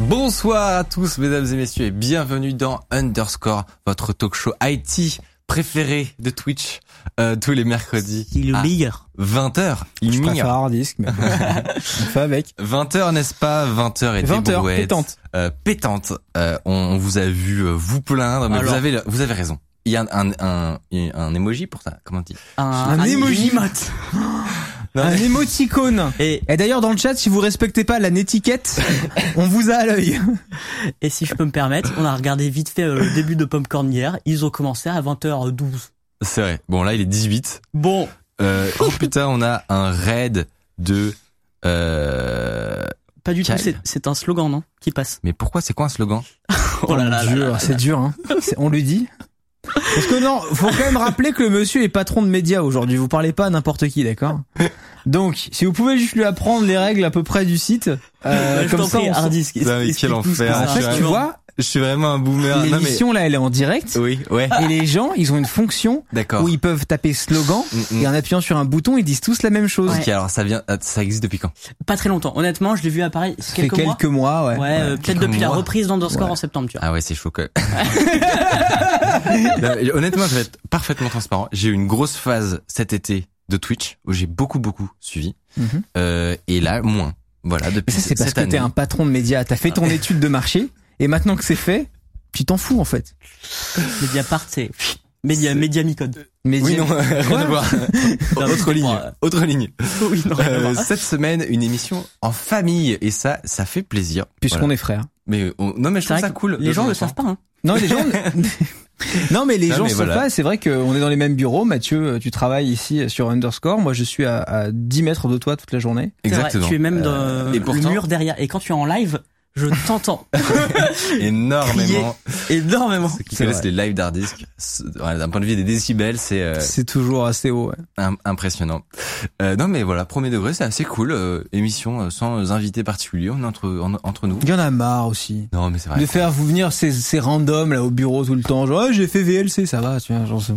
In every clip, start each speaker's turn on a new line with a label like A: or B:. A: Bonsoir à tous, mesdames et messieurs, et bienvenue dans Underscore, votre talk show IT préféré de Twitch, euh, tous les mercredis.
B: Il est le
A: à
B: meilleur.
A: 20h, il
C: Je préfère
A: meilleur.
C: un disque, mais on fait avec.
A: 20h, n'est-ce pas 20h et
C: 20
A: des
C: heures,
A: brouettes.
C: pétante.
A: Euh, pétante. Euh, on, on vous a vu euh, vous plaindre, mais
B: Alors.
A: vous avez, le- vous avez raison. Il y a un, un, un, un emoji pour ça, comment on dit Ah,
B: Un,
C: Un emoji.
B: emote.
A: Non,
C: Un
A: mais-
C: émoticône.
B: Et,
C: Et d'ailleurs, dans le chat, si vous respectez pas la netiquette, on vous a à l'œil.
B: et si je peux me permettre, on a regardé vite fait euh, le début de Popcorn hier. Ils ont commencé à 20h12.
A: C'est vrai. Bon, là, il est 18.
B: Bon,
A: Euh, oh putain, on a un raid de... Euh...
B: pas du tout.
A: Kyle.
B: c'est- C'est un slogan, non Qui passe.
A: Mais pourquoi c'est quoi un slogan
B: Oh là là là là.
C: Dur, c'est dur, hein. C'est- On le dit. Parce que non, faut quand même rappeler que le monsieur est patron de médias aujourd'hui. Vous parlez pas à n'importe qui, d'accord Donc, si vous pouvez juste lui apprendre les règles à peu près du site, euh,
B: Je
C: comme
B: t'en
C: ça,
B: prie,
C: on s'en-
B: Hardisk,
A: Putain, mais quel
B: explique-nous ce que
A: enfer.
B: c'est.
C: en fait, hein, tu vois,
A: Je suis vraiment un boomer. Ah, Non, mais...
C: l'émission là, elle est en direct.
A: Oui, ouais.
B: Ah,
C: Et les gens, ils ont une fonction
A: D'accord.
C: où ils peuvent taper slogan
A: Mm, mm.
C: et en appuyant sur un bouton, ils disent tous la même chose.
A: Ok, alors ça vient, euh, ça existe depuis quand
B: Pas très longtemps. Honnêtement, je l'ai vu à Paris
C: Ça fait
B: quelques mois.
C: quelques mois, ouais.
B: Ouais, euh, peut-être
A: quelques
B: depuis la
A: mois.
B: reprise d'Underscore
C: Ouais.
B: en septembre, tu vois.
A: Ah ouais, c'est chaud que- Non, mais Honnêtement, je vais être parfaitement transparent. J'ai eu une grosse phase cet été de Twitch où j'ai beaucoup beaucoup suivi
C: Mhm.
A: Euh, et là moins. Voilà,
C: Mais
A: depuis
C: ça, c'est
A: cette
C: parce que
A: année. Ah.
C: t'es un patron de médias. T'as fait ton étude de marché et maintenant que c'est fait, tu t'en fous en fait.
B: Mediapart, c'est Media,
A: C'est-
B: Media Micode.
C: Mais
A: Oui
C: dis-
A: non, rien à voir.
B: Non, mais
A: autre
B: c'était
A: ligne,
B: pour, euh,
A: autre ligne.
B: Oui, non, rien à
A: Euh,
B: voir.
A: cette semaine, une émission en famille et ça, ça fait plaisir.
C: puisqu'on
A: Voilà.
C: est frères.
A: Mais on- non, mais je
B: C'est
A: trouve
B: vrai
A: ça
B: que
A: cool.
B: Les gens le
A: le
B: savent pas, hein.
C: Non, les gens. non, mais les
A: Non,
C: gens
A: mais
C: sont
A: voilà.
C: pas. C'est vrai qu'on est dans les mêmes bureaux. Mathieu, euh, tu travailles ici sur Underscore. Moi, je suis à, à 10 mètres de toi toute la journée.
B: C'est vrai,
A: Exactement.
B: tu es même dans
A: et
B: le
A: pourtant-
B: mur derrière. Et quand tu es en live, je t'entends
A: énormément.
B: énormément.
A: Ceux qui
C: C'est
A: connaissent
C: vrai.
A: les lives d'Hardisk, c'est- ouais, d'un point de vue des décibels, c'est euh,
C: C'est toujours assez haut. ouais.
A: im- impressionnant. Euh, non mais voilà, premier degré, c'est assez cool. euh, émission euh, sans invité particulier, on est entre en- entre nous.
C: Il y en a marre aussi.
A: Non mais c'est vrai.
C: De faire vous venir ces, ces randoms là au bureau tout le temps, genre Ah, j'ai fait VLC, ça va, tu vois, genre, ça-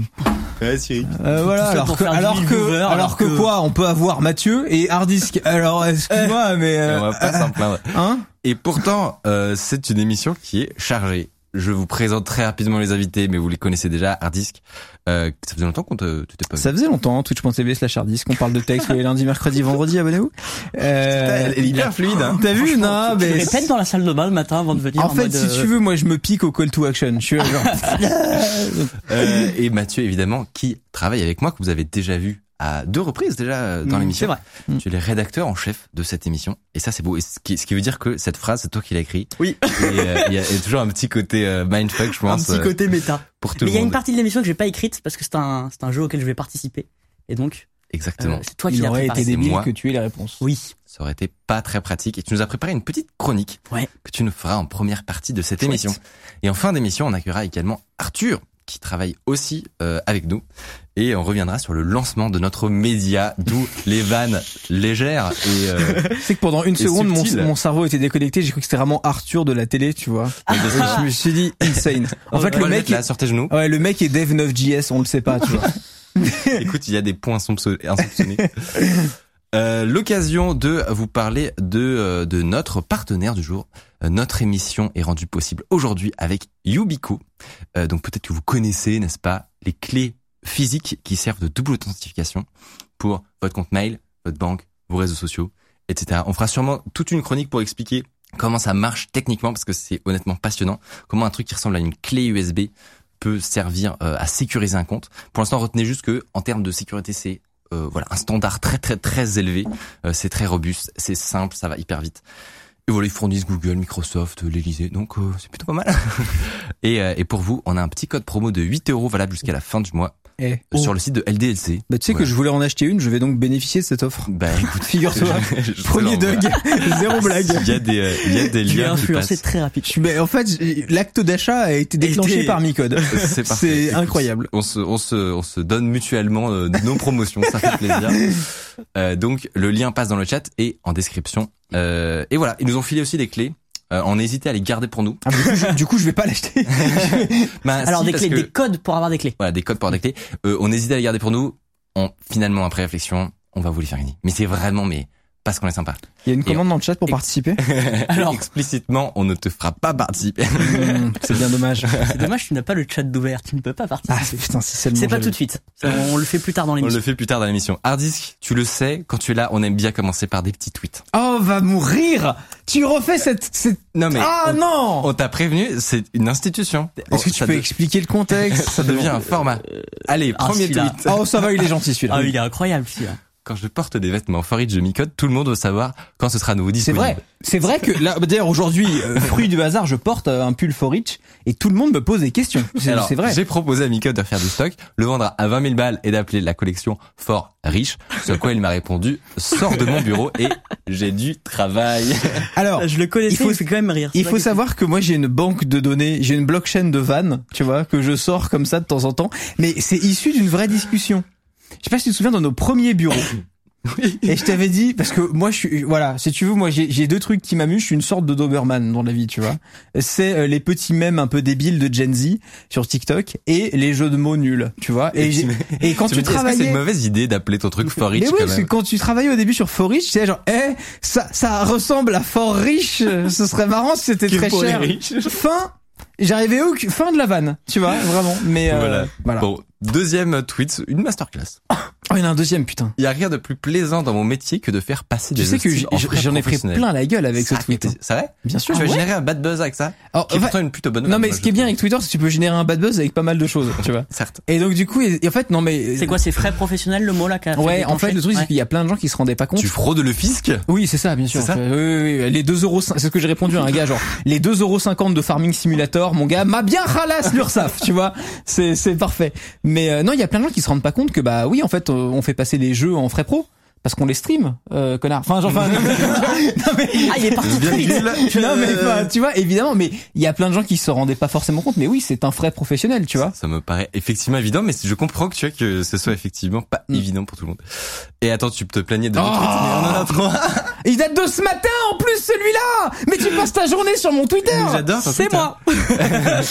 C: Euh,
B: Tout
C: voilà,
B: ça
C: alors
B: pour
C: que,
B: faire du
C: alors, que,
B: Bilbover,
C: alors,
B: alors
C: que,
A: euh.
B: que-
C: quoi, on peut avoir Mathieu et Hardisk. Alors, excuse-moi, mais,
A: Et
C: euh,
A: on va pas s'en plaindre.
C: hein?
A: Et pourtant, euh, c'est une émission qui est chargée. Je vous présente très rapidement les invités, mais vous les connaissez déjà. Hardisk, euh, ça faisait longtemps qu'on te tu t'es pas vu.
C: Ça faisait longtemps, hein, twitch.tv slash hardisk, on parle de texte tous les lundis, mercredi, vendredi, abonnez-vous.
A: Putain,
C: Euh,
A: elle est hyper fluide. Hein.
C: T'as vu,
B: Franchement,
C: non,
B: tu, tu
C: Ah, mais...
B: répètes dans la salle de bain le matin avant de venir.
C: En fait,
B: mode,
C: si
B: euh,
C: tu veux, moi je me pique au call to action. Je suis genre,
A: Euh, et Mathieu, évidemment, qui travaille avec moi, que vous avez déjà vu à deux reprises déjà euh, dans
B: Mmh,
C: Mm,
A: l'émission.
C: c'est vrai. Mm.
A: Tu es le rédacteur en chef de cette émission. Et ça, c'est beau. Et ce qui, ce qui veut dire que cette phrase, c'est toi qui l'as écrit.
B: Oui.
A: Et euh, il y, a il y a toujours un petit côté euh, mindfuck, je
B: un
A: pense,
B: petit
A: euh,
B: côté méta.
A: pour tout le
B: Mais il y a
A: monde.
B: une partie de l'émission que j'ai pas écrite parce que c'est un, c'est un jeu auquel je vais participer. Et donc, euh,
A: Exactement.
B: c'est toi qui
C: il
B: l'as
C: aurait
B: préparé.
C: été débile
A: moi.
C: que tu aies les réponses.
B: Oui.
A: Ça aurait été pas très pratique. Et tu nous as préparé une petite chronique
B: Ouais.
A: que tu nous feras en première partie de cette
B: Chouette.
A: émission. Et en fin d'émission, on accueillera également Arthur, qui travaille aussi euh, avec nous. Et on reviendra sur le lancement de notre média, d'où les vannes légères et euh,
C: C'est que pendant une seconde, mon,
A: subtil.
C: mon cerveau était déconnecté, j'ai cru que c'était vraiment Arthur de la télé, tu vois.
A: et de
C: Et
B: Ah.
C: je me suis dit, insane. En fait,
A: Ah. On va
C: le mec,
A: mettre là sur tes genoux.
C: ouais, le mec est dev 9JS, on le sait pas, tu vois.
A: Écoute, il y a des points insoupçon- insoupçonnés. Euh, L'occasion de vous parler de, euh, de notre partenaire du jour. Euh, notre émission est rendue possible aujourd'hui avec Yubico. Euh, donc peut-être que vous connaissez, n'est-ce pas, les clés physiques qui servent de double authentification pour votre compte mail, votre banque, vos réseaux sociaux, etc. On fera sûrement toute une chronique pour expliquer comment ça marche techniquement, parce que c'est honnêtement passionnant, comment un truc qui ressemble à une clé USB peut servir euh, à sécuriser un compte. Pour l'instant, retenez juste que en termes de sécurité, c'est euh, voilà un standard très très très élevé. Euh, c'est très robuste, c'est simple, ça va hyper vite. Et voilà, ils fournissent Google, Microsoft, l'Elysée, donc euh, c'est plutôt pas mal. et, euh, et pour vous, on a un petit code promo de 8 euros valable jusqu'à la fin du mois.
C: Eh.
A: sur le site de LDLC.
C: Bah, tu sais que
A: Ouais.
C: je voulais en acheter une, je vais donc bénéficier de cette offre.
A: Bah écoute,
C: Figure-toi.
A: je- je-
C: Premier
A: je-
C: Doug, zéro blague.
A: Il y a des, euh, il y a des
B: Tu es
A: liens qui
B: influencé
A: passent.
B: très rapide.
C: Je suis- mais en fait, j'ai- l'acte d'achat a été déclenché
B: Était-
C: par Micode.
A: C'est parfait.
C: C'est
A: Écoute,
C: incroyable.
A: On se, on se, on se donne mutuellement euh, nos promotions, ça fait plaisir. Euh, donc le lien passe dans le chat et en description. Euh, et voilà, ils nous ont filé aussi des clés. Euh, on hésitait à les garder pour nous.
C: Ah, du, coup, je, du coup, je vais pas l'acheter.
A: Bah,
B: Alors
A: si,
B: des
A: parce
B: clés,
A: que-
B: des codes pour avoir des clés.
A: voilà, des codes pour avoir des clés. Euh, on hésitait à les garder pour nous. On, finalement, après réflexion, on va vous les faire gagner. Mais c'est vraiment, mais parce qu'on est sympa.
C: Il y a une
A: Et
C: commande dans le chat pour
A: Et-
C: participer.
A: Alors, explicitement, on ne te fera pas participer.
C: Mmh, c'est bien dommage.
B: C'est dommage, tu n'as pas le chat d'ouvert, tu ne peux pas
C: Ah
B: participer.
C: putain, si seulement.
B: c'est pas
C: j'avais-
B: tout de suite. Ça, On le fait plus tard dans
A: on le
B: l'émission.
A: fait plus tard dans l'émission. Hardisk, tu le sais, quand tu es là, on aime bien commencer par des petits tweets.
C: Oh, va mourir Tu refais cette... cette...
A: Non mais,
C: Ah
A: on,
C: non
A: on t'a prévenu, c'est une institution.
C: Est-ce que
A: Oh,
C: tu
A: ça
C: peux
A: de-
C: expliquer Euh, le contexte
A: Ça devient un format. Allez,
B: Ah,
A: premier
B: celui-là.
A: tweet.
C: Oh, ça va, il est gentil celui-là.
B: Ah oui, il est incroyable, celui-là.
A: Quand je porte des vêtements Farid je Micode, tout le monde veut savoir quand ce sera à nouveau
C: C'est
A: disponible.
C: vrai. C'est vrai que là, bah, d'ailleurs aujourd'hui, euh, fruit du hasard, je porte euh, un pull for rich et tout le monde me pose des questions. C'est
A: Alors,
C: c'est vrai.
A: J'ai proposé à Micode de faire du stock, le vendre à 20 000 balles et d'appeler la collection Fort Riche, ce à quoi il m'a répondu, sors de mon bureau et j'ai du travail.
C: Alors,
B: Euh, je le connaissais,
C: Oh. il faut-
B: il fait quand même rire.
C: il faut savoir que moi j'ai une banque de données, j'ai une blockchain de vannes, tu vois, que je sors comme ça de temps en temps, mais c'est issu d'une vraie discussion. Je sais pas si tu te souviens dans nos premiers bureaux. Et je t'avais dit parce que moi je suis voilà si tu veux moi j'ai j'ai deux trucs qui m'amusent je suis une sorte de Doberman dans la vie tu vois c'est euh, les petits mèmes un peu débiles de Gen Z sur TikTok et les jeux de mots nuls tu vois et, j'ai- et quand
A: Tu me dis, est-ce que
C: tu,
A: c'est
C: travaillais
A: une mauvaise idée d'appeler ton truc Fort Riche
C: mais oui,
A: quand
C: parce que
A: même
C: quand tu travaillais au début sur Fort Rich, tu sais, genre, eh, ça, ça ressemble à Fort Rich, euh, ce serait marrant si c'était très
A: pour les
C: cher. Fin, j'arrivais au cul- fin de la vanne, tu vois, vraiment. Mais euh,
A: Voilà.
C: voilà.
A: Bon, deuxième tweet, une masterclass.
C: Oh, il y en a un deuxième, putain.
A: Il y a rien de plus plaisant dans mon métier que de faire passer
C: Tu
A: des
C: sais que
A: hosties
C: j-
A: en
C: j-
A: frais
C: j'en ai pris
A: professionnels.
C: plein la gueule avec ce
A: Ça,
C: tweet. hein.
A: C'est vrai
C: Bien sûr.
A: Tu vas
C: ouais.
A: générer un bad buzz avec ça
C: Alors,
A: Qui est
C: va-
A: pourtant une plutôt bonne
C: non
A: nouvelle,
C: mais
A: moi,
C: ce
A: je
C: qui est bien
A: trouve.
C: avec Twitter, c'est que tu peux générer un bad buzz avec pas mal de choses, tu vois.
A: Certes.
C: Et donc du coup, et, et en fait, non mais
B: C'est quoi, c'est frais professionnel le mot là qu'a
C: Ouais, en fait, le truc
B: Ouais.
C: c'est qu'il y a plein de gens qui se rendaient pas compte.
A: Tu fraudes le fisc
C: Oui, c'est ça, bien sûr.
A: C'est ça
C: Oui, oui, oui. Les 2 euros, c'est ce que j'ai répondu à un gars, genre, les 2 euros cinquante de Farming Simulator, mon gars, m'a bien ralasse l'URSAF, tu vois. C'est, c'est parfait. Mais, euh, non, il y a plein de gens qui se rendent pas compte que, bah oui, en fait, euh, on fait passer les jeux en frais pro. Parce qu'on les stream, euh, connard. Enfin, genre, enfin, non, Oh, mais,
B: Ah, il est parti très vite.
A: Euh, Virgule,
C: non, mais
A: euh,
C: enfin, tu vois, évidemment, mais il y a plein de gens qui se rendaient pas forcément compte. Mais oui, c'est un frais professionnel, tu vois.
A: Ça me paraît effectivement évident, mais je comprends que tu vois que ce soit effectivement pas
C: Mm.
A: évident pour tout le monde. Et attends, tu te plaignais de
C: Oh
A: mon tweet, mais on en a trois.
C: Et il date de ce matin, en plus, celui-là! Mais tu passes ta journée sur mon Twitter!
A: J'adore ton
C: C'est
A: Twitter.
C: moi!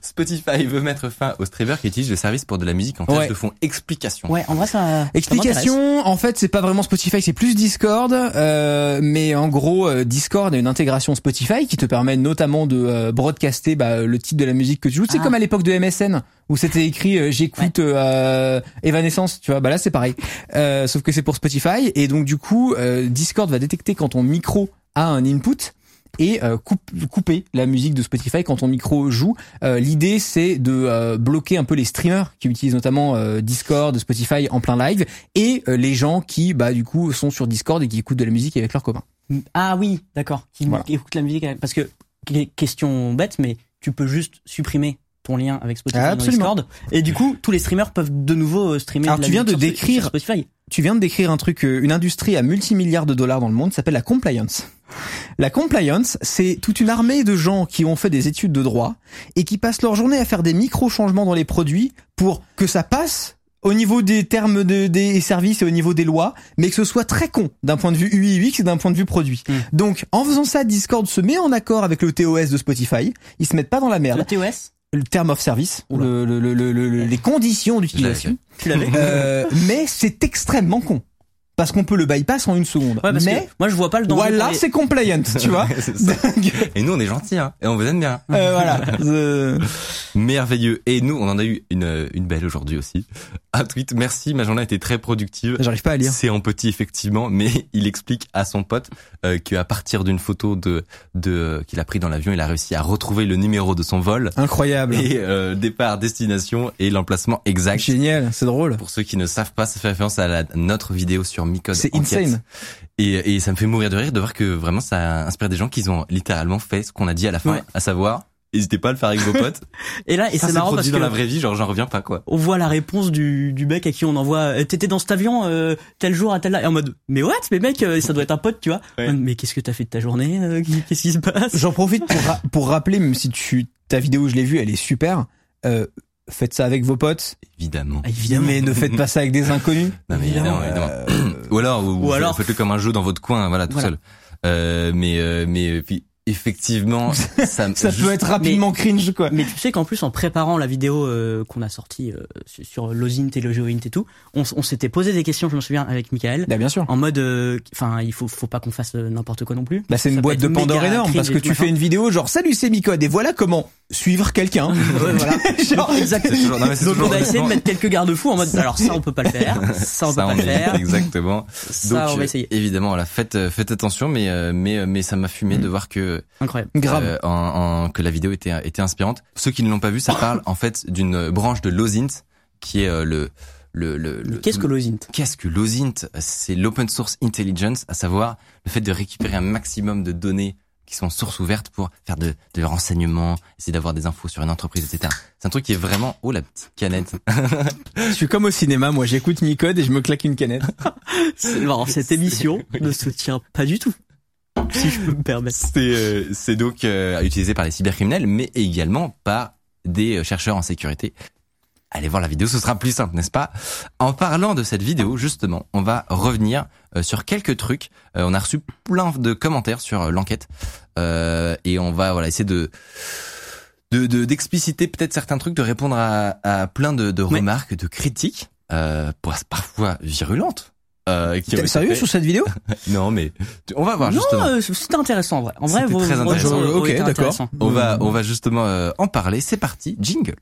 A: Spotify veut mettre fin aux streamers qui utilisent le service pour de la musique en
C: Ouais.
A: tâche de fond. Explication.
B: Ouais, en vrai, ça. ça m'intéresse.
C: Explication, en fait, c'est pas vraiment Spotify, c'est plus Discord, euh, mais en gros, euh, Discord a une intégration Spotify qui te permet notamment de euh, broadcaster bah, le titre de la musique que tu joues. C'est
B: Ah.
C: comme à l'époque de MSN où c'était écrit euh, j'écoute euh, Evanescence, tu vois. Bah là, c'est pareil, Euh, sauf que c'est pour Spotify et donc du coup, euh, Discord va détecter quand ton micro a un input et euh, coupe- couper la musique de Spotify quand ton micro joue. Euh, L'idée c'est de euh, bloquer un peu les streamers qui utilisent notamment euh, Discord, Spotify en plein live et euh, les gens qui bah du coup sont sur Discord et qui écoutent de la musique avec leurs copains.
B: Ah oui, d'accord. Qui
C: Voilà.
B: qui écoute la musique avec- parce que que- question bête, mais tu peux juste supprimer ton lien avec Spotify
C: Ah,
B: dans
C: absolument.
B: Discord et du coup tous les streamers peuvent de nouveau euh, streamer.
C: Alors,
B: de la
C: tu viens
B: musique
C: de
B: sur-
C: décrire-
B: sur Spotify.
C: Tu viens de décrire un truc, euh, une industrie à multimilliards de dollars dans le monde s'appelle la compliance. La compliance, c'est toute une armée de gens qui ont fait des études de droit et qui passent leur journée à faire des micro-changements dans les produits pour que ça passe au niveau des termes de- des services et au niveau des lois, mais que ce soit très con d'un point de vue UI UX et d'un point de vue produit.
B: Mm.
C: Donc, en faisant ça, Discord se met en accord avec le TOS de Spotify. Ils se mettent pas dans la
B: Le
C: merde.
B: TOS,
C: Le term of service,
B: Oula.
C: le- le- le- le- le- les conditions d'utilisation.
B: tu l'avais. ouais,
C: Euh, mais c'est extrêmement con. Parce qu'on peut le bypass en une seconde.
B: parce
C: mais
B: que moi je vois pas le danger.
C: voilà,
B: pour les-
C: c'est compliant, tu vois.
A: C'est ça.
C: Donc,
A: Et nous, on est gentils, hein. Et on vous aime bien.
C: euh, voilà. Euh,
A: Merveilleux. Et nous, on en a eu une, une belle aujourd'hui aussi. Un tweet. Merci, ma journée a été très productive.
C: J'arrive pas à lire.
A: C'est en petit effectivement, mais il explique à son pote euh, qu'à partir d'une photo de, de qu'il a pris dans l'avion, il a réussi à retrouver le numéro de son vol
C: Incroyable.
A: et euh, départ, destination et l'emplacement exact.
C: Génial, c'est drôle.
A: Pour ceux qui ne savent pas, ça fait référence à la- notre vidéo sur Micode.
C: C'est
A: Enquête.
C: insane.
A: Et, et ça me fait mourir de rire de voir que vraiment ça inspire des gens qui ont littéralement fait ce qu'on a dit à la fin,
B: Ouais.
A: à savoir N'hésitez pas à le faire avec vos potes.
B: Et là, et
A: Ça,
B: c'est
A: c'est
B: marrant parce
A: produit
B: que
A: dans la vraie vie, genre j'en reviens pas quoi.
B: on voit la réponse du, du mec à qui on envoie euh, t'étais dans cet avion euh, tel jour à tel et en mode mais what mais mec euh, ça doit être un pote tu vois
A: Ouais.
B: mais qu'est-ce que t'as fait de ta journée euh, qu'est-ce qui se passe
C: J'en profite pour, ra- pour rappeler, même si tu, ta vidéo, je l'ai vue, elle est super. Euh, faites ça avec vos potes.
A: Évidemment.
B: Ah, évidemment
C: Mais ne faites pas ça avec des inconnus.
A: Non, mais évidemment, évidemment.
C: Euh,
A: Ou alors, vous,
B: Ou
A: vous
B: alors-
A: faites-le comme un jeu dans votre coin, voilà, tout
B: Voilà.
A: seul. Euh, mais, euh, mais puis effectivement, ça, me-
C: ça
A: juste-
C: peut être rapidement cringe, quoi.
B: mais tu sais qu'en plus en préparant la vidéo euh, qu'on a sortie euh, sur l'osint et le geoint et tout on, s- on s'était posé des questions je me souviens avec Michael
C: Bah, bien sûr.
B: en mode euh, enfin il faut faut pas qu'on fasse euh, n'importe quoi non plus
C: Bah, c'est une
B: Ça
C: boîte
B: peut
C: de
B: être
C: Pandore
B: méga
C: énorme
B: cringe
C: parce
B: et
C: que
B: tout
C: tu fais
B: machin.
C: une vidéo genre salut c'est Micode et voilà comment suivre quelqu'un.
B: Ouais, voilà.
C: Genre,
B: Exactement.
A: toujours- non, mais c'est
B: Donc on
A: toujours-
B: a essayé de mettre quelques garde-fous en mode alors ça on peut pas le faire, ça on peut
A: ça,
B: pas
A: on
B: le
A: évite,
B: faire,
A: exactement.
B: ça
A: Donc,
B: on va essayer.
A: euh, évidemment, voilà, faites, euh, faites attention, mais, euh, mais, euh, mais ça m'a fumé
B: Mm.
A: de voir que,
B: Incroyable.
C: Grave.
A: euh, en, en- que la vidéo était, était inspirante. Ceux qui ne l'ont pas vu, ça parle en fait d'une branche de l'OSINT qui est euh, le, le, le, le-
B: Qu'est-ce que l'osint
A: Qu'est-ce que l'OSINT C'est l'open source intelligence, à savoir le fait de récupérer un maximum de données qui sont sources ouvertes pour faire de, de renseignements, essayer d'avoir des infos sur une entreprise, etc. C'est un truc qui est vraiment... Oh, la petite canette
C: Je suis comme au cinéma moi j'écoute Micode et je me claque une canette.
B: C'est marrant, cette émission ne se tient pas du tout. Si je peux me permettre.
A: C'est euh, c'est donc euh, utilisé par les cybercriminels, mais également par des euh, chercheurs en sécurité. Allez voir la vidéo, ce sera plus simple, n'est-ce pas En parlant de cette vidéo, justement, on va revenir euh, sur quelques trucs. Euh, on a reçu plein de commentaires sur euh, l'enquête Euh, et on va voilà essayer de de- de- d'expliciter peut-être certains trucs, de répondre à, à plein de, de
B: Ouais.
A: remarques, de critiques, euh, par- parfois virulentes. Euh, qui ont
C: T'es
A: été
C: sérieux
A: faites.
C: sur cette vidéo
A: Non, mais tu- on va voir
B: non,
A: Ah, justement.
B: euh, c'était intéressant en vrai. En vrai,
A: C'était
B: vos,
A: très
B: vos-
A: intéressant.
B: vos- vos-
C: Ok,
B: étaient
C: d'accord.
B: intéressants.
A: On va, on va justement euh, en parler. C'est parti, jingle.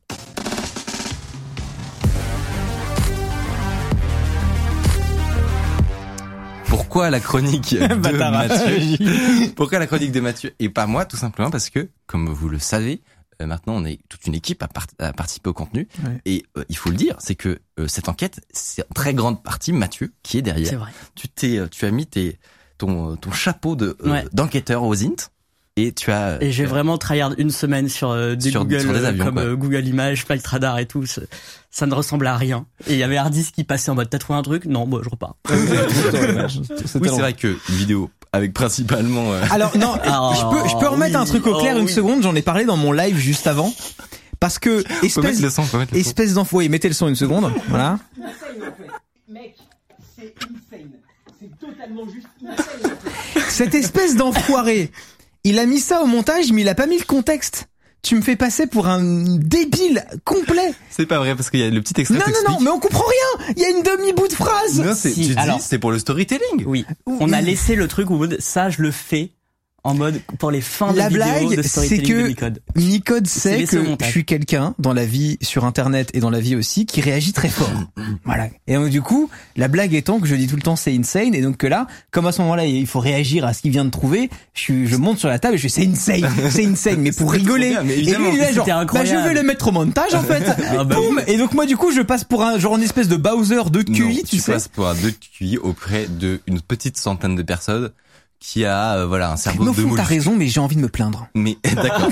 A: Pourquoi la chronique de
C: Bâtard.
A: Mathieu Pourquoi la chronique de Mathieu et pas moi Tout simplement parce que, comme vous le savez, euh, maintenant on est toute une équipe à, part- à participer au contenu.
C: Ouais.
A: Et euh, il faut le dire, c'est que euh, cette enquête, c'est en très grande partie Mathieu qui est derrière
B: C'est vrai.
A: tu t'es, euh, tu as mis tes, ton, euh, ton chapeau de euh,
B: Ouais.
A: d'enquêteur aux int et tu as. euh,
B: Et j'ai
A: tu as-
B: vraiment tryhard une semaine sur euh, des
A: Sur-
B: Google
A: sur des
B: euh,
A: avions,
B: comme
A: quoi.
B: euh, Google Images, Flight Radar et tout. Ça- Ça ne ressemble à rien. Et il y avait Hardis qui passait en mode t'as trouvé un truc Non, bah, je repars.
A: Oui, c'est vrai que une vidéo avec principalement. euh,
C: Alors non,
B: Ah,
C: je peux je peux remettre un
B: oui.
C: truc au clair
B: Oh,
C: une
B: oui.
C: seconde, j'en ai parlé dans mon live juste avant parce que
A: faut
C: espèce
A: mettre le son, faut mettre le son.
C: espèce d'enfant, oui, mettez le son une seconde, voilà.
D: Mec, c'est insane. C'est totalement juste insane. en fait.
C: Cette espèce d'enfoiré, il a mis ça au montage, mais il a pas mis le contexte. Tu me fais passer pour un débile complet.
A: C'est pas vrai parce qu'il y a le petit extrait.
C: Non, non, non, mais on comprend rien. Il y a une demi-bout de phrase.
A: non, c'est,
B: Si,
A: tu te
B: alors-
A: dis, c'est pour le storytelling.
B: Oui. On a laissé le truc où en mode, ça je le fais en mode pour les fins
C: La
B: de vidéos
C: blague,
B: de
C: c'est
B: storytelling
C: que-
B: de Micode.
C: Nicode
B: s'est
C: sait
B: laissé au
C: que je
B: montage.
C: suis quelqu'un dans la vie sur internet et dans la vie aussi qui réagit très fort.
A: Mm,
C: voilà. Et donc du coup, la blague étant que je dis tout le temps c'est insane et donc que là, comme à ce moment-là, il faut réagir à ce qu'il vient de trouver, je, suis- je monte sur la table et je fais c'est insane, c'est insane mais pour
A: C'était trop
C: rigoler.
A: bien, mais
C: et lui il est là,
B: c'était
C: genre bah je
B: incroyable.
C: vais le mettre au montage en fait.
B: Ah bah
C: Boum et donc moi du coup, je passe pour un genre une espèce de Bowser
A: Non,
C: de QI, tu, sais.
A: passes pour un deux QI auprès de une petite centaine de personnes qui a euh, voilà un cerveau
C: Mais au
A: de
C: fond, t'as
A: mollusque.
C: raison, mais j'ai envie de me plaindre.
A: Mais d'accord.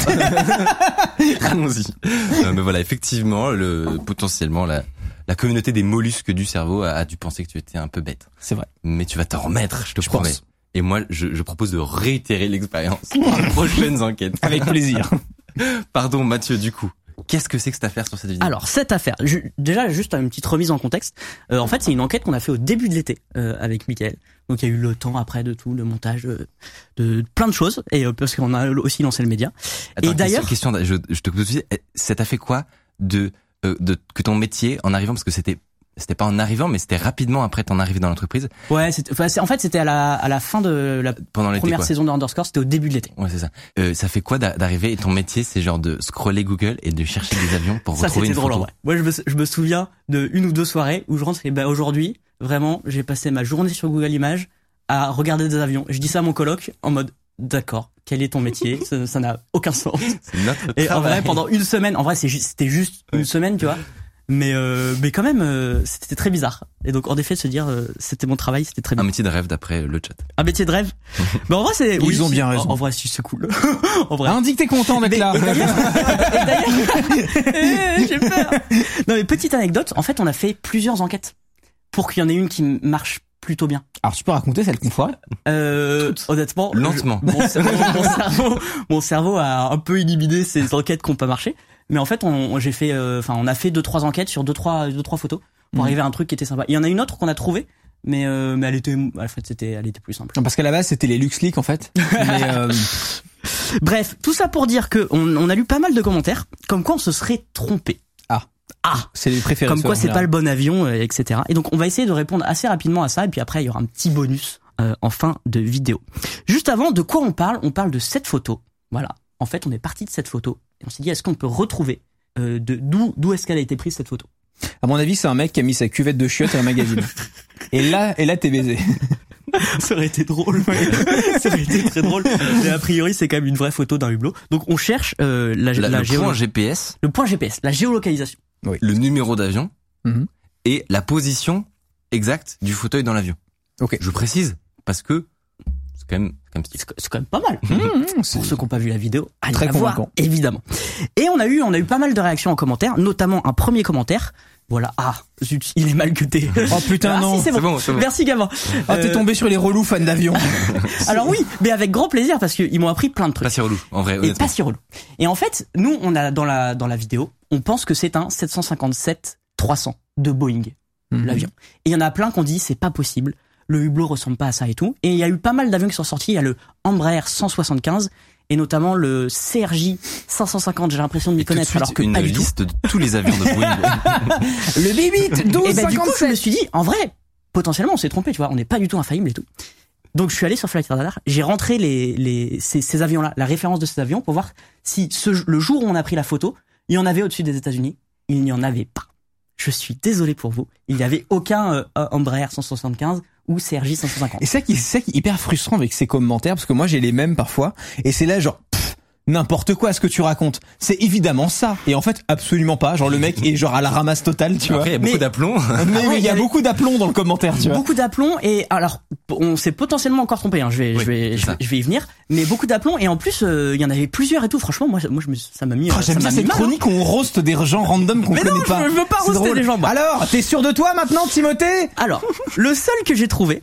A: Allons-y. Euh, mais voilà, effectivement, le potentiellement la la communauté des mollusques du cerveau a, a dû penser que tu étais un peu bête.
C: C'est vrai.
A: Mais tu vas t'en remettre, je te
C: Je
A: promets.
C: pense.
A: Et moi, je, je propose de réitérer l'expérience pour les prochaines enquêtes.
C: Avec plaisir.
A: Pardon, Mathieu. Du coup, qu'est-ce que c'est que cette affaire sur cette vidéo
B: Alors cette affaire, ju- déjà juste une petite remise en contexte. Euh, en fait, c'est une enquête qu'on a fait au début de l'été euh, avec Mickaël. Donc il y a eu le temps après de tout, le montage, euh, de, plein de choses, et euh, parce qu'on a aussi lancé le média.
A: Attends,
B: et d'ailleurs-
A: question, question, je, je te coupe tout de suite. Eh, Ça t'a fait quoi de, euh, de que ton métier en arrivant, parce que c'était c'était pas en arrivant, mais c'était rapidement après ton arrivée dans l'entreprise
B: Ouais, c'était- enfin, c'est- en fait c'était à la, à la fin de la
A: pendant l'été.
B: première
A: quoi.
B: saison de Underscore, c'était au début de l'été.
A: Ouais, c'est ça. Euh, ça fait quoi d'a- d'arriver et ton métier, c'est genre de scroller Google et de chercher des avions pour
B: Ça
A: retrouver
B: c'était
A: une
B: drôle. en
A: photo.
B: vrai. Moi je me, je me souviens de une ou deux soirées où je rentre et ben aujourd'hui vraiment j'ai passé ma journée sur Google Images à regarder des avions. Je dis ça à mon coloc en mode d'accord, quel est ton métier Ça ça n'a aucun sens.
A: C'est notre
B: Et en
A: travail.
B: vrai, pendant une semaine, en vrai, c'est ju- c'était juste une semaine, tu vois. Mais euh, mais quand même, euh, c'était très bizarre. Et donc en effet, se dire euh, c'était mon travail, c'était très
A: Un
B: bien.
A: métier de rêve d'après le chat.
B: Un métier de rêve. mais en vrai, c'est
C: Ils ont bien
B: en-
C: raison.
B: En, vrai, si c'est cool. en vrai.
C: Indique Hein, t'es content d'être là.
B: Et d'ailleurs- Eh, j'ai peur. Non mais petite anecdote. En fait, on a fait plusieurs enquêtes pour qu'il y en ait une qui marche plutôt bien.
C: Alors tu peux raconter celle qu'on foire
B: Euh, honnêtement,
A: Lentement.
B: je- mon, cer- mon cerveau, mon cerveau a un peu éliminé ces enquêtes qui n'ont pas marché. Mais en fait, on, on- j'ai fait, euh, enfin, on a fait deux trois enquêtes sur deux trois deux trois photos
C: Mhm.
B: pour arriver à un truc qui était sympa. Il y en a une autre qu'on a trouvée, mais euh, mais elle était, en fait, c'était, elle était plus simple.
C: Parce qu'à la base c'était les Lux Leaks en fait. Mais, euh,
B: Bref, tout ça pour dire que on, on a lu pas mal de commentaires, comme quoi on se serait trompé.
C: Ah.
B: ah.
C: c'est les préférés.
B: Comme quoi,
C: ceux,
B: c'est
C: en
B: pas le
C: général.
B: bon avion, euh, etc. Et donc, on va essayer de répondre assez rapidement à ça. Et puis après, il y aura un petit bonus euh, en fin de vidéo. Juste avant, de quoi on parle On parle de cette photo. Voilà. En fait, on est parti de cette photo et on s'est dit, est-ce qu'on peut retrouver euh, de d'où d'où est-ce qu'elle a été prise cette photo
C: À mon avis, c'est un mec qui a mis sa cuvette de chiottes à un magazine. Et là, et là, t'es baisé.
B: Ça aurait été drôle. Ça aurait été très drôle. Mais a priori, c'est quand même une vraie photo d'un hublot. Donc, on cherche euh, la,
A: La-
B: la
A: le
B: géolo-
A: point GPS,
B: le point GPS, la géolocalisation.
A: le numéro d'avion
B: Mm-hmm.
C: Mhm.
A: et la position exacte du fauteuil dans l'avion.
C: Ok.
A: Je précise parce que c'est quand même, c'est quand même stylé.
B: C'est c'est quand même pas mal. pour ceux qui n'ont pas vu la vidéo, allez
C: Très
B: la voir,
C: convaincant.
B: évidemment. Et on a eu, on a eu pas mal de réactions en commentaire, notamment un premier commentaire. Voilà, ah, zut, il est mal cuté.
C: Oh putain
B: ah,
C: non.
B: si, c'est bon.
A: C'est bon, c'est bon.
B: Merci gamin.
C: Ah, t'es
B: Euh,
C: tombé sur les relous fans d'avion.
B: Alors oui, mais avec grand plaisir parce qu'ils m'ont appris plein de trucs.
A: Pas si relou, en vrai,
B: et
A: honnêtement.
B: pas si relou. Et en fait, nous, on a dans la dans la vidéo, on pense que c'est un 757 300 de Boeing,
A: Mmh.
B: l'avion. Et il y en a plein qu'on dit c'est pas possible. Le hublot ressemble pas à ça et tout. Et il y a eu pas mal d'avions qui sont sortis. Il y a le Embraer 175 et notamment le CRJ 550. J'ai l'impression de m'y
A: Et tout de
B: connaître
A: suite,
B: alors que
A: une
B: pas du tout.
A: liste de tous les avions de Boeing.
C: Le B8
B: Et
C: 12
B: bah, du coup, je me suis dit, en vrai, potentiellement, on s'est trompé, tu vois, on n'est pas du tout infaillible et tout. Donc, je suis allé sur Flight Radar, j'ai rentré les, les, ces, ces avions-là, la référence de ces avions, pour voir si ce, le jour où on a pris la photo, il y en avait au-dessus des États-Unis, il n'y en avait pas. Je suis désolé pour vous, il n'y avait aucun euh, Embraer 175 ou CRJ 150.
C: Et ça qui, c'est ça qui est hyper frustrant avec ces commentaires parce que moi j'ai les mêmes parfois et c'est là genre pff, n'importe quoi ce que tu racontes. C'est évidemment ça et en fait absolument pas. Genre le mec est genre à la ramasse totale, tu vois.
A: Après, il y a
B: Mais-
A: beaucoup d'aplomb.
C: Mais
B: Ah ouais,
C: oui, il y a
B: il y a-
C: beaucoup d'aplomb dans le commentaire, tu vois.
B: Beaucoup d'aplomb et alors on s'est potentiellement encore trompé. Hein, je vais,
A: Oui,
B: je vais,
A: c'est
B: je,
A: ça.
B: vais- je vais y venir. Mais beaucoup d'aplomb et en plus euh, il y en avait plusieurs et tout. Franchement, moi, moi, je me, ça m'a mis.
C: Oh,
B: euh,
C: J'aime bien
B: ça m'a mis
C: cette
B: mal, hein.
C: chronique où on roast des gens random qu'on
B: Mais
C: connaît
B: non,
C: pas.
B: je veux pas
C: C'est
B: roaster
C: drôle.
B: les gens, moi.
C: Alors, t'es sûr de toi maintenant, Timothée
B: Alors, le seul que j'ai trouvé,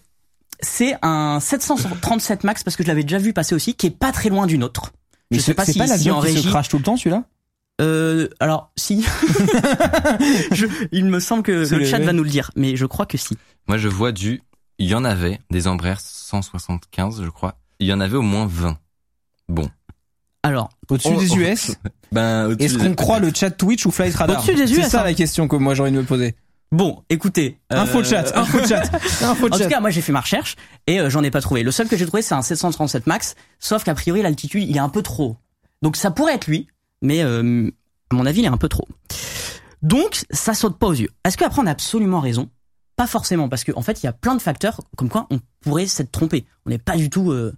B: c'est un 737 Max parce que je l'avais déjà vu passer aussi, qui est pas très loin d'une autre. Je
C: Mais
B: sais
C: c'est-
B: pas
C: c'est
B: si,
C: pas
B: si
C: l'avion
B: en
C: qui se
B: régie.
C: crache tout le temps, celui-là.
B: Euh, alors si. Je- il me semble que
C: C'est
B: le
C: le-
B: chat
C: ouais.
B: va nous le dire, mais je crois que si.
A: Moi, je vois du, il y en avait des Embraer 175, je crois. Il y en avait au moins 20. Bon.
B: Alors,
C: Au-dessus
A: Oh,
C: des
A: oh.
C: US.
A: Ben, au-dessus
C: Est-ce
A: des-
C: qu'on croit le chat Twitch ou Flight Radar
B: Au-dessus des yeux,
C: C'est ça
B: ça.
C: la question que moi j'ai envie de me poser.
B: bon, écoutez. euh,
C: Info chat, info chat, info
B: En tout
C: chat.
B: cas, moi j'ai fait ma recherche et euh, j'en ai pas trouvé. Le seul que j'ai trouvé, c'est un 737 Max, sauf qu'a priori l'altitude, il est un peu trop. haut. Donc ça pourrait être lui, mais euh, à mon avis, il est un peu trop. haut. Donc ça saute pas aux yeux. Est-ce qu'après on a absolument raison Pas forcément, parce qu'en fait il y a plein de facteurs comme quoi on pourrait s'être trompé. On n'est pas du tout, euh,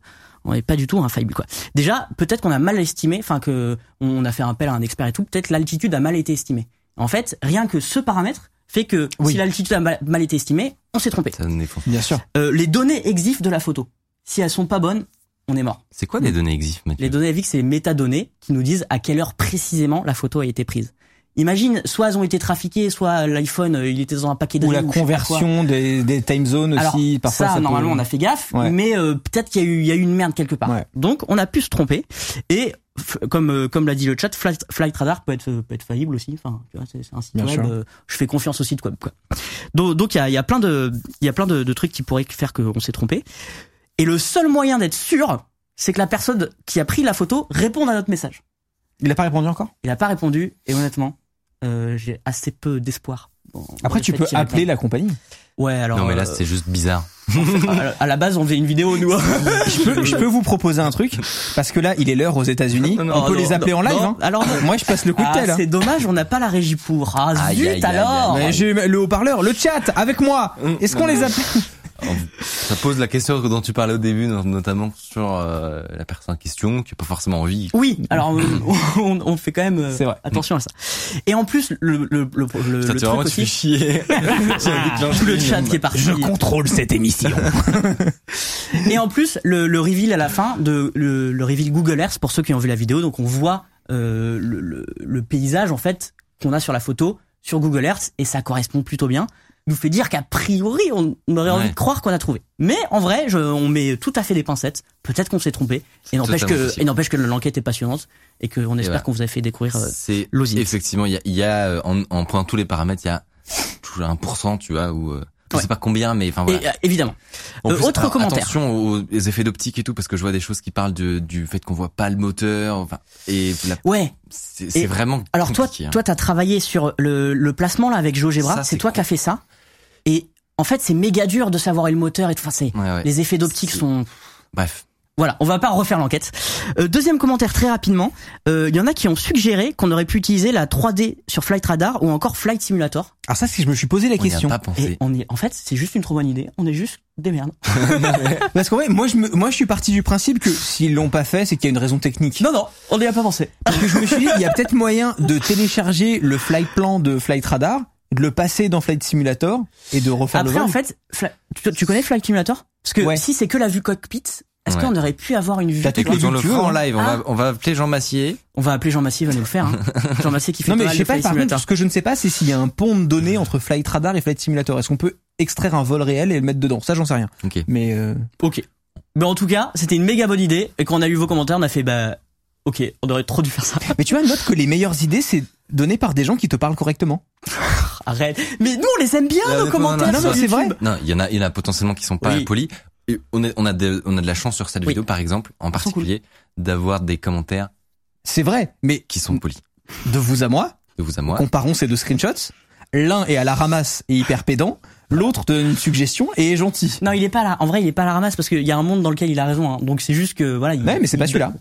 B: on n'est pas du tout infaillible quoi. Déjà, peut-être qu'on a mal estimé, enfin que on a fait appel à un expert et tout. Peut-être l'altitude a mal été estimée. En fait, rien que ce paramètre fait que
C: Oui.
B: si l'altitude a mal- mal été estimée, on s'est trompé.
A: Ça donne Eh ben, des points.
C: Bien sûr.
B: Euh, les données exif de la photo. Si elles sont pas bonnes, on est mort.
A: C'est quoi Hmm. les données exif, Mathieu?
B: Les données exif, c'est les métadonnées qui nous disent à quelle heure précisément la photo a été prise. Imagine, soit elles ont été trafiquées, soit l'iPhone, euh, il était dans un paquet de
C: Ou la conversion des, des time zones
B: Alors,
C: aussi. Parfois,
B: ça,
C: peut-
B: normalement, on a fait gaffe,
C: Ouais.
B: mais euh, peut-être qu'il y, a eu- il y a eu une merde quelque part.
C: Ouais.
B: Donc, on a pu se tromper. Et f- comme euh, comme l'a dit le chat, Flight, Flight Radar peut être euh, peut être faillible aussi. Enfin, tu vois, c'est c'est un site
C: Bien
B: web.
C: sûr.
B: euh, je fais confiance au site web. Quoi. Donc, donc il y a, il y a plein de il y a plein de, de trucs qui pourraient faire qu'on s'est trompé. Et le seul moyen d'être sûr, c'est que la personne qui a pris la photo réponde à notre message.
C: Il a pas répondu encore.
B: Il a pas répondu. Et honnêtement, euh, j'ai assez peu d'espoir. dans- dans
C: Après,
B: le
C: tu
B: fait
C: peux
B: qu'il
C: appeler
B: réponde.
C: la compagnie.
B: Ouais, alors.
A: non, mais là,
B: euh,
A: c'est juste bizarre.
B: à la- Ah, à la base, on faisait une vidéo nous. hein.
C: Je peux, je peux vous proposer un truc parce que là, il est l'heure aux États-Unis.
A: Non, non,
C: On peut
B: Oh,
C: les
B: non,
C: appeler
B: non,
C: en live.
B: non.
C: hein.
B: Alors, non.
C: Moi, je passe le coup de
B: Ah,
C: tel. hein.
B: c'est dommage, on n'a pas la régie pour. Ah
A: Aïe,
B: zut
A: aïe, aïe,
B: alors
A: aïe,
B: Mm,
C: Mais j'ai le haut-parleur, le chat avec moi. Est-ce qu'on les appelle
A: Alors, ça pose la question dont tu parlais au début, no- notamment sur euh, la personne en question qui n'a pas forcément envie.
B: Oui, alors euh, on, on fait quand même euh,
C: C'est vrai.
B: attention à ça. Et en plus, le, le, le, le,
A: Putain,
B: le
A: tu
B: truc
A: vraiment, tu fais
B: aussi,
A: chier. J'ai déclenché
B: tout le
A: une
B: chat
A: bombe.
B: qui est parti.
C: contrôle cette émission.
B: Et en plus, le, le reveal à la fin de le, le reveal Google Earth pour ceux qui ont vu la vidéo, donc on voit euh, le, le- le paysage en fait qu'on a sur la photo sur Google Earth et ça correspond plutôt bien. Nous fait dire qu'a priori on aurait envie
A: Ouais.
B: de croire qu'on a trouvé. Mais en vrai, je- on met tout à fait des pincettes. Peut-être qu'on s'est trompé. Et n'empêche
A: totalement
B: que,
A: possible.
B: et n'empêche que l'enquête est passionnante et qu'on espère
A: voilà.
B: qu'on vous a fait découvrir. euh,
A: C'est
B: l'osite.
A: effectivement, il y a, il y a, euh, en, en prenant tous les paramètres, il y a toujours 1%, tu vois, ou euh, je
B: Ouais.
A: sais pas combien, mais enfin voilà.
B: et, euh, évidemment.
A: En
B: euh, autre
A: alors,
B: commentaire.
A: Attention aux aux effets d'optique et tout, parce que je vois des choses qui parlent de- du fait qu'on voit pas le moteur. Enfin, et la-
B: Ouais.
A: c'est c'est
B: Et
A: vraiment
B: Alors toi,
A: compliqué, hein.
B: toi, t'as travaillé sur le, le placement là avec
A: Ça,
B: GeoGebra.
A: c'est
B: C'est toi
A: cool.
B: qui as fait ça. Et en fait, c'est méga dur de savoir et le moteur et tout. Enfin, c'est
A: Ouais, ouais.
B: les effets d'optique
A: C'est-
B: sont.
A: Bref,
B: Voilà, on va pas refaire l'enquête. Euh, deuxième commentaire très rapidement. Euh, Il y en a qui ont suggéré qu'on aurait pu utiliser la 3D sur Flight Radar ou encore Flight Simulator.
C: Alors ça, c'est que je me suis posé
A: on
C: la
A: n'y a
C: question.
A: pas
B: Et
A: pensé.
B: on est, en fait, c'est juste une trop bonne idée. On est juste des merdes.
C: Parce qu'en vrai, moi je, me, moi, je suis parti du principe que s'ils l'ont pas fait, c'est qu'il y a une raison technique.
B: Non, non, on n'y a pas pensé.
C: Parce que je me suis dit, il y a peut-être moyen de télécharger le flight plan de Flight Radar, de le passer dans Flight Simulator et de refaire le
B: Après,
C: vol.
B: en fait, Fla- tu, tu connais Flight Simulator Parce que
C: Ouais.
B: si c'est que la vue cockpit, est-ce
A: Ouais.
B: qu'on aurait pu avoir une vue
C: T'as toutes
B: cockpit
C: les
A: Écoutons le
C: tu veux,
A: franc en
C: hein.
A: live. On,
B: Ah.
A: va, on va appeler Jean Massier.
B: On va appeler Jean Massier, il va nous le faire. Hein. Jean Massier qui fait
C: Non mais
B: pas
C: je
B: mal
C: sais
B: de
C: pas,
B: Flight
C: par contre,
B: Simulator.
C: ce que je ne sais pas, c'est s'il y a un pont de données entre Flight Radar et Flight Simulator. Est-ce qu'on peut extraire un vol réel et le mettre dedans Ça, j'en sais rien.
A: Ok.
C: Mais euh,
B: Ok. Mais en tout cas, c'était une méga bonne idée. Et quand on a lu vos commentaires, on a fait bah ok, on aurait trop dû faire ça.
C: mais tu vois, note que les meilleures idées, c'est donné par des gens qui te parlent correctement.
B: Arrête. Mais nous, on les aime bien
A: Là,
B: nos
A: honnêtement,
B: commentaires.
A: non,
C: non,
B: sur
C: mais c'est
B: YouTube.
C: vrai.
A: Non, il y en a, il y en a potentiellement qui sont pas
B: Oui.
A: polis. Et on, est- on a de, on a de la chance sur cette
B: Oui.
A: vidéo, par exemple, en particulier, d'avoir des commentaires
C: C'est vrai, mais
A: qui sont polis.
C: de vous à moi,
A: De vous à moi.
C: comparons ces deux screenshots. L'un est à la ramasse et hyper pédant, l'autre te donne une suggestion et est gentil.
B: Non, il est pas là. En vrai, il est pas à la ramasse parce qu'il y a un monde dans lequel il a raison. hein. Donc c'est juste que voilà. Il,
C: Ouais, mais c'est pas
B: il-
C: celui-là.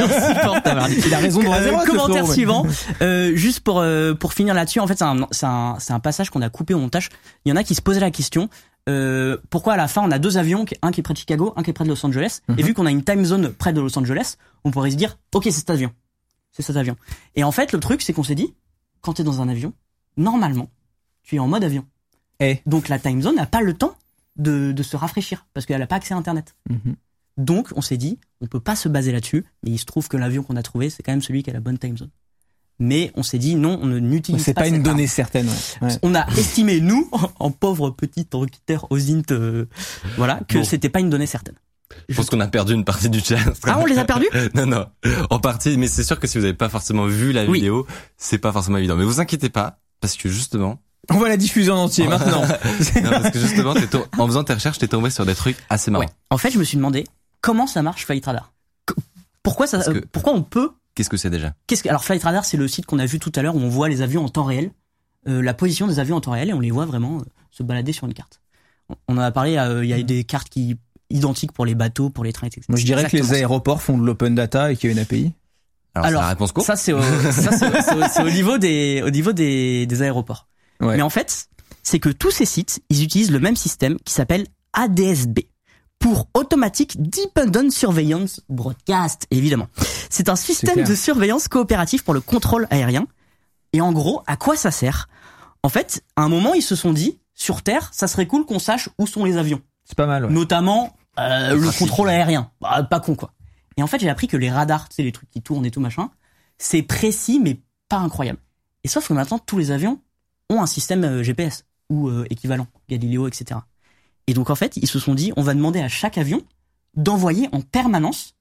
B: insupportable, Hardy.
C: Il a raison de
B: Euh,
C: raison, ce
B: commentaire
C: bah, Florent, ouais.
B: suivant, Euh, juste pour euh, pour finir là-dessus. En fait, c'est un c'est un, c'est un passage qu'on a coupé au montage. Il y en a qui se posaient la question euh, pourquoi à la fin on a deux avions, qui- un qui est près de Chicago, un qui est près de Los Angeles. Et vu qu'on a une time zone près de Los Angeles, on pourrait se dire ok c'est cet avion, c'est cet avion. Et en fait, le truc c'est qu'on s'est dit quand t'es dans un avion, normalement tu es en mode avion.
C: Eh.
B: Donc la time zone n'a pas le temps de de se rafraîchir parce qu'elle n'a pas accès à Internet.
C: Mhm.
B: Donc, on s'est dit, on peut pas se baser là-dessus, mais il se trouve que l'avion qu'on a trouvé, c'est quand même celui qui a la bonne time zone. Mais on s'est dit, non, on ne n'utilise
C: C'est
B: pas
C: pas une
B: cette
C: donnée certaine. ouais. Ouais.
B: arme. On a estimé, nous, en pauvres petits enquêteurs osint, euh, voilà, que
A: Bon.
B: c'était pas une donnée certaine.
A: Je pense qu'on a perdu une partie du chat.
B: Ah, on les a perdus
A: Non, non. En partie, mais c'est sûr que si vous avez pas forcément vu la
B: Oui.
A: vidéo, c'est pas forcément évident. Mais vous inquiétez pas, parce que justement,
C: On va la diffuser en entier maintenant.
A: non, parce que justement, t'es to- en faisant tes recherches, t'es tombé sur des trucs assez marrants.
B: Ouais. En fait, je me suis demandé, comment ça marche Flight Radar Qu- Pourquoi ça,
A: Parce que-
B: euh, pourquoi on peut
A: Qu'est-ce que c'est déjà
B: Qu'est-ce que alors Flight Radar c'est le site qu'on a vu tout à l'heure où on voit les avions en temps réel, euh, la position des avions en temps réel et on les voit vraiment euh, se balader sur une carte. On- On en a parlé, euh, il y a des cartes qui identiques pour les bateaux, pour les trains, etc.
C: Hmm. Moi, je dirais que
B: Exactement
C: les aéroports font de l'open data et qu'il y a une API.
A: Alors, c'est
B: Alors,
A: la réponse courte.
B: ça c'est au, ça, c'est au- c'est au- c'est au niveau des au niveau des, des aéroports.
C: Ouais.
B: Mais en fait, c'est que tous ces sites, ils utilisent le même système qui s'appelle ADSB pour Automatic Dependent Surveillance Broadcast, évidemment. C'est un système
C: clair.
B: de surveillance coopératif pour le contrôle aérien. Et en gros, à quoi ça sert En fait, à un moment, ils se sont dit, sur Terre, ça serait cool qu'on sache où sont les avions
C: C'est pas mal. ouais.
B: notamment euh, le
A: Trafic.
B: contrôle aérien. Bah, pas con quoi. Et en fait, j'ai appris que les radars, tu sais, les trucs qui tournent et tout machin, c'est précis mais pas incroyable. Et sauf que maintenant, tous les avions ont un système euh, GPS ou euh, équivalent, Galileo, etc. Et donc en fait, ils se sont dit, on va demander à chaque avion d'envoyer en permanence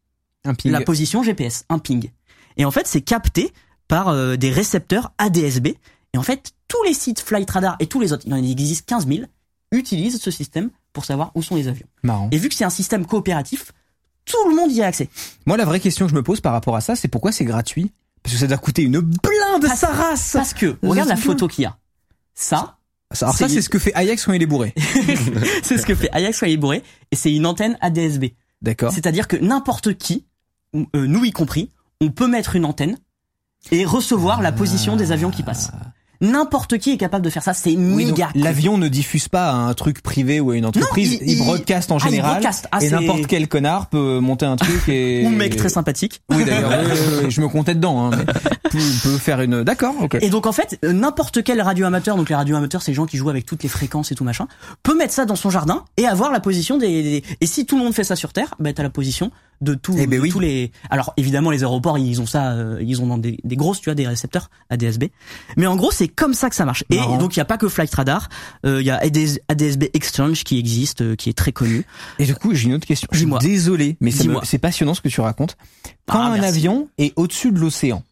C: Un ping.
B: la position GPS, un ping. Et en fait, c'est capté par euh, des récepteurs ADSB. Et en fait, tous les sites Flight Radar et tous les autres, il en existe 15 000, utilisent ce système pour savoir où sont les avions.
C: Marrant.
B: Et vu que c'est un système coopératif, tout le monde y a accès.
C: Moi, la vraie question que je me pose par rapport à ça, c'est pourquoi c'est gratuit Parce que ça doit coûter une blinde
B: Parce-
C: sa race.
B: Parce que,
C: Mais
B: regarde la
C: c'est
B: photo qu'il y a. Ça,
C: Alors ça,
B: c'est-
C: c'est ce que fait Ajax quand il est bourré.
B: c'est ce que fait Ajax Bourré, et c'est une antenne ADSB.
C: D'accord.
B: C'est-à-dire que n'importe qui, ou, euh, nous y compris, on peut mettre une antenne et recevoir la position des avions qui passent. N'importe qui est capable de faire ça. C'est
C: Oui, donc,
B: méga. cool.
C: L'avion ne diffuse pas à un truc privé ou à une entreprise,
B: il-
C: il,
B: il-
C: broadcast en
B: Ah, il
C: général.
B: broadcast. Ah,
C: et
B: c'est-
C: n'importe quel connard peut monter un truc et.
B: Ou mec très sympathique.
C: Oui d'ailleurs, oui, oui, oui, je me comptais dedans. Hein, mais peut, peut faire une. D'accord, ok.
B: Et donc en fait, euh, n'importe quel radio amateur, donc les radio amateurs, c'est les gens qui jouent avec toutes les fréquences et tout machin, peut mettre ça dans son jardin et avoir la position des. des- Et si tout le monde fait ça sur Terre, bah t'as la position de tout-
C: Eh ben
B: de
C: oui.
B: tous les. Alors évidemment, les aéroports, ils ont ça, euh, ils ont dans des, des grosses, tu vois, des récepteurs ADSB. Mais en gros, c'est comme ça que ça marche.
C: Marrant.
B: Et donc il y a pas que Flight Radar, euh, il y a ADS ADSB Exchange qui existe, euh, qui est très connu.
C: Et du coup, j'ai une autre question. Je suis
B: Dis-moi.
C: désolé, mais ça me-
B: Dis-moi.
C: c'est passionnant ce que tu racontes. Quand
B: Ah,
C: un
B: merci. Ah.
C: avion est au-dessus de l'océan,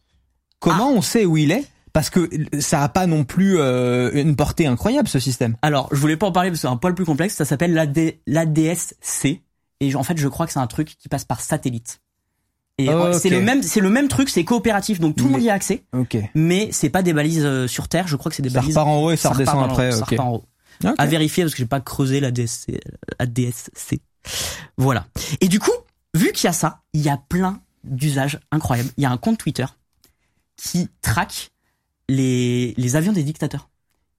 C: comment on sait où il est Parce que ça a pas non plus euh, une portée incroyable ce système.
B: Alors, je voulais pas en parler parce que c'est un poil plus complexe. Ça s'appelle l'AD l'ADSC. Et en fait, je crois que c'est un truc qui passe par satellite. Et
C: Ok.
B: ouais, c'est le même, c'est le même truc, c'est coopératif, donc tout le
C: Mais-
B: monde y a accès.
C: Ok.
B: Mais c'est pas des balises euh, sur Terre. Je crois que c'est des
C: Ça
B: balises.
C: repart en haut et ça,
B: repart
C: redescend
B: en-
C: après.
B: ça
C: ok.
B: repart en haut.
C: Ok.
B: À vérifier parce que j'ai pas creusé l'ADSC. ADSC. Voilà. Et du coup, vu qu'il y a ça, il y a plein d'usages incroyables. Il y a un compte Twitter qui traque les, les avions des dictateurs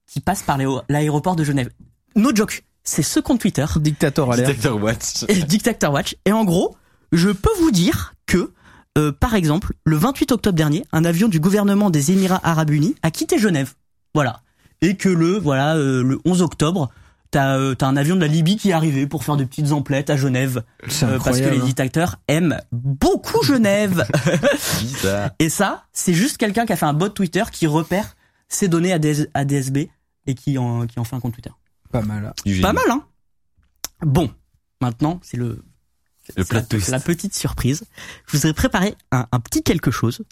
B: qui passent par les- l'aéroport de Genève. No joke, c'est ce compte Twitter,
C: Dictator à l'air.
A: Dictator Watch.
B: et Dictator Watch. Et en gros, je peux vous dire que, euh, par exemple, le 28 octobre dernier, un avion du gouvernement des Émirats Arabes Unis a quitté Genève. Voilà. Et que le, voilà, euh, le 11 octobre, t'as euh, t'as un avion de la Libye qui est arrivé pour faire des petites emplettes à Genève.
C: C'est
B: euh, parce que les
C: incroyable, hein.
B: dictateurs aiment beaucoup Genève.
A: Bizarre.
B: Et ça, c'est juste quelqu'un qui a fait un bot Twitter qui repère ses données à, DS à DSB et qui en, qui en fait un compte Twitter.
C: Pas mal.
A: Du
B: Pas
A: génie.
B: mal, hein Bon, maintenant, c'est le...
A: Le
B: c'est
A: plat
B: la-
A: twist.
B: c'est La petite surprise. Je vous ai préparé un, un petit quelque chose.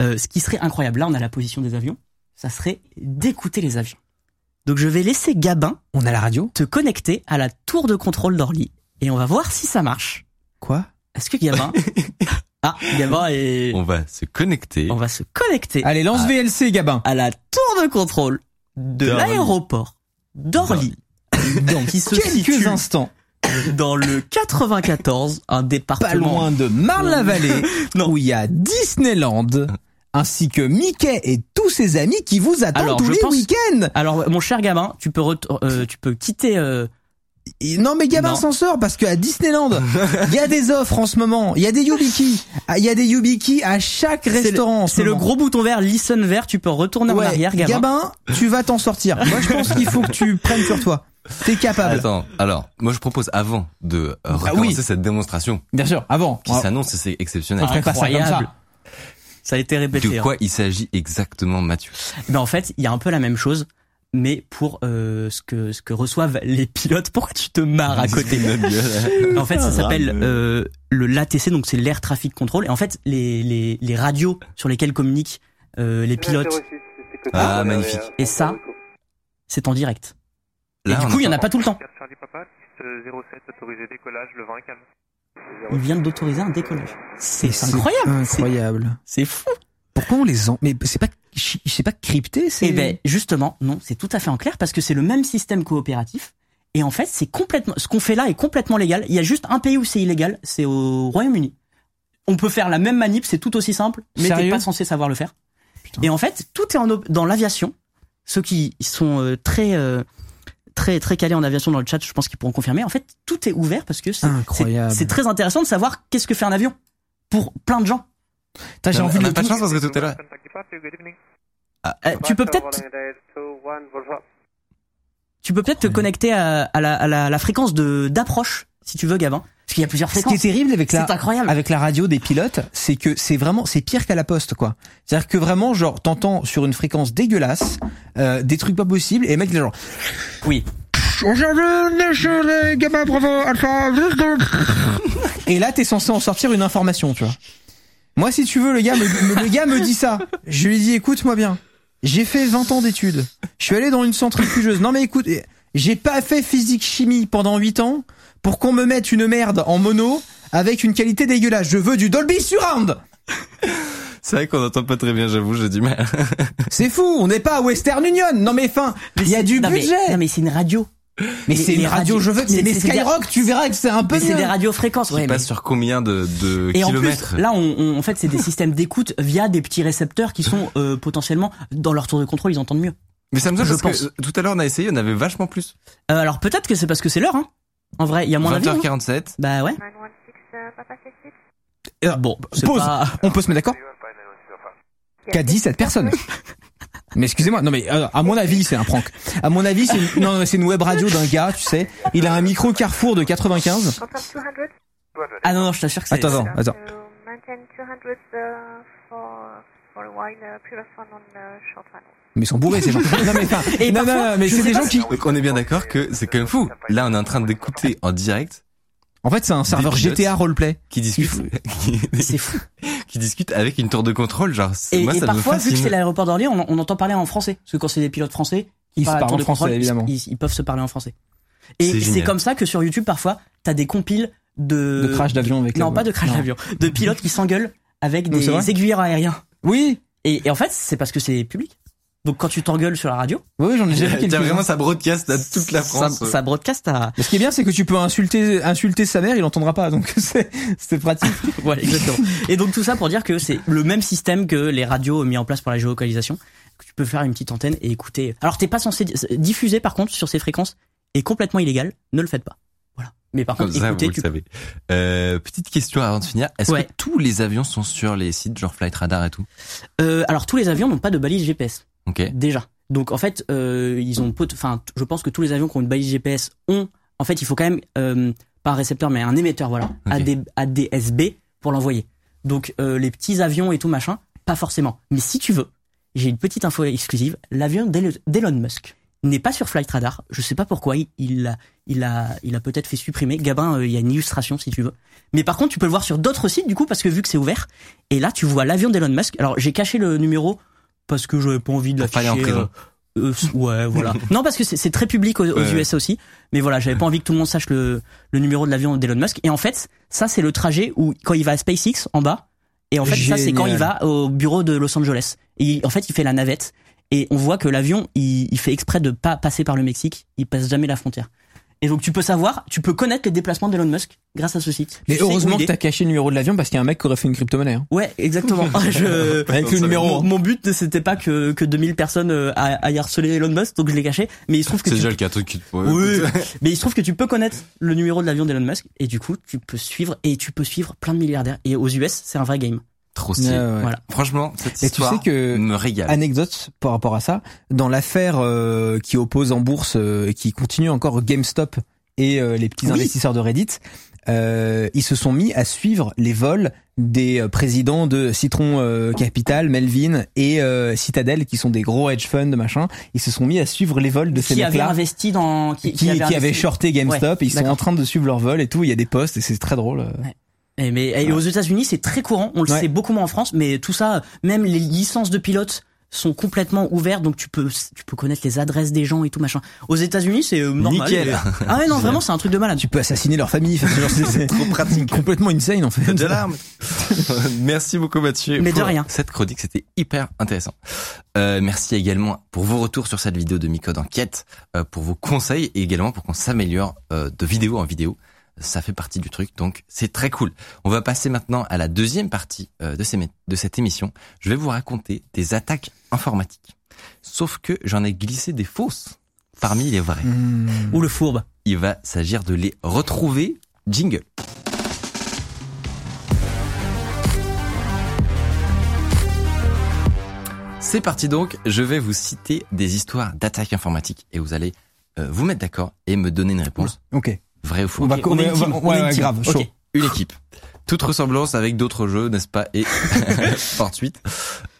B: Euh, ce qui serait incroyable, là, on a la position des avions. Ça serait d'écouter les avions. Donc je vais laisser Gabin
C: On a la radio
B: te connecter à la tour de contrôle d'Orly. Et on va voir si ça marche.
C: Quoi
B: Est-ce que Gabin... ah, Gabin est...
A: On va se connecter.
B: On va se connecter
C: Allez, lance VLC, Gabin.
B: à la tour de contrôle de
A: D'Orly.
B: l'aéroport d'Orly,
C: Dans
B: qui se
C: quelques
B: situe
C: instants,
B: dans le 94,
C: pas
B: un département.
C: loin de Marne-la-Vallée, où il y a Disneyland, ainsi que Mickey et tous ses amis qui vous attendent
B: Alors,
C: tous
B: je
C: les
B: pense-
C: week-ends.
B: Alors, mon cher gamin, tu peux, retour- euh, tu peux quitter. euh,
C: Et- Non mais Gabin
B: Non.
C: s'en sort parce qu'à Disneyland, il y a des offres en ce moment. Il y a des Yubiki, Ah, il y a des Yubiki à chaque
B: c'est le-
C: restaurant. en ce
B: C'est le
C: moment.
B: gros bouton vert, listen vert. Tu peux retourner en
C: Ouais,
B: arrière, gamin.
C: tu vas t'en sortir. Moi je pense qu'il faut que tu prennes sur toi. T'es capable.
A: Attends, alors, moi je propose avant de euh,
B: Bah
A: recommencer
C: oui.
A: cette démonstration
C: Bien sûr, avant.
A: qui s'annonce, c'est exceptionnel.
C: on ferait pas ça comme
B: Incroyable.
C: ça.
B: Ça a été répété.
A: De
B: hein.
A: quoi il s'agit exactement, Mathieu
B: Mais en fait, il y a un peu la même chose, mais pour euh, ce que ce que reçoivent les pilotes. Pourquoi tu te marres à côté
A: Notre gueule.
B: En fait, ça s'appelle
A: Rameux.
B: euh, le l'ATC, donc c'est l'Air Traffic Control. Et en fait, les, les, les radios sur lesquelles communiquent euh, les pilotes,
A: Ah, magnifique.
B: Et ça c'est en direct.
A: Là,
B: et du
A: on
B: coup, il y en a
A: entend-
B: pas tout le temps.
E: Charlie Papa, 07, autorisé décollage, le vent est calme.
B: Ils viennent d'autoriser un décollage. C'est
C: C'est
B: incroyable. C'est-
C: Incroyable.
B: C'est fou.
C: Pourquoi on les en... Mais c'est pas, c'est pas crypté, c'est.
B: Et ben justement, non, c'est tout à fait en clair parce que c'est le même système coopératif. Et en fait, c'est complètement ce qu'on fait là est complètement légal. Il y a juste un pays où c'est illégal, c'est au Royaume-Uni. On peut faire la même manip, c'est tout aussi simple, mais t'es
C: Sérieux
B: pas censé savoir le faire.
C: Putain.
B: Et en fait, tout est en op- dans l'aviation. Ceux qui sont euh, très euh, très très calés en aviation dans le chat, je pense qu'ils pourront confirmer. En fait, tout est ouvert parce que c'est c'est-
C: Incroyable.
B: c'est très intéressant de savoir qu'est-ce que fait un avion pour plein de gens.
C: Putain, j'ai
A: Non,
C: envie
A: on
C: de
A: a
C: le
A: pas de
C: tout-
A: chance parce que tout est là.
F: bah,
B: Euh, tu peux peut-être Tu peux peut-être te connecter à, à la, à la- la fréquence de d'approche, si tu veux, Gabin. Parce qu'il y a plusieurs
C: Ce qui est
B: fréquences.
C: terrible avec
B: C'est
C: la,
B: incroyable.
C: avec la radio des pilotes, c'est que c'est vraiment c'est pire qu'à la poste quoi. C'est-à-dire que vraiment genre t'entends sur une fréquence dégueulasse euh, des trucs pas possibles et les mecs ils sont genre
B: Oui.
C: et là t'es censé en sortir une information tu vois. Moi si tu veux le gars me, me- le gars me dit ça, je lui dis écoute-moi bien, j'ai fait 20 ans d'études, je suis allé dans une centrifugeuse. Non mais écoute, eh, j'ai pas fait physique chimie pendant 8 ans pour qu'on me mette une merde en mono avec une qualité dégueulasse. Je veux du Dolby Surround.
A: C'est vrai qu'on entend pas très bien, j'avoue, j'ai du mal.
C: C'est fou, on n'est pas à Western Union. Non mais fin, il y a
B: c'est-
C: du
B: non, mais-
C: budget.
B: non mais c'est une radio.
C: Mais
B: Les-
C: c'est
B: les
C: une radio,
B: radios-
C: je veux.
B: c'est-
C: Mais, mais
B: c'est des-
C: Skyrock, tu verras que c'est un peu
B: Mais c'est
C: mieux.
B: des radiofréquences,
A: Qui
B: ouais. mais-
A: passe sur combien de, de
B: Et en
A: kilomètres
B: plus, euh, là, on, on- en fait, c'est des systèmes d'écoute via des petits récepteurs qui sont euh, potentiellement dans leur tour de contrôle, ils entendent mieux.
A: Mais ça me
B: je
A: semble parce
B: pense.
A: que euh, tout à l'heure on a essayé, on avait vachement plus.
B: Euh, alors peut-être que c'est parce que c'est l'heure, hein. En vrai, il y a moins d'avions. hein.
A: 20h47.
B: Bah ouais.
F: 916 euh, Papa 66.
C: Euh,
B: Bon, c'est
C: pause.
B: pas-
C: On peut se mettre d'accord Qu'a dit cette personne Mais excusez-moi, non mais euh, à mon avis c'est un prank. À mon avis c'est une, non, non, c'est une web radio d'un gars, tu sais. Il a un micro Carrefour de 95.
F: Confirm 200.
B: Ah non, non, je t'assure que c'est.
C: Attends, attends,
F: Confirm
C: attends.
F: to Maintain 200 euh, for, for a while. uh, Previous one on uh, short one.
C: Mais ils sont bourrés ces gens. Non mais enfin,
B: Et
C: non,
B: parfois,
C: non, non, mais
B: je
C: c'est
B: sais
C: des
B: pas
C: gens qui.
A: Donc on est bien d'accord que c'est quand même fou. Là on est en train d'écouter en direct
C: En fait c'est un serveur
A: pilotes.
C: GTA roleplay.
A: qui discute,
B: C'est fou.
A: qui discute avec une tour de contrôle. Genre c'est-
B: Et,
A: moi
B: et
A: ça me
B: parfois, vu que c'est
A: fascine.
B: l'aéroport d'Orly, on, on entend parler en français. Parce que quand c'est des pilotes français,
C: Ils se
B: parlent à la
C: parlent
B: tour
C: en
B: de
C: français,
B: contrôle, ils-
C: évidemment.
B: Ils, ils peuvent se parler en français. Et
A: C'est
B: c'est
A: génial.
B: comme ça que sur YouTube, parfois, t'as des compiles de.
C: De crash d'avion avec.
B: Non,
C: la-
B: pas de crash
C: Euh, Non.
B: d'avion. De pilotes qui s'engueulent avec
C: Non, c'est vrai
B: des aiguilleurs aériens.
C: Oui,
B: Et, et en fait, c'est parce que c'est public. Donc quand tu t'engueules sur la radio,
C: oui, oui, j'en ai déjà vu
A: Tiens,
C: quelques-uns.
A: vraiment ça broadcast à toute la
B: ça,
A: France.
B: ça broadcast à...
C: Mais ce qui est bien c'est que tu peux insulter insulter sa mère, il entendra pas donc c'est c'est pratique.
B: Voilà, exactement. et donc tout ça pour dire que c'est le même système que les radios mis en place pour la géolocalisation. que Tu peux faire une petite antenne et écouter. Alors t'es pas censé di- euh, diffuser par contre sur ces fréquences est complètement illégal. Ne le faites pas. Voilà. Mais par
A: Comme
B: contre,
A: ça,
B: écoutez,
A: vous le
B: tu...
A: savez. Euh, petite question avant de finir. Est-ce
B: Ouais.
A: que tous les avions sont sur les sites, genre Flight Radar et tout
B: Euh, alors tous les avions n'ont pas de balise GPS
A: Ok.
B: déjà. Donc en fait, euh, ils ont, pot- enfin, t- je pense que tous les avions qui ont une balise GPS ont. En fait, il faut quand même euh, pas un récepteur, mais un émetteur, voilà,
A: Ok.
B: AD, ADSB pour l'envoyer. Donc euh, les petits avions et tout machin, pas forcément. Mais si tu veux, j'ai une petite info exclusive. L'avion d'El- d'Elon Musk n'est pas sur Flight Radar. Je sais pas pourquoi. Il, il a, il a, il a peut-être fait supprimer. Gabin, euh, il y a une illustration si tu veux. Mais par contre, tu peux le voir sur d'autres sites du coup parce que vu que c'est ouvert. Et là, tu vois l'avion d'Elon Musk. Alors j'ai caché le numéro parce que j'avais pas envie de
A: Pour pas aller en
B: l'afficher.
A: prison.
B: euh, euh, ouais, voilà. non, parce que c'est c'est très public aux, aux
A: Ouais.
B: USA aussi. Mais voilà, j'avais pas envie que tout le monde sache le, le numéro de l'avion d'Elon Musk. Et en fait, ça c'est le trajet où quand il va à SpaceX en bas. Et en fait, ça c'est quand il
C: Génial.
B: va au bureau de Los Angeles. Et il- en fait, il fait la navette. Et on voit que l'avion, il, il fait exprès de pas passer par le Mexique. Il passe jamais la frontière. Et donc tu peux savoir, tu peux connaître les déplacements d'Elon Musk grâce à ce site.
C: Mais
B: Tu sais où
C: heureusement
B: il
C: que
B: est.
C: t'as caché le numéro de l'avion parce qu'il y a un mec qui aurait fait une crypto-monnaie. hein.
B: Ouais, exactement. Je-
C: Avec le
A: Ça,
C: numéro.
B: mon,
C: hein.
B: mon but c'était pas que, que 2000 personnes euh, aient aient harcelé Elon Musk, donc je l'ai caché. Mais il se trouve que
A: C'est
B: tu-
A: déjà le cas, truc qui te-
C: Euh,
A: ouais,
B: Oui,
A: écoute.
B: mais il se trouve que tu peux connaître le numéro de l'avion d'Elon Musk et du coup tu peux suivre et tu peux suivre plein de milliardaires. Et aux US, c'est un vrai game.
A: Trop
C: Ouais,
A: stylé.
C: ouais.
B: Voilà.
A: Franchement, cette
C: Et tu
A: histoire
C: sais que-
A: me régale.
C: Anecdote par rapport à ça, dans l'affaire euh, qui oppose en bourse euh, et qui continue encore GameStop et euh, les petits
B: Oui.
C: investisseurs de Reddit, euh, ils se sont mis à suivre les vols des euh, présidents de Citron euh, Capital, Melvin et euh, Citadel, qui sont des gros hedge funds, machin. Ils se sont mis à suivre les vols de ces
B: qui avait
C: mecs-là.
B: investi dans
C: Qui, qui,
B: avait
C: avaient
B: investi-
C: shorté GameStop,
B: Ouais,
C: et ils sont
B: d'accord.
C: en train de suivre leur vol et tout. Il y a des posts et c'est très drôle. euh.
B: Et Eh, mais et aux États-Unis, c'est très courant. On le
C: Ouais.
B: sait beaucoup moins en France, mais tout ça, même les licences de pilotes sont complètement ouvertes, donc tu peux tu peux connaître les adresses des gens et tout machin. Aux États-Unis, c'est euh, normal.
A: Nickel.
B: Ah ouais, non, vraiment, c'est un truc de malade.
C: Tu peux assassiner leur famille. Enfin, c'est genre- c'est- c'est trop pratique, complètement insane en fait.
A: de larmes. merci beaucoup Mathieu.
B: Mais de
A: pour
B: rien.
A: Cette chronique, c'était hyper intéressant. Euh, merci également pour vos retours sur cette vidéo de Micode Enquête, euh, pour vos conseils et également pour qu'on s'améliore euh, de vidéo en vidéo. Ça fait partie du truc, donc c'est très cool. On va passer maintenant à la deuxième partie euh, de, ces mé- de cette émission. Je vais vous raconter des attaques informatiques. Sauf que j'en ai glissé des fausses parmi les vraies.
C: Hmm.
B: Ou le fourbe.
A: Il va s'agir de les retrouver. Jingle. C'est parti donc, je vais vous citer des histoires d'attaques informatiques et vous allez euh, vous mettre d'accord et me donner une réponse,
C: Ok.
A: vraie ou fausse.
C: On va-
B: Ok, on est une
C: on va-
B: team,
C: ouais,
B: on est une
C: ouais,
B: team.
C: grave, chaud.
B: Ok.
A: Une équipe. Toute ressemblance avec d'autres jeux, n'est-ce pas Et fortuite.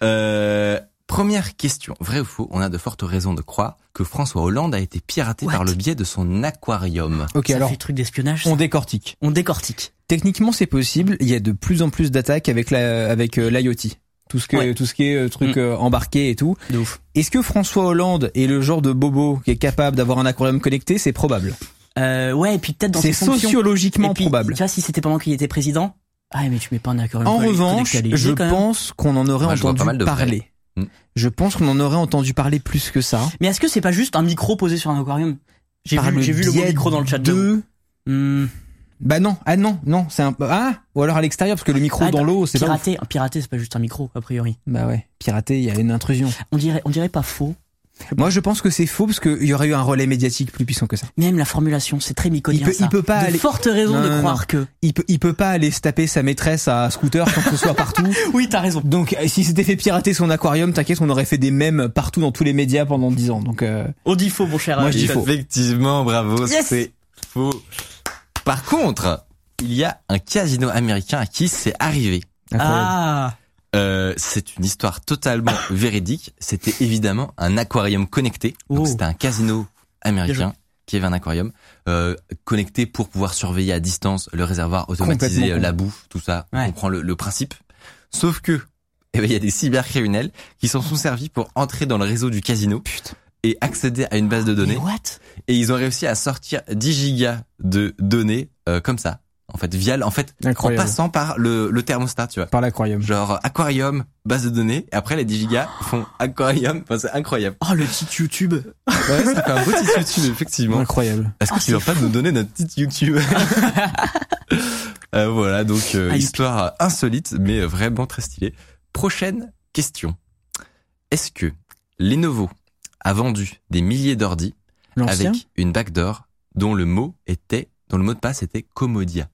A: Euh, première question, vrai ou faux On a de fortes raisons de croire que François Hollande a été piraté
B: What
A: par le biais de son aquarium.
C: Ok,
B: ça
C: alors
B: fait truc d'espionnage. ça.
C: on
B: On...
C: décortique.
B: décortique.
C: Techniquement, c'est possible. Il y a de plus en plus d'attaques avec la, avec euh, l'IoT. Tout ce que,
B: Ouais.
C: tout ce qui est euh, truc
B: Mm.
C: euh, embarqué et tout.
B: De ouf.
C: Est-ce que François Hollande est le genre de bobo qui est capable d'avoir un aquarium connecté C'est probable.
B: Euh, ouais, et puis peut-être dans ses
C: C'est
B: fonctions.
C: sociologiquement
B: Et puis,
C: probable.
B: Tu vois, si c'était pendant qu'il était président. Ah, mais tu mets pas un aquarium.
C: En
B: connecté
C: revanche,
B: à l'Élysée,
C: je
B: quand même.
C: pense qu'on en aurait
A: Moi, je vois
C: entendu
A: pas mal de vrais.
C: parler.
A: Mm.
C: Je pense qu'on en aurait entendu parler plus que ça.
B: Mais est-ce que c'est pas juste un micro posé sur un aquarium J'ai
C: par
B: vu,
C: le
B: j'ai vu le mot
C: biais
B: micro dans le chat. de vous.
C: de...
B: Hmm,
C: Bah non, ah non, non, c'est un... Ah Ou alors à l'extérieur, parce que le micro
B: Ah,
C: dans l'eau, c'est pas... ouf.
B: pirater, un pirater, c'est pas juste un micro a priori.
C: Bah ouais, pirater, il y a une intrusion.
B: On dirait, on dirait pas faux.
C: Moi, je pense que c'est faux, parce qu'il y aurait eu un relais médiatique plus puissant que ça.
B: Même la formulation, c'est très myconien.
C: Il peut-
B: ça.
C: il peut pas
B: De
C: aller-
B: fortes raisons
C: Non,
B: de
C: non,
B: croire
C: non.
B: que.
C: Il peut, il peut pas aller se taper sa maîtresse à scooter sans que ce soit partout.
B: Oui, t'as raison.
C: Donc, euh, si c'était fait pirater son aquarium, t'inquiète, on aurait fait des mèmes partout dans tous les médias pendant 10 ans. Donc, euh,
B: On dit faux, mon cher.
C: Moi, je
B: ami.
C: dis faux.
A: Effectivement, bravo,
B: Yes.
A: c'est faux. Par contre, il y a un casino américain à qui c'est arrivé.
C: incroyable.
B: Ah,
A: Euh, c'est une histoire totalement véridique. C'était évidemment un aquarium connecté. Donc
B: Oh.
A: c'était un casino américain qui avait un aquarium euh, connecté pour pouvoir surveiller à distance le réservoir, automatiser
C: Complètement
A: euh, la bouffe, tout ça.
B: Ouais.
A: On comprend le, le principe. Sauf que eh ben, il y a des cybercriminels qui s'en sont servis pour entrer dans le réseau du casino et accéder à une base de
B: mais
A: données.
B: what
A: Et ils ont réussi à sortir 10 gigas de données euh, comme ça. En fait, via, en fait, en
C: Incroyable.
A: passant par le, le thermostat, tu vois
C: Par l'aquarium.
A: genre aquarium, base de données, et après les 10 gigas font aquarium, enfin c'est incroyable.
B: Oh, le petit YouTube.
A: Ouais, ça fait un beau petit YouTube, effectivement.
C: Incroyable.
A: Est-ce que
B: Ah,
A: tu vas
B: c'est
A: pas nous donner notre petit YouTube Euh, Voilà, donc euh,
B: Ah, youpi.
A: histoire insolite, mais vraiment très stylée. Prochaine question. Est-ce que Lenovo a vendu des milliers d'ordi
C: L'ancien
A: avec une backdoor dont le mot était, dont le mot de passe était Comodia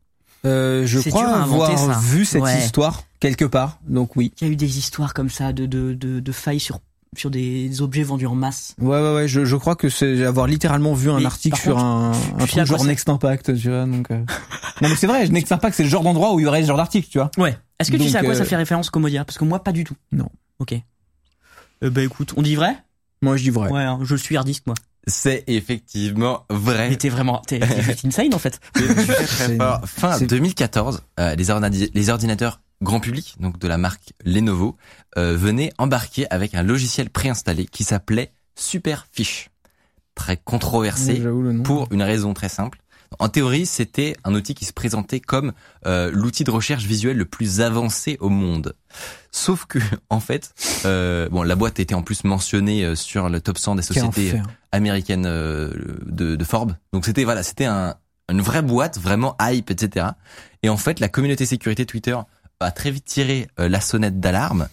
C: Euh, je
B: C'est
C: crois
B: dur à inventer,
C: avoir
B: ça.
C: vu cette
B: Ouais.
C: histoire quelque part. Donc oui.
B: Il y a eu des histoires comme ça de, de, de, de failles sur, sur des objets vendus en masse.
C: Ouais, ouais, ouais. Je, je crois que c'est avoir littéralement vu un
B: Mais
C: article
B: par
C: sur
B: contre,
C: un,
B: je suis
C: un
B: fier
C: truc genre
B: quoi, ça.
C: Next Impact, tu vois. Donc, euh. non, mais c'est vrai. Next Impact, c'est le genre d'endroit où il y aurait ce genre d'article, tu vois.
B: Ouais. Est-ce que tu
C: Donc,
B: sais à quoi
C: euh,
B: ça fait référence, Comodia Parce que moi, pas du tout.
C: Non.
B: Ok. Euh, bah écoute, on dit vrai
C: Moi, je dis vrai.
B: Ouais, hein, je suis hardiste, moi.
A: C'est effectivement vrai.
B: Mais t'es vraiment. T'es t'es juste insane, en fait.
A: Et très, très
C: C'est-
A: fort. Fin
C: c'est-
A: 2014, euh, les, ordi- les ordinateurs grand public, donc de la marque Lenovo, euh, venaient embarquer avec un logiciel préinstallé qui s'appelait Superfish. Très controversé
C: J'avoue le nom.
A: pour une raison très simple. En théorie, c'était un outil qui se présentait comme euh, l'outil de recherche visuelle le plus avancé au monde. Sauf que, en fait, euh, bon, la boîte était en plus mentionnée euh, sur le top 100 des
C: Quel
A: sociétés
C: enfer.
A: américaine euh, de, de Forbes. Donc c'était voilà, c'était un, une vraie boîte vraiment hype, etc. Et en fait, la communauté sécurité Twitter a très vite tiré euh, la sonnette d'alarme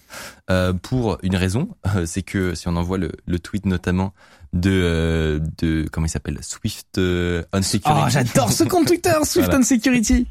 A: euh, pour une raison, Euh, c'est que si on envoie le, le tweet notamment de euh, de comment il s'appelle Swift euh, Unsecurity.
C: Oh, j'adore ce compte Ah, Twitter, Swift
A: Voilà.
C: and Security.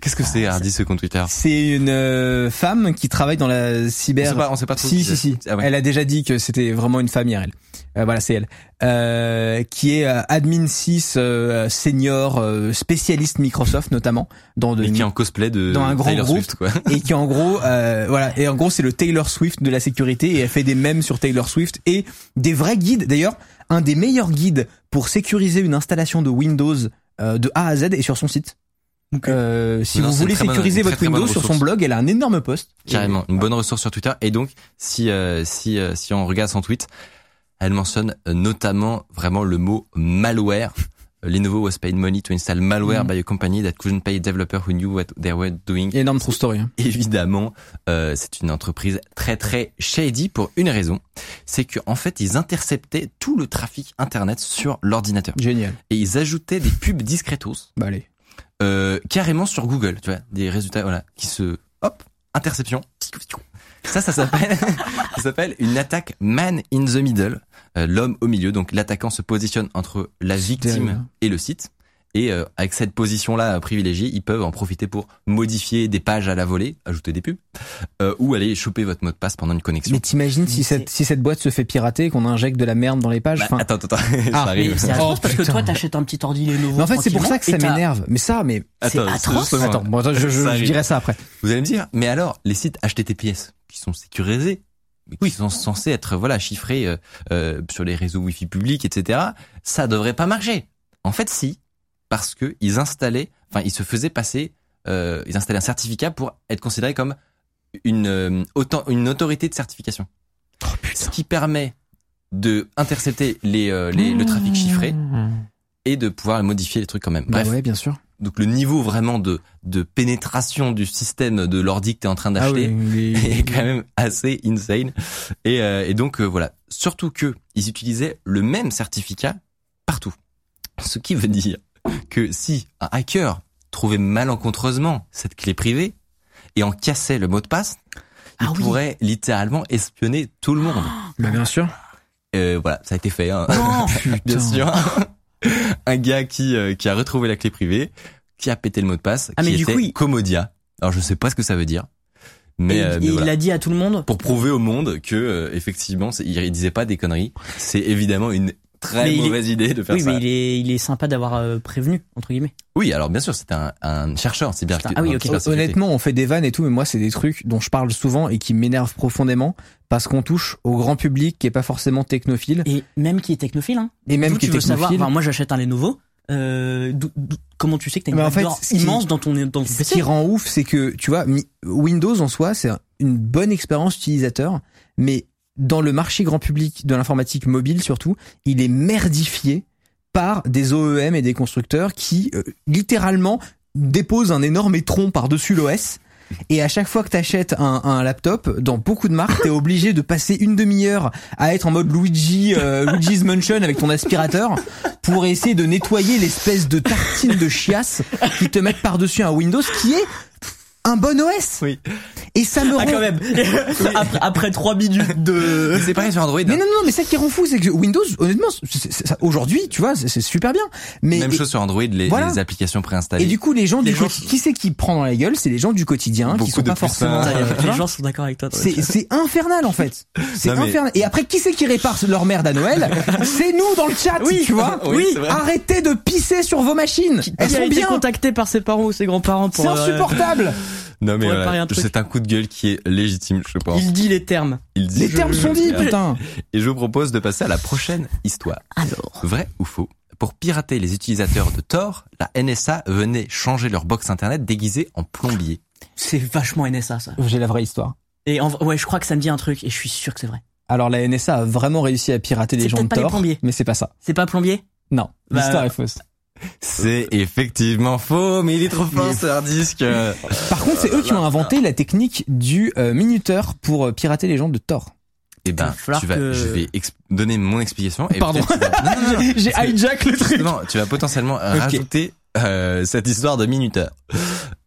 A: Qu'est-ce que c'est Hardy ce compte Twitter
C: C'est une euh, femme qui travaille dans la
A: On sait
C: cyber.
A: pas, on sait pas trop.
C: Si,
A: qui
C: si, si.
A: c'est. Ah ouais.
C: Elle a déjà dit que c'était vraiment une femme hier, elle. Euh, voilà, c'est elle. Euh, qui est euh, admin 6 euh, senior euh, spécialiste Microsoft notamment dans de
A: Mais qui est en cosplay de
C: Dans un grand
A: Taylor
C: groupe.
A: Swift quoi.
C: et qui en gros euh, voilà et en gros c'est le Taylor Swift de la sécurité et elle fait des mèmes sur Taylor Swift et des vrais guides d'ailleurs un des meilleurs guides pour sécuriser une installation de Windows euh, de A à Z est sur son site Euh, si
A: Non,
C: vous
A: c'est une
C: voulez
A: très bonne-
C: sécuriser
A: une très,
C: votre
A: très bonne
C: Windows sur son
A: ressource.
C: blog elle a un énorme post
A: Carrément, une bonne ressource sur Twitter. Et donc, si euh, si euh, si on regarde son tweet, elle mentionne euh, notamment vraiment le mot malware. Euh, Lenovo was paid money to install malware by a company that couldn't pay a developer who knew what they were doing.
C: énorme true story hein.
A: Évidemment, euh, c'est une entreprise très très shady pour une raison, c'est que en fait ils interceptaient tout le trafic internet sur l'ordinateur
C: génial
A: et ils ajoutaient des pubs discretos
C: bah allez
A: euh, carrément sur Google, tu vois, des résultats voilà qui se hop interception. Ça ça s'appelle ça s'appelle une attaque man in the middle, euh, l'homme au milieu. Donc l'attaquant se positionne entre la
C: terrible. hein.
A: victime et le site et euh, avec cette position là privilégiée, ils peuvent en profiter pour modifier des pages à la volée, ajouter des pubs euh, ou aller choper votre mot de passe pendant une connexion.
C: mais t'imagines si
B: Mais
C: cette si cette boîte se fait pirater et qu'on injecte de la merde dans les pages
A: Bah,
C: enfin,
A: attends attends, ça
C: Ah,
A: arrive.
B: Mais c'est atroce
C: Oh,
B: parce que
C: putain.
B: toi, t'achètes un petit ordi Lenovo.
C: mais en fait c'est pour ça que ça
B: tranquillement, et
C: m'énerve mais ça mais
B: c'est
A: Attends,
B: atroce.
A: justement-
C: attends bon, attends, je, je-
A: Ça
C: je
A: arrive.
C: dirai ça après
A: Vous allez me dire, mais alors, les sites HTTPS, qui sont sécurisés, mais qui sont censés être voilà chiffrés euh, euh, sur les réseaux Wi-Fi publics, etc., ça devrait pas marcher. En fait, si, parce que ils installaient, enfin, ils se faisaient passer, euh, ils installaient un certificat pour être considéré comme une euh, autant une autorité de certification, ce qui permet de intercepter les, euh, les- le trafic chiffré et de pouvoir modifier les trucs quand même.
C: bah
A: Bref,
C: ouais bien sûr
A: donc le niveau vraiment de, de pénétration du système de l'ordi que tu es en train
C: Ah
A: d'acheter
C: oui, oui, oui.
A: est quand même assez insane. Et, euh, et donc euh, voilà, surtout que ils utilisaient le même certificat partout. Ce qui veut dire que si un hacker trouvait malencontreusement cette clé privée et en cassait le mot de passe, il
B: Ah oui. Ah.
A: pourrait littéralement espionner tout le monde.
C: Bah, bien sûr.
A: Euh, voilà, ça a été fait. hein.
C: Non,
A: Bien sûr. un gars qui, euh, qui a retrouvé la clé privée, qui a pété le mot de passe,
B: Ah,
A: qui
B: mais du
A: était
B: coup, il-
A: Commodia. Alors je sais pas ce que ça veut dire, mais,
B: Et
A: euh,
B: il-
A: mais
B: il
A: voilà.
B: a dit à tout le monde.
A: pour prouver au monde que euh, effectivement, c'est- il, il disait pas des conneries. C'est évidemment une très
B: Mais il est-
A: mauvaise idée de faire
B: Oui,
A: ça.
B: mais il est, il est sympa d'avoir euh, prévenu, entre guillemets.
A: Oui, alors bien sûr, c'était un, un chercheur, c'est bien.
B: Putain, ah oui, ok.
C: Honnêtement, on fait des vannes et tout, mais moi, c'est des trucs dont je parle souvent et qui m'énervent profondément parce qu'on touche au grand public qui est pas forcément technophile
B: Et même qui est technophile, hein.
C: et même
B: D'où
C: qui
B: tu
C: est
B: veux savoir.
C: technophile.
B: Enfin, moi, j'achète un Lenovo. Euh, d'où- d'où- comment tu sais que t'as une
C: Mais en
B: en
C: fait, ce qui-
B: immense dans ton dans ton
C: Ce
B: PC
C: qui rend ouf, c'est que, tu vois, Mi- Windows en soi, c'est une bonne expérience utilisateur, mais dans le marché grand public de l'informatique mobile surtout, il est merdifié par des OEM et des constructeurs qui, euh, littéralement, déposent un énorme étron par-dessus l'OS. Et à chaque fois que t'achètes un, un laptop, dans beaucoup de marques, t'es obligé de passer une demi-heure à être en mode Luigi, euh, Luigi's Mansion avec ton aspirateur pour essayer de nettoyer l'espèce de tartine de chiasse qui te mettent par-dessus un Windows qui est un bon OS.
A: Oui.
C: Et ça me rend...
B: Ah quand même. après, après trois minutes de.
A: c'est pareil sur Android. hein.
C: Mais non, non, non, mais ça qui rend fou, c'est que Windows, honnêtement, c'est- c'est- ça- aujourd'hui, tu vois, c'est c'est super bien. Mais
A: Même
C: et-
A: chose sur Android, les,
C: Voilà.
A: les applications
C: Et
A: préinstallées.
C: du coup, les gens
B: Les
C: du
B: gens
C: quotidi- qui c'est qui prend dans la gueule, c'est les gens du quotidien
A: Beaucoup
C: qui sont
A: de
C: pas
A: poussins.
C: forcément.
B: Putain,
C: euh, tu
B: les
C: vois.
B: gens sont d'accord avec toi.
C: C'est c'est infernal en fait. C'est
A: Non, mais-
C: infernal. Et après, qui c'est qui répare leur merde à Noël C'est nous dans le chat,
B: Oui.
C: tu vois.
A: Oui, c'est vrai.
C: Arrêtez de pisser sur vos machines. Elles
B: Qui a
C: sont
B: été
C: bien.
B: contacté par ses parents ou ses grands-parents pour.
C: C'est
B: euh,
C: insupportable.
A: non mais
B: pour
A: voilà,
B: réparer un truc.
A: c'est un coup de gueule qui est légitime, je pense.
B: il dit les termes.
A: Il dit-
C: Les termes sont dits, putain.
A: Et je vous propose de passer à la prochaine histoire.
B: Alors.
A: Vrai ou faux Pour pirater les utilisateurs de Tor, la NSA venait changer leur box internet déguisée en plombier.
B: C'est vachement NSA ça.
C: J'ai la vraie histoire.
B: Et en- ouais, je crois que ça me dit un truc et je suis sûr que c'est vrai.
C: Alors la NSA a vraiment réussi à pirater les
B: C'est
C: gens de
B: peut-être pas les
C: Tor,
B: plombiers.
C: mais c'est pas ça.
B: C'est pas plombier
C: Non,
B: Bah,
C: l'histoire
B: euh,
C: est fausse.
A: C'est effectivement faux, mais il est trop fort ce hard disk. euh.
C: Par contre,
B: bah,
C: c'est eux qui ont inventé la technique du euh, minuteur pour euh, pirater les gens de Tor.
A: Eh ben,
B: va falloir
A: tu vas,
B: que-
A: je vais exp- donner mon explication. Et
C: Pardon.
A: peut-être tu vas- Non, non, non,
C: J'ai
A: parce que-
C: hijack le truc.
A: Justement, tu vas potentiellement rajouter euh, cette histoire de minuteur.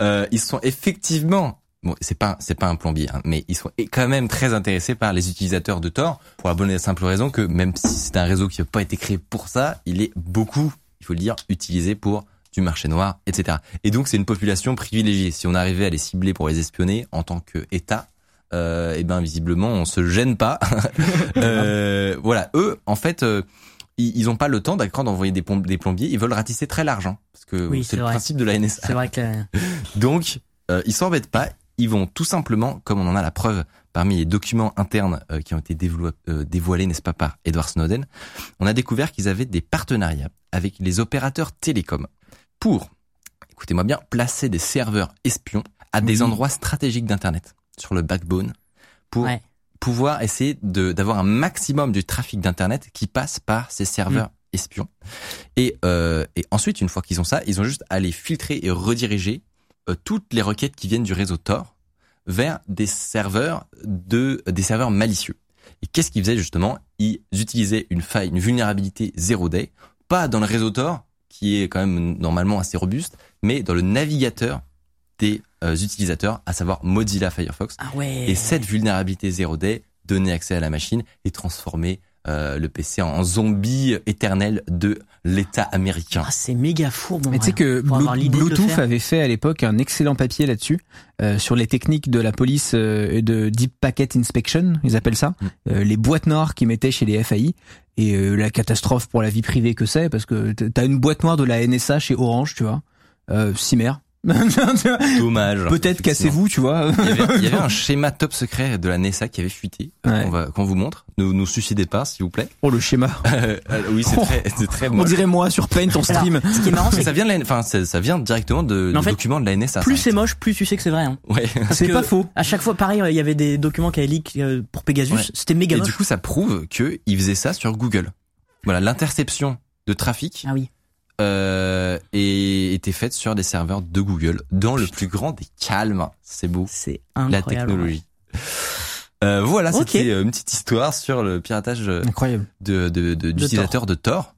A: Euh, ils sont effectivement, bon, c'est pas c'est pas un plombier, hein, mais ils sont quand même très intéressés par les utilisateurs de Tor pour la bonne et simple raison que même si c'est un réseau qui n'a pas été créé pour ça, il est beaucoup, il faut le dire, utilisé pour du marché noir, etc. Et donc c'est une population privilégiée. Si on arrivait à les cibler pour les espionner en tant que État. Euh, et ben visiblement on se gêne pas Euh, voilà eux en fait euh, ils, ils ont pas le temps d'accord d'envoyer des, plom- des plombiers, ils veulent ratisser très l'argent parce que
B: Oui,
A: c'est
B: c'est
A: le
B: vrai.
A: principe de la NSA.
B: C'est vrai que. euh,
A: Donc euh, ils s'embêtent pas, ils vont tout simplement, comme on en a la preuve parmi les documents internes euh, qui ont été dévoi- euh, dévoilés, n'est-ce pas, par Edward Snowden, on a découvert qu'ils avaient des partenariats avec les opérateurs télécoms pour, écoutez-moi bien, placer des serveurs espions à des
C: Oui.
A: endroits stratégiques d'Internet, sur le backbone, pour
B: Ouais.
A: pouvoir essayer de d'avoir un maximum du trafic d'internet qui passe par ces serveurs espions. Et, euh, et ensuite, une fois qu'ils ont ça, ils ont juste à les filtrer et rediriger euh, toutes les requêtes qui viennent du réseau Tor vers des serveurs de des serveurs malicieux. Et qu'est-ce qu'ils faisaient justement Ils utilisaient une faille, une vulnérabilité zero day, pas dans le réseau Tor qui est quand même normalement assez robuste, mais dans le navigateur des euh, utilisateurs, à savoir Mozilla Firefox.
B: Ah ouais.
A: Et cette vulnérabilité zéro day donnait accès à la machine et transformait euh, le PC en zombie éternel de l'État américain.
B: Ah, c'est méga fourbe. en
C: Mais tu sais
B: vrai,
C: que
B: pour avoir
C: Blu-
B: l'idée de le
C: Bluetooth
B: faire.
C: avait fait à l'époque un excellent papier là-dessus euh, sur les techniques de la police euh, et de Deep Packet Inspection, ils appellent ça,
A: Mm.
C: euh, les boîtes noires qu'ils mettaient chez les FAI et euh, la catastrophe pour la vie privée que c'est parce que t- t'as une boîte noire de la NSA chez Orange, tu vois, euh, Cimer.
B: Ah,
A: Dommage.
C: Peut-être
A: Effectivement.
C: cassez-vous, tu vois.
A: Il y, avait, il y avait un schéma top secret de la NSA qui avait fuité, euh,
C: Ouais.
A: qu'on va- qu'on vous montre. Ne nous suicidez pas, s'il vous plaît.
C: Oh le schéma.
A: Euh, euh, oui, c'est
C: Oh.
A: très, c'est très
C: On
A: moche.
C: dirait moi sur Paint en stream.
B: Ce qui est marrant,
A: Mais
B: c'est
A: ça
B: que
A: vient de la, enfin, ça, ça vient directement de,
B: Mais en
A: du
B: fait,
A: document de la NSA.
B: plus
A: ça.
B: c'est moche, plus tu sais que c'est vrai. hein.
A: Ouais.
C: C'est
B: que-
C: pas faux.
B: À chaque fois, pareil, euh, il y avait des documents qui avaient leak euh, pour Pegasus.
A: Ouais.
B: C'était méga
A: Et
B: moche.
A: du coup, ça prouve que ils faisaient ça sur Google. Voilà, l'interception de trafic
B: Ah oui.
A: euh, et était faite sur des serveurs de Google dans le plus grand des calmes. C'est beau.
B: C'est
A: La
B: incroyable.
A: technologie. Euh, voilà,
B: Ok.
A: c'était euh, une petite histoire sur le piratage euh,
C: Incroyable.
A: de de- de- d'utilisateurs de, Tor.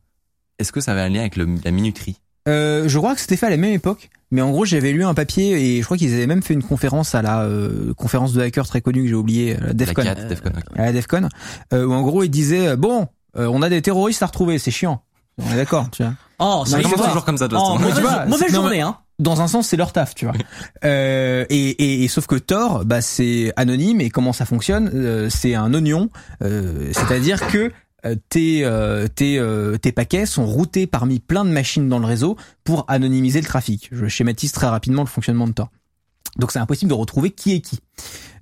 A: est-ce que ça avait un lien avec le- la minuterie
C: Euh, je crois que c'était fait à la même époque, mais en gros j'avais lu un papier et je crois qu'ils avaient même fait une conférence à la euh, conférence de hackers très connue que j'ai oublié, la Defcon,
A: La 4, Defcon, ok.
C: à la Defcon, euh, où en gros ils disaient euh, bon, euh, on a des terroristes à retrouver, c'est chiant. On est d'accord, tu vois.
B: Oh,
A: Ça
B: c'est
A: commence
C: vois.
A: toujours comme ça de toute
B: Oh,
A: façon.
C: mais tu
B: mauvaise,
C: vois,
B: mauvaise
C: c'est- non,
B: journée, hein.
C: Dans un sens, c'est leur taf, tu vois. Euh, et, et, et sauf que Thor, bah, c'est anonyme et comment ça fonctionne euh, C'est un oignon, euh, c'est-à-dire que euh, tes, euh, tes, euh, tes paquets sont routés parmi plein de machines dans le réseau pour anonymiser le trafic. Je schématise très rapidement le fonctionnement de Thor. Donc c'est impossible de retrouver qui est qui.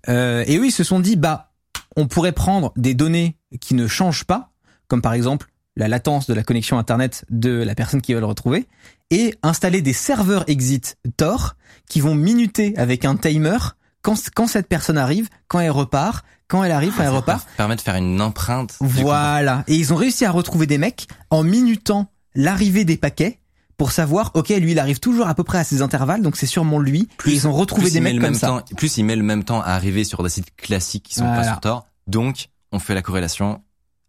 C: Euh, et eux, ils se sont dit, bah, on pourrait prendre des données qui ne changent pas, comme par exemple la latence de la connexion Internet de la personne qui va le retrouver, et installer des serveurs exit Tor qui vont minuter avec un timer quand, quand cette personne arrive, quand elle repart, quand elle arrive, quand
A: Ah,
C: elle repart.
A: Ça permet de faire une empreinte. du
C: Voilà. Et ils ont réussi à retrouver des mecs en minutant l'arrivée des paquets pour savoir, ok, lui, il arrive toujours à peu près à ses intervalles, donc c'est sûrement lui. et ils ont
A: combat.
C: retrouvé
A: Plus
C: des
A: il met
C: mecs
A: le
C: comme
A: même
C: ça.
A: temps, plus il met le même temps à arriver sur des sites classiques qui sont pas
C: Voilà.
A: sur Tor. Donc, on fait la corrélation.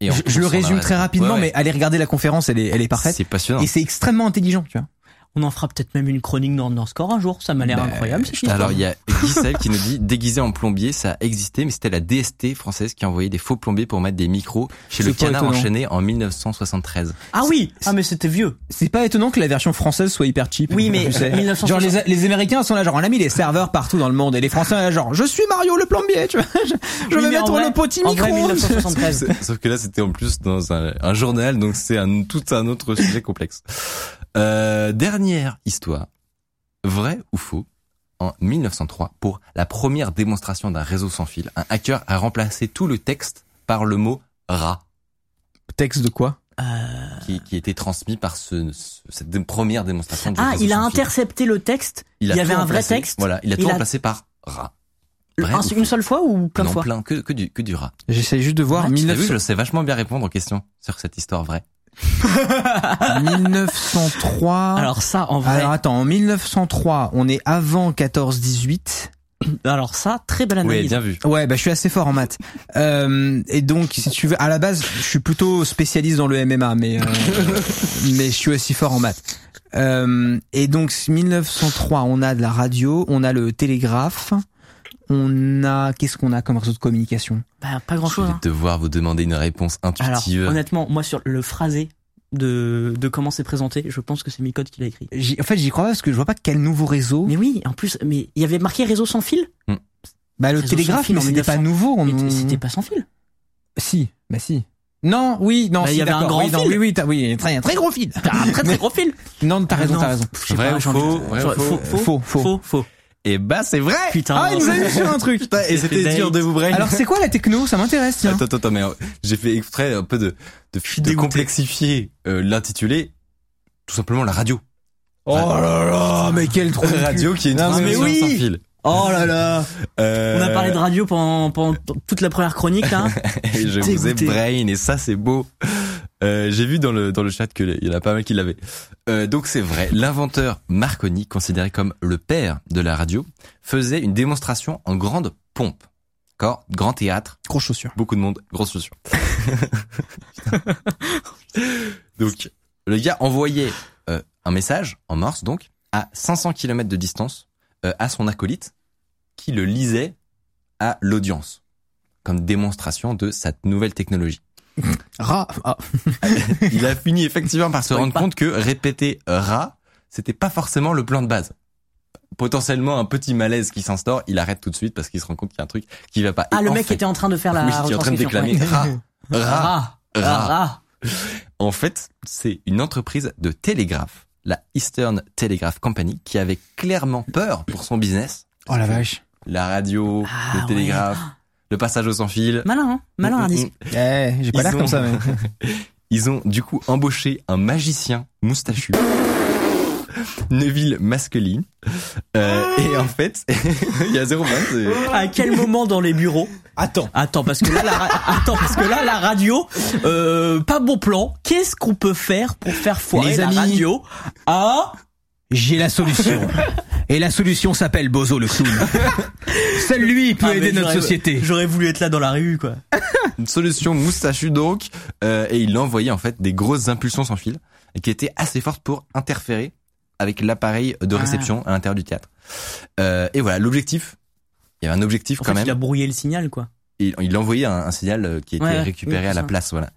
A: Et on
C: Je, je le
A: pousse en
C: résume
A: arrêt.
C: très rapidement,
A: Ouais, ouais.
C: mais allez regarder la conférence, elle est, elle est parfaite.
A: C'est passionnant.
C: Et c'est extrêmement intelligent, tu vois.
B: On en fera peut-être même une chronique dans Underscore un jour. Ça m'a l'air
C: Bah,
B: incroyable. cette histoire.
A: Alors il y a Giselle qui nous dit déguisé en plombier, ça a existé, mais c'était la DST française qui envoyait des faux plombiers pour mettre des micros chez le
C: C'est pas
A: canard
C: étonnant.
A: enchaîné en 1973.
B: Ah oui. Ah mais c'était vieux.
C: C'est pas étonnant que la version française soit hyper cheap.
B: Oui, mais
C: Tu sais.
B: 1960.
C: genre les, les Américains sont là, genre on a mis les serveurs partout dans le monde et les Français là, genre je suis Mario le plombier, tu vois. Je, je
B: Oui,
C: vais
B: mais en
C: mettre
B: vrai-
C: le petit
B: en
C: micro.
B: vrai, 1973.
A: Sauf que là c'était en plus dans un, un journal, donc c'est un, tout un autre sujet complexe. Euh, dernière histoire, vrai ou faux en 1903, pour la première démonstration d'un réseau sans fil, un hacker a remplacé tout le texte par le mot rat.
C: Texte de quoi
B: Euh,
A: qui, qui était transmis par ce, ce- cette dé- première démonstration. du
B: Ah,
A: réseau
B: il a
A: sans fil.
B: intercepté le texte. il y
A: a
B: avait
A: tout
B: un vrai
A: remplacé.
B: texte.
A: Voilà, il a tout
B: Il a-
A: remplacé par rat.
B: le-
A: Vrai
B: un-
A: ou faux
B: une seule fois ou plein de
A: non,
B: fois
A: plein que, que du que du rat.
C: J'essaie juste de voir
A: Tu l'as vu,
C: 1900
A: je sais vachement bien répondre aux questions sur cette histoire vraie.
C: 1903. Alors,
B: Alors ça, en vrai. Ah. Alors,
C: attends, en 1903, on est avant 14-18.
B: ça, très belle
A: Oui,
B: analyse.
A: bien vu.
C: Ouais, bah je suis assez fort en maths. Euh, et donc, si tu veux, à la base, je suis plutôt spécialiste dans le MMA, mais euh, mais je suis aussi fort en maths. Euh, et donc 1903, on a de la radio, on a le télégraphe, on a qu'est-ce qu'on a comme réseau de communication
B: Bah, pas grand
A: Je
B: chose.
A: vais devoir vous demander une réponse
B: Alors,
A: intuitive.
B: honnêtement, moi sur le phrasé de, de comment c'est présenté, je pense que c'est Micode qui l'a écrit.
C: J'y- En fait, j'y crois pas parce que je vois pas quel nouveau réseau.
B: Mais oui, en plus, mais il y avait marqué réseau sans fil.
C: bah le
B: réseau sans
C: télégraphe,
B: fil
C: mais
B: en
C: c'était pas
B: 1900.
C: nouveau. On...
B: Mais t- c'était pas sans fil.
C: Si, bah si. Non, oui, non,
B: Bah,
C: si,
B: il y avait un
C: d'accord,
B: grand
C: oui, non,
B: fil.
C: oui, oui, t'as, oui, il y a un très, un très gros fil.
B: Ah, très très
C: Mais-
B: gros fil.
C: Non, t'as
B: Ah,
C: raison,
B: non,
C: t'as raison.
B: pff, je sais
A: Vrai
B: pas,
A: ou
B: j'ai envie
A: faux,
B: de-
A: vrai ou
B: j'aurais-
A: faux,
C: euh, faux, faux.
B: faux.
A: Et bah c'est vrai.
B: Putain.
C: Ah, il nous a mis sur un truc.
A: Putain, et c'était
B: date.
A: dur de vous brain.
C: Alors c'est quoi la techno Ça m'intéresse. Tiens.
A: Attends, attends, attends, mais euh, j'ai fait exprès un peu de de, de
B: dégoûté.
A: complexifier euh, l'intitulé, tout simplement la radio.
C: Oh là là, mais quel trou de cul.
A: Radio qui est une
C: Non, mais
A: transmission
C: oui.
A: sans fil.
B: Oh là là.
A: Euh,
B: On a parlé de radio pendant, pendant t- toute la première chronique là.
A: Et je vous ai
B: Dégoûté.
A: brain et ça c'est beau. Euh, J'ai vu dans le dans le chat que les- il y en a pas mal qui l'avaient. Euh, donc c'est vrai, l'inventeur Marconi, considéré comme le père de la radio, faisait une démonstration en grande pompe. D'accord Grand théâtre,
C: Grosse chaussure.
A: beaucoup de monde, grosse chaussure. donc le gars envoyait euh, un message en morse donc à 500 km de distance euh, à son acolyte qui le lisait à l'audience comme démonstration de cette nouvelle technologie.
C: Ra. Ah.
A: Il a fini effectivement par se rendre compte que répéter rat, c'était pas forcément le plan de base. Potentiellement un petit malaise qui s'instaure, il arrête tout de suite parce qu'il se rend compte qu'il y a un truc qui va pas.
B: Ah,
A: Et
B: le
A: en
B: mec
A: fait-
B: était en train de faire la.
A: Oui, qui est en train de déclamer
C: Ah,
A: rat, rat.
B: Ah, ah,
A: En fait, c'est une entreprise de télégraphe, la Eastern Telegraph Company, qui avait clairement peur pour son business.
C: Oh la vache.
A: La radio,
B: Ah,
A: le télégraphe, le passage au sans fil.
B: Malin, hein Malin,
A: Mm,
B: Ardis.
A: mm, mm.
C: Eh, j'ai pas
A: Ils
C: l'air
A: ont-
C: comme ça. Mais...
A: Ils ont du coup embauché un magicien moustachu, Neville Maskelyne. Euh, et en fait, il y a zéro point, c'est-
B: À quel moment dans les bureaux
C: Attends.
B: Attends parce que là la ra- attends parce que là la radio euh, pas bon plan. Qu'est-ce qu'on peut faire pour faire foirer
C: Les
B: la
C: amis.
B: radio Ah
C: J'ai la solution. Et la solution s'appelle Bozo le clown. Seul lui peut
B: Ah, mais
C: aider notre
B: j'aurais-
C: société.
B: J'aurais voulu être là dans la rue quoi.
A: une solution moustachu donc. euh, et il envoyait en fait des grosses impulsions sans fil et qui était assez forte pour interférer avec l'appareil de
B: Ah.
A: réception à l'intérieur du théâtre. Euh, et voilà, l'objectif, il y avait un objectif
B: En
A: quand
B: fait,
A: même
B: il a brouillé le signal, quoi.
A: il, il envoyait un, un signal euh, qui était
B: Ouais,
A: récupéré
B: oui,
A: à la
B: ça.
A: place, voilà.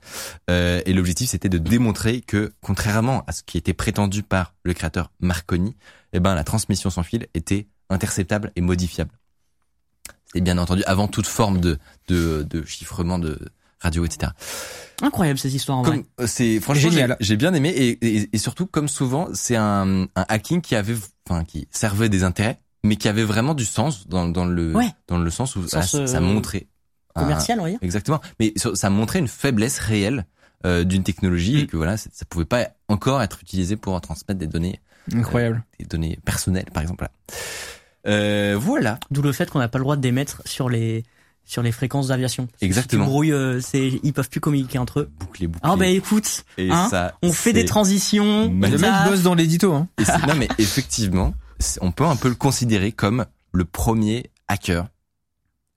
A: Euh, et l'objectif, c'était de démontrer que, contrairement à ce qui était prétendu par le créateur Marconi, eh ben la transmission sans fil était interceptable et modifiable. C'était bien entendu avant toute forme de de, de chiffrement de radio, etc.
B: Incroyable cette histoire en vrai.
A: Comme euh, c'est franchement j'ai-
C: Génial.
A: j'ai bien aimé et, et, et surtout comme souvent c'est un, un hacking qui avait enfin qui servait des intérêts mais qui avait vraiment du sens dans, dans le
B: Ouais.
A: dans le sens où
B: Sens,
A: ah, ça
B: euh,
A: montrait un-
B: Commercial, on va dire.
A: Exactement. Mais sur- ça montrait une faiblesse réelle euh, d'une technologie
B: Mm.
A: et que voilà, c'est- ça pouvait pas encore être utilisé pour transmettre des données,
C: Incroyable.
A: des données personnelles, par exemple. Voilà. Euh, voilà.
B: D'où le fait qu'on n'a pas le droit d'émettre sur les sur les fréquences d'aviation. Parce que
A: Exactement.
B: Si tu brouilles, euh, c'est ils peuvent plus communiquer entre eux.
A: Bouclé, bouclé.
B: Ah bah écoute,
A: et
B: hein,
A: ça,
B: on fait des
A: c'est-
B: transitions.
C: Le
A: magnifique.
C: mec
B: ça-
C: bosse dans l'édito. Hein.
A: et c'est- Non mais effectivement, c'est- on peut un peu le considérer comme le premier hacker.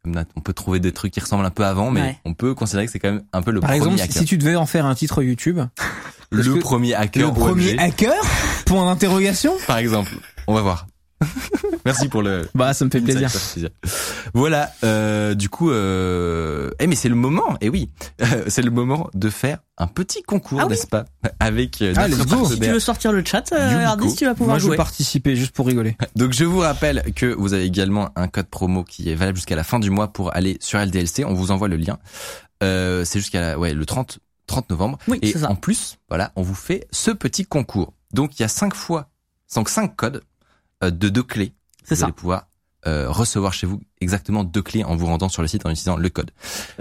A: Comme là, On peut trouver des trucs qui ressemblent un peu avant, mais
B: Ouais.
A: on peut considérer que c'est quand même un peu le
C: Par
A: premier
C: exemple, si-
A: hacker.
C: si tu devais en faire un titre YouTube, parce
A: le
C: que-
A: premier hacker.
C: le premier
A: OMG,
C: hacker Point d'interrogation
A: par exemple. On va voir. Merci pour le,
C: Bah, ça me fait plaisir.
A: Ça fait plaisir. Voilà, euh, du coup, euh... eh, mais c'est le moment, eh oui, c'est le moment de faire un petit concours,
B: Ah oui
A: n'est-ce pas, avec euh,
C: Ah,
A: notre
C: let's go.
B: Si tu
A: partenaire.
B: veux sortir le chat, euh,
A: Yumiko.
B: Ardis, tu vas pouvoir
C: Moi, je veux
B: jouer.
C: participer juste pour rigoler.
A: Donc je vous rappelle que vous avez également un code promo qui est valable jusqu'à la fin du mois pour aller sur LDLC. On vous envoie le lien. Euh, c'est jusqu'à la- ouais, le 30, 30 novembre.
B: Oui,
A: Et
B: c'est ça.
A: en plus, voilà, on vous fait ce petit concours. Donc il y a cinq fois, donc cinq codes euh, de deux clés.
B: C'est
A: vous
B: ça.
A: allez pouvoir euh, recevoir chez vous exactement deux clés en vous rendant sur le site en utilisant le code.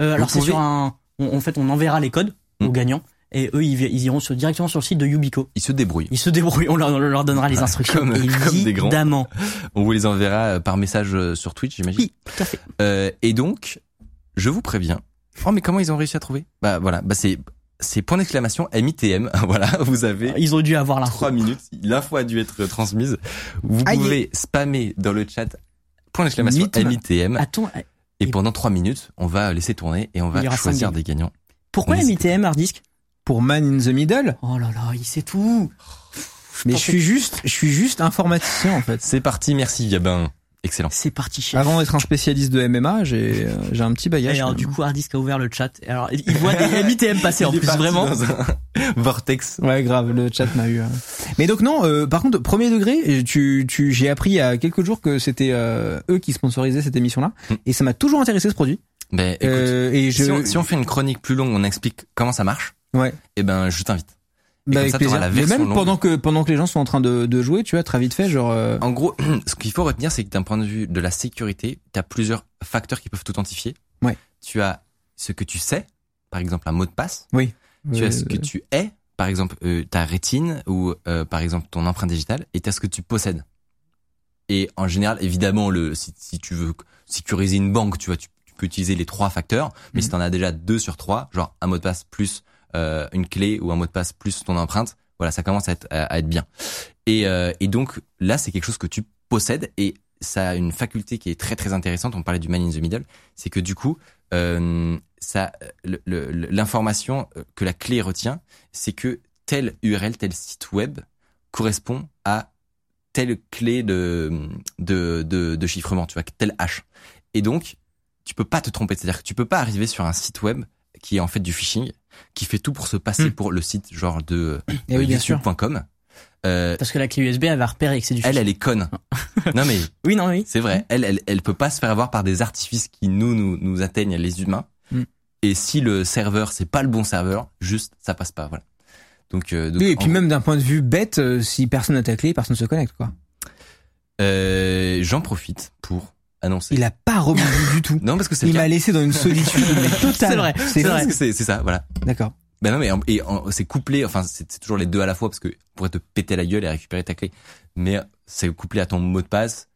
B: Euh, alors c'est
A: pouvez-
B: sur un. on- en fait, on enverra les codes
A: Mm.
B: aux gagnants et eux ils, vi- ils iront sur, directement sur le site de Yubico.
A: Ils se débrouillent.
B: Ils se débrouillent. On leur, on leur donnera les instructions.
A: Bah, Comme- comme des grands.
B: évidemment.
A: On vous les enverra euh, par message euh, sur Twitch, j'imagine.
B: Oui, tout à fait.
A: Euh, et donc, je vous préviens. Oh, mais comment ils ont réussi à trouver Bah voilà, bah c'est c'est point d'exclamation MITM. voilà, vous avez
B: Ils ont dû avoir là.
A: trois minutes. L'info a dû être euh, transmise. Vous
C: Aïe.
A: pouvez spammer dans le chat point d'exclamation
C: Mythe.
A: MITM.
B: Attends, euh,
A: Et pendant trois minutes, on va laisser tourner et on
B: Il y
A: va
B: aura
A: choisir
B: cinq
A: des gagnants.
B: pourquoi
A: On hésite.
B: MITM Hardisk
C: Pour Man in the Middle,
B: Oh là là, il sait tout.
C: mais je
B: pensais-
C: suis juste, je suis juste informaticien en fait.
A: C'est parti, merci Gabin. Excellent.
B: C'est parti.
A: Ah,
B: chef.
C: Avant d'être un spécialiste de MMA, j'ai, euh, j'ai un petit
B: Et
C: bagage.
B: alors,
C: quand
B: du
C: même.
B: coup, Hardisk a ouvert le chat. Et Alors, il il voit des MITM passer en
A: Il est
B: plus,
A: parti
B: vraiment.
A: dans un vortex.
C: Ouais, grave, le chat m'a eu. euh. Mais donc non, euh, par contre, premier degré, tu, tu, j'ai appris il y a quelques jours que c'était euh, eux qui sponsorisaient cette émission-là,
A: Mm.
C: et ça m'a toujours intéressé ce produit.
A: Ben, écoute,
C: Euh, et je,
A: si, on, si on fait une chronique plus longue, on explique comment ça marche.
C: Ouais.
A: Et ben, je t'invite. Et
C: bah,
A: comme
C: avec
A: ça, t'auras
C: plaisir.
A: la
C: Mais
A: version
C: même
A: longue.
C: pendant que pendant que les gens sont en train de, de jouer, tu vois, très vite fait, genre. euh,
A: En gros, ce qu'il faut retenir, c'est que d'un point de vue de la sécurité, tu as plusieurs facteurs qui peuvent t'authentifier.
C: Ouais.
A: Tu as ce que tu sais, par exemple un mot de passe. Oh, Tu
C: euh,
A: as ce que tu es, par exemple euh, ta rétine ou euh, par exemple ton empreinte digitale. Et tu as ce que tu possèdes. Et en général, évidemment, le, si, si tu veux sécuriser une banque, tu vois, tu, tu peux utiliser les trois facteurs. Mais
C: Mhm.
A: si tu en as déjà deux sur trois, genre un mot de passe plus euh, une clé ou un mot de passe plus ton empreinte, voilà, ça commence à être, à, à être bien. Et, euh, et donc là, c'est quelque chose que tu possèdes et ça a une faculté qui est très très intéressante. On parlait du man in the middle, c'est que du coup, euh, ça, le- le- le- l'information euh, que la clé retient, c'est que telle URL, tel site web correspond à telle clé de de, de, de chiffrement, tu vois, tel H. Et donc, tu peux pas te tromper. C'est-à-dire que tu peux pas arriver sur un site web qui est en fait du phishing, qui fait tout pour se passer
C: Hmm.
A: pour le site genre de
C: eh oui, bien sûr.
A: youtube.com. Euh,
B: Parce que la clé USB, elle va repérer que c'est du
A: elle,
B: fichier.
A: elle est conne. non mais
B: Oui, non, oui.
A: c'est vrai. Elle, elle, elle peut pas se faire avoir par des artifices qui nous, nous, nous atteignent les humains.
C: Mm.
A: Et si le serveur, c'est pas le bon serveur, juste ça passe pas. Voilà. Donc, euh, donc,
C: Oui, et
A: en-
C: puis même d'un point de vue bête, euh, si personne n'a ta clé, personne se connecte, quoi.
A: euh, j'en profite pour annoncer.
C: Il a pas rebondi du tout.
A: Non parce que c'est
C: Il
A: le cas.
C: m'a laissé dans une solitude mais totale.
B: C'est vrai, c'est
A: Non,
B: vrai.
A: parce que c'est c'est ça. Voilà.
C: D'accord.
A: Ben non, mais en- et en- c'est couplé, enfin c'est c'est toujours les deux à la fois parce que on pourrait te péter la gueule et récupérer ta clé, mais c'est couplé à ton mot de passe.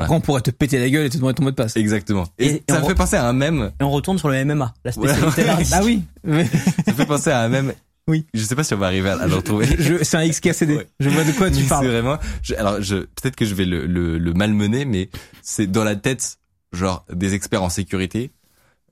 C: Après, on pourrait te péter la gueule et te demander ton mot de passe.
A: Exactement. Et,
B: Et- et
A: ça
B: on
A: me fait
B: re-
A: penser à un même.
B: Et on retourne sur le MMA, la spécialité.
A: Ouais. Bah
B: Hardisk.
C: Ah oui. mais-
A: ça me fait penser à un même.
C: Oui.
A: Je sais pas si on va arriver à, à le retrouver.
C: Je- C'est un XKCD.
A: Ouais.
C: Je vois de quoi tu
A: Mais C'est
C: parles.
A: vraiment. je- alors je peut-être que je vais le, le, le malmener, mais c'est dans la tête genre des experts en sécurité.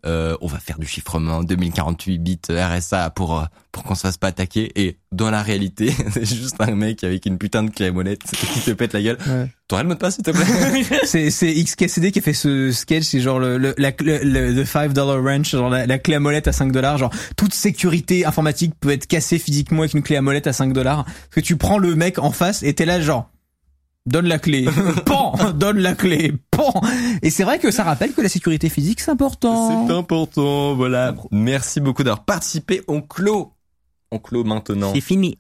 A: euh, on va faire du chiffrement 2048 bits RSA pour euh, pour qu'on se fasse pas attaquer. Et dans la réalité, c'est juste un mec avec une putain de clé à molette qui te pète la gueule.
C: Ouais.
A: T'aurais le mot de passe, s'il te plaît
C: C'est c'est XKCD qui a fait ce sketch, c'est genre le le la clé- le, le $5 wrench, genre la, la clé à molette à 5 dollars, genre toute sécurité informatique peut être cassée physiquement avec une clé à molette à 5 dollars. Parce que tu prends le mec en face et t'es là genre donne la clé, pan, donne la clé, pan. Et c'est vrai que ça rappelle que la sécurité physique c'est important.
A: C'est important, voilà. Merci beaucoup d'avoir participé. On clôt, on clôt maintenant
B: C'est fini.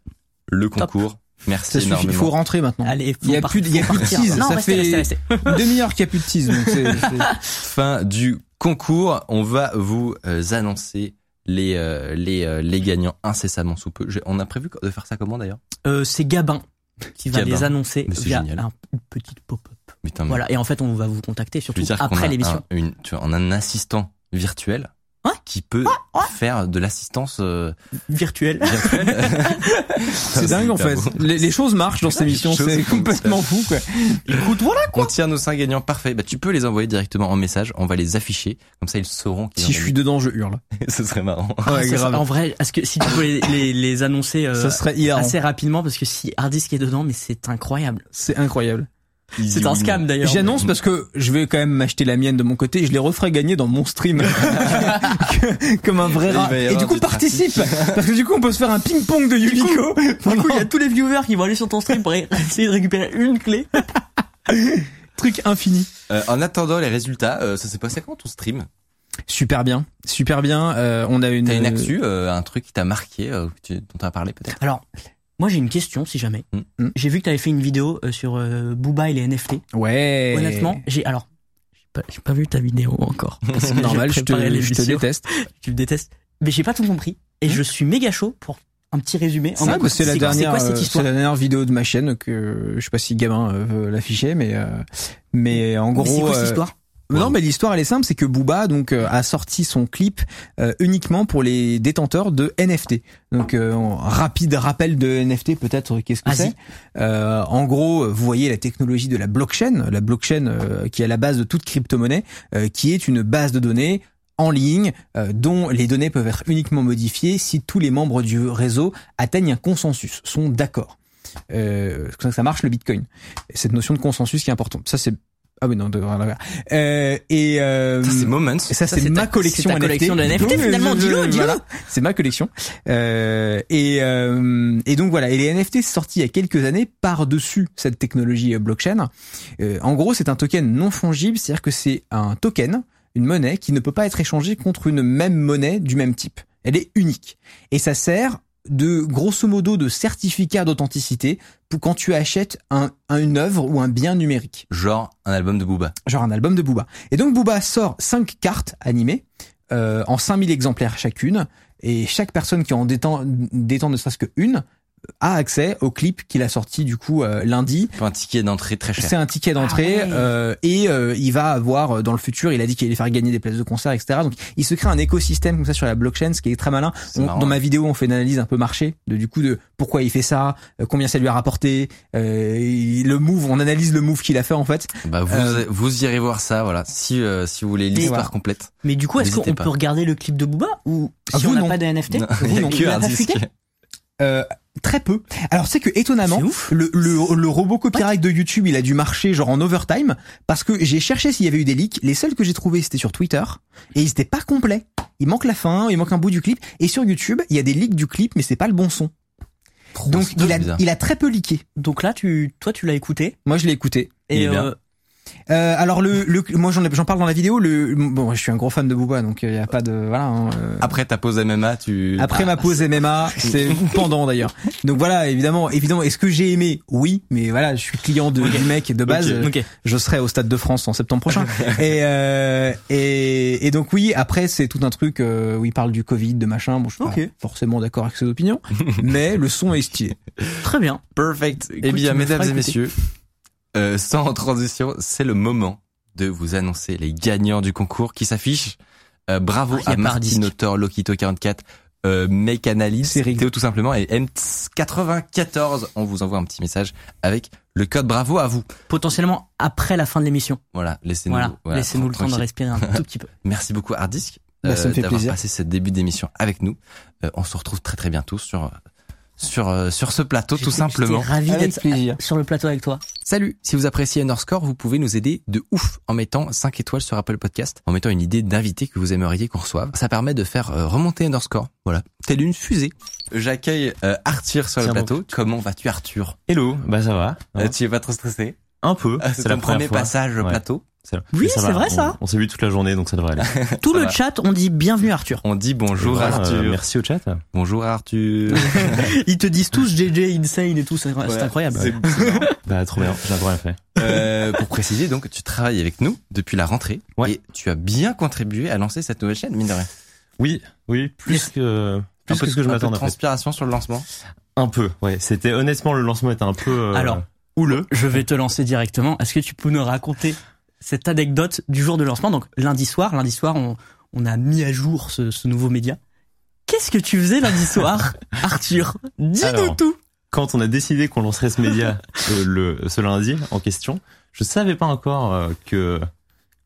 A: le
B: Top.
A: concours. Merci
C: Ça suffit,
A: énormément.
C: il faut rentrer maintenant.
B: Allez, faut
C: Il y a
B: par-
C: plus de- il y a
B: faut
C: plus de
B: partir.
C: tease,
B: Non,
C: ça
B: restez,
C: fait-
B: restez, restez.
C: Une demi-heure qu'il y a plus de tease, donc c'est- c'est-
A: Fin du concours. On va vous euh, annoncer les euh, les euh, les gagnants incessamment sous peu. J'ai- On a prévu de faire ça comment d'ailleurs
B: Euh, c'est Gabin qui va
A: Gabin.
B: les annoncer
A: Mais c'est
B: via
A: génial.
B: un- une petite pop-up.
A: Putain,
C: Mm.
A: mais
B: Voilà. Et en fait, on va vous contacter
A: je veux
B: surtout
A: dire qu'on a
B: après l'émission. Hein,
A: un- une- tu vois, on a un assistant virtuel
B: Ouais.
A: qui peut faire de l'assistance euh,
B: Virtuel.
A: virtuelle.
C: c'est dingue en
A: hyper
C: fait.
A: beau.
C: Les, les choses marchent dans cette
A: Les
C: émission,
A: choses
C: c'est
A: comme ça.
C: complètement fou quoi. Écoute, voilà.
A: On tient nos cinq gagnants, parfait. Bah, tu peux les envoyer directement en message, on va les afficher, comme ça ils sauront qu'ils
C: Si je suis dedans, je hurle.
A: Ce serait marrant.
C: Ouais,
B: Ça, ça-
C: grave.
B: en vrai, est-ce que si tu peux les, les- les annoncer euh,
C: Ça serait hilarant.
B: assez rapidement, parce que si Hardisk est dedans, mais c'est incroyable.
C: Ah, C'est incroyable.
A: Easy
B: C'est un
A: win.
B: scam d'ailleurs.
C: J'annonce parce que je vais quand même m'acheter la mienne de mon côté et je les referai gagner dans mon stream. Que- Comme un vrai
A: Il
C: rat.
A: va y
C: Et
A: avoir
C: du coup,
A: du
C: participe. Parce que du coup, on peut se faire un ping-pong de Yumiko.
B: Du coup, il y a tous les viewers qui vont aller sur ton stream pour essayer de récupérer une clé.
C: Truc infini.
A: Euh, en attendant les résultats, euh, ça s'est passé quand ton stream
C: Super bien. Super bien. Euh, on a une.
A: T'as une actu, euh, un truc qui t'a marqué, euh, que tu- dont t'as parlé peut-être
B: Alors, moi j'ai une question si jamais.
A: Mm.
C: Mm.
B: J'ai vu que t'avais fait une vidéo euh, sur euh, Booba et les NFT.
C: Ouais.
B: Honnêtement, j'ai alors j'ai pas, j'ai pas vu ta vidéo encore. parce que
C: Normal,
B: j'ai
C: je te,
B: préparé
C: je te
B: l'émission.
C: déteste. Mm.
B: Tu me détestes. Mais j'ai pas tout compris et je suis méga chaud pour un petit résumé. En
C: Ouais,
B: mode,
C: bah, c'est la
B: quoi-
C: dernière,
B: C'est quoi
C: euh,
B: cette
C: c'est
B: histoire
C: la dernière vidéo de ma chaîne que je sais pas si gamin euh, veut l'afficher, mais euh, mais en
B: Mais
C: gros.
B: C'est quoi cette
C: euh,
B: histoire
C: Non, mais l'histoire elle est simple, c'est que Booba donc euh, a sorti son clip euh, uniquement pour les détenteurs de NFT. Donc euh, en- rapide rappel de NFT peut-être qu'est-ce que
B: Vas-y.
C: c'est Euh, En gros, vous voyez la technologie de la blockchain, la blockchain euh, qui est à la base de toute crypto-monnaie, euh, qui est une base de données en ligne euh, dont les données peuvent être uniquement modifiées si tous les membres du réseau atteignent un consensus, sont d'accord. Euh, c'est comme ça que ça marche le Bitcoin. Cette notion de consensus qui est importante. Ça c'est ah oui non de rien à voir. euh, et euh,
A: Ça, C'est Moments.
C: et ça,
B: Ça,
C: c'est
B: c'est
C: ma
B: ta-
C: collection
B: c'est ta
C: NFT.
B: collection de NFT,
C: Donc,
B: finalement,
C: je-
B: dis-le,
C: je-
B: dis-le.
C: voilà, C'est ma collection. Euh, et, euh, et donc voilà, et les NFT c'est sorti il y a quelques années par-dessus cette technologie euh, blockchain. Euh, en gros, c'est un token non fongible, c'est-à-dire que c'est un token, une monnaie qui ne peut pas être échangée contre une même monnaie du même type. Elle est unique. Et ça sert de grosso modo de certificat d'authenticité pour quand tu achètes un, un- une œuvre ou un bien numérique
A: Genre un album de Booba.
C: genre un album de Booba. Et donc Booba sort cinq cartes animées euh, en 5000 exemplaires chacune, et chaque personne qui en détend, détend ne serait-ce qu'une a accès au clip qu'il a sorti du coup euh, lundi.
A: Pour un ticket d'entrée très cher.
C: C'est un ticket d'entrée
B: Ah ouais.
C: euh, et euh, il va avoir euh, dans le futur, il a dit qu'il allait faire gagner des places de concert, etc. Donc il se crée un écosystème comme ça sur la blockchain, ce qui est très malin.
A: C'est
C: On-
A: marrant.
C: dans ma vidéo, on fait une analyse un peu marché de du coup de pourquoi il fait ça, euh, combien ça lui a rapporté, euh, il- le move, on analyse le move qu'il a fait en fait.
A: Bah, vous,
C: Euh,
A: vous irez voir ça, voilà. Si, euh, si vous voulez l'histoire
C: voilà.
A: complète.
B: Mais du coup, est-ce
A: N'hésitez
B: qu'on
A: pas.
B: peut regarder le clip de Booba ou
C: Ah,
B: si
C: vous,
B: on n'a
C: non.
B: pas de NFT
A: Non,
B: vous,
A: Il y a
B: non.
A: que
B: Vous
A: un
B: l'avez
A: disque.
B: fuité
C: Euh, très peu. Alors c'est que étonnamment,
B: C'est ouf.
C: le, le, le robot copyright de YouTube, il a dû marcher genre en overtime parce que j'ai cherché s'il y avait eu des leaks. Les seuls que j'ai trouvés, c'était sur Twitter et ils étaient pas complets. Il manque la fin, il manque un bout du clip et sur YouTube, il y a des leaks du clip mais c'est pas le bon son.
A: Oh,
C: Donc
A: c'est
C: il a,
A: bizarre.
C: il a très peu leaké.
B: Donc là, tu, toi, tu l'as écouté.
C: Moi je l'ai écouté.
A: Il est
B: Et
A: bien.
B: euh,
C: Euh, alors le, le moi j'en ai- j'en parle dans la vidéo. Le bon, je suis un gros fan de Booba donc il y a pas de voilà. hein, euh,
A: Après ta pause MMA, tu.
C: Après ma pause MMA, Ah, c'est pendant d'ailleurs. Donc voilà, évidemment, évidemment, est-ce que j'ai aimé Oui, mais voilà, je suis client de, du mec de base.
B: ok. Ok.
C: Je serai au Stade de France en septembre prochain. et, euh, et, et donc oui, après c'est tout un truc euh, où il parle du Covid, de machin. Bon, je suis
B: Ok.
C: pas forcément d'accord avec ses opinions, mais le son est stylé.
B: Très bien.
A: Perfect. Eh bien,
C: tu me
A: mesdames
C: feras
A: et
C: écouter.
A: messieurs, euh, sans transition, c'est le moment de vous annoncer les gagnants du concours qui s'affichent. Euh, bravo
B: Ah, y a
A: à
B: pas un disque.
A: Martin Autor, Lokito44, euh, Make Analyse,
C: C'est rigolo.
A: Théo tout simplement et M94. On vous envoie un petit message avec le code bravo à vous.
B: Potentiellement après la fin de l'émission.
A: Voilà, laissez-nous
B: Voilà.
A: voilà,
B: Laissez-nous le temps de
A: tranquille.
B: respirer un tout petit peu.
A: Merci beaucoup Hardisk. euh,
C: Bah, ça me fait
A: d'avoir
C: plaisir.
A: passé ce début d'émission avec nous. Euh, on se retrouve très très bientôt sur sur euh, sur ce plateau tout
B: J'étais-
A: simplement.
B: J'étais ravi
C: Avec
B: d'être
C: plaisir.
B: sur le plateau avec toi.
A: Salut Si vous appréciez Underscore, vous pouvez nous aider de ouf en mettant 5 étoiles sur Apple Podcast, en mettant une idée d'invité que vous aimeriez qu'on reçoive. Ça permet de faire euh, remonter Underscore. Voilà, telle une fusée. J'accueille euh, Arthur sur le
G: Tiens,
A: plateau. Comment vas-tu Arthur
G: Hello, bah ça va.
A: Euh, Tu es pas trop stressé
G: Un peu.
A: Ah,
G: C'est la
A: ton
G: première
A: premier
G: fois.
A: passage
G: Ouais.
A: plateau.
G: C'est-
B: Oui,
G: mais ça
B: c'est
G: va,
B: vrai,
G: on-
B: ça.
G: On s'est vu toute la journée, donc ça devrait aller.
B: Tout
A: Ça
B: le
A: va.
B: chat, on dit bienvenue Arthur.
A: On dit bonjour
G: Voilà,
A: Arthur.
G: euh, merci au chat.
A: Bonjour Arthur.
B: Ils te disent tous GG insane et tout, c'est c'est
A: Ouais,
B: incroyable.
A: c'est-
G: Bah trop bien, j'ai rien fait.
A: Euh, pour préciser, donc, tu travailles avec nous depuis la rentrée
G: Ouais.
A: et tu as bien contribué à lancer cette nouvelle chaîne, mine de rien.
G: Oui, oui, plus que
A: Un peu-
G: plus que ce
A: un peu
G: que je
A: de
G: m'attendais en fait.
A: Transpiration sur le lancement.
G: Un peu. Ouais, c'était honnêtement le lancement était un peu. euh,
B: Alors,
G: houleux.
B: Je vais te lancer directement. Est-ce que tu peux nous raconter cette anecdote du jour de lancement Donc lundi soir, lundi soir, on, on a mis à jour ce, ce nouveau média. Qu'est-ce que tu faisais lundi soir, Arthur Dis-nous
G: Alors.
B: tout.
G: Quand on a décidé qu'on lancerait ce média euh, le ce lundi en question, je savais pas encore euh, que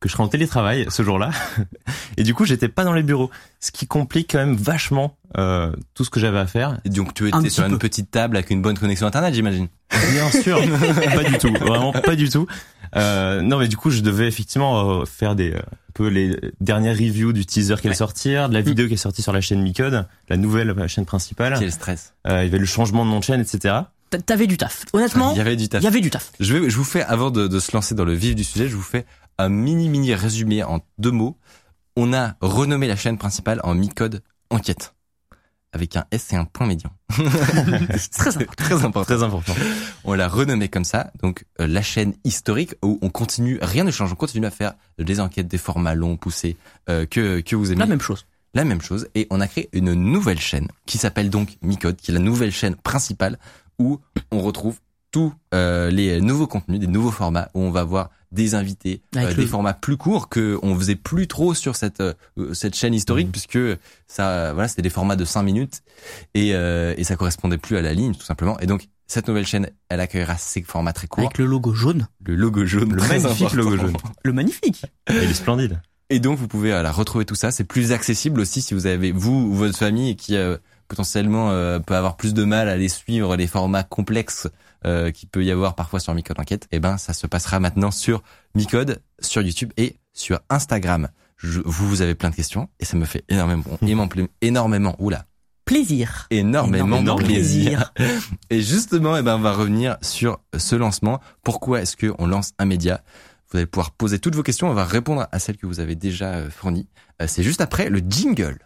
G: que je serais en télétravail ce jour-là. Et du coup, j'étais pas dans les bureaux, ce qui complique quand même vachement euh, tout ce que j'avais à faire
A: Et donc, tu
B: Un
A: étais
B: petit
A: sur une
B: peu.
A: petite table avec une bonne connexion internet, j'imagine.
G: Bien sûr, pas du tout, vraiment pas du tout. Euh, non, mais du coup, je devais effectivement euh, faire des euh, un peu les dernières reviews du teaser qui allait sortir, de la vidéo qui est sortie sur la chaîne Micode, la nouvelle euh, chaîne principale.
A: Quel stress.
G: Euh, il y avait le changement de nom de chaîne, etc.
B: T'a- T'avais du taf. Honnêtement,
A: Ah, Il y avait du taf.
B: il y avait du taf.
A: Je, vais, je vous fais, avant de, de se lancer dans le vif du sujet, je vous fais un mini mini résumé en deux mots. On a renommé la chaîne principale en mi-code enquête. Avec un S et un point médian.
B: C'est très sympa.
A: Très important.
G: Très important.
A: On l'a renommée comme ça, donc euh, la chaîne historique où on continue, rien ne change, on continue à faire des enquêtes, des formats longs, poussés, euh, que, que vous aimez.
B: La même chose.
A: La même chose, et on a créé une nouvelle chaîne qui s'appelle donc Micode, qui est la nouvelle chaîne principale où on retrouve tous euh, les nouveaux contenus, des nouveaux formats, où on va voir des invités,
B: Avec
A: euh,
B: le-
A: des formats plus courts que on faisait plus trop sur cette euh, cette chaîne historique
G: Mhm.
A: puisque ça euh, voilà c'était des formats de 5 minutes et euh, et ça correspondait plus à la ligne tout simplement et donc cette nouvelle chaîne elle accueillera ces formats très courts
B: Avec le logo jaune.
A: le logo jaune
G: Le
A: très
G: magnifique
A: important.
G: logo jaune.
B: Le magnifique.
G: Il est splendide.
A: Et donc vous pouvez euh, la retrouver tout ça. C'est plus accessible aussi si vous avez vous ou votre famille qui euh, potentiellement euh, peut avoir plus de mal à les suivre les formats complexes euh, qui peut y avoir parfois sur Micode Enquête. Et ben ça se passera maintenant sur Micode, sur YouTube et sur Instagram. Je- vous vous avez plein de questions et ça me fait énormément énormément énormément oula
B: Plaisir.
A: énormément,
B: Énorme
A: plaisir. Et justement, eh ben, on va revenir sur ce lancement. Pourquoi est-ce qu'on lance un média Vous allez pouvoir poser toutes vos questions. On va répondre à celles que vous avez déjà euh, fournies. Euh, C'est juste après le jingle.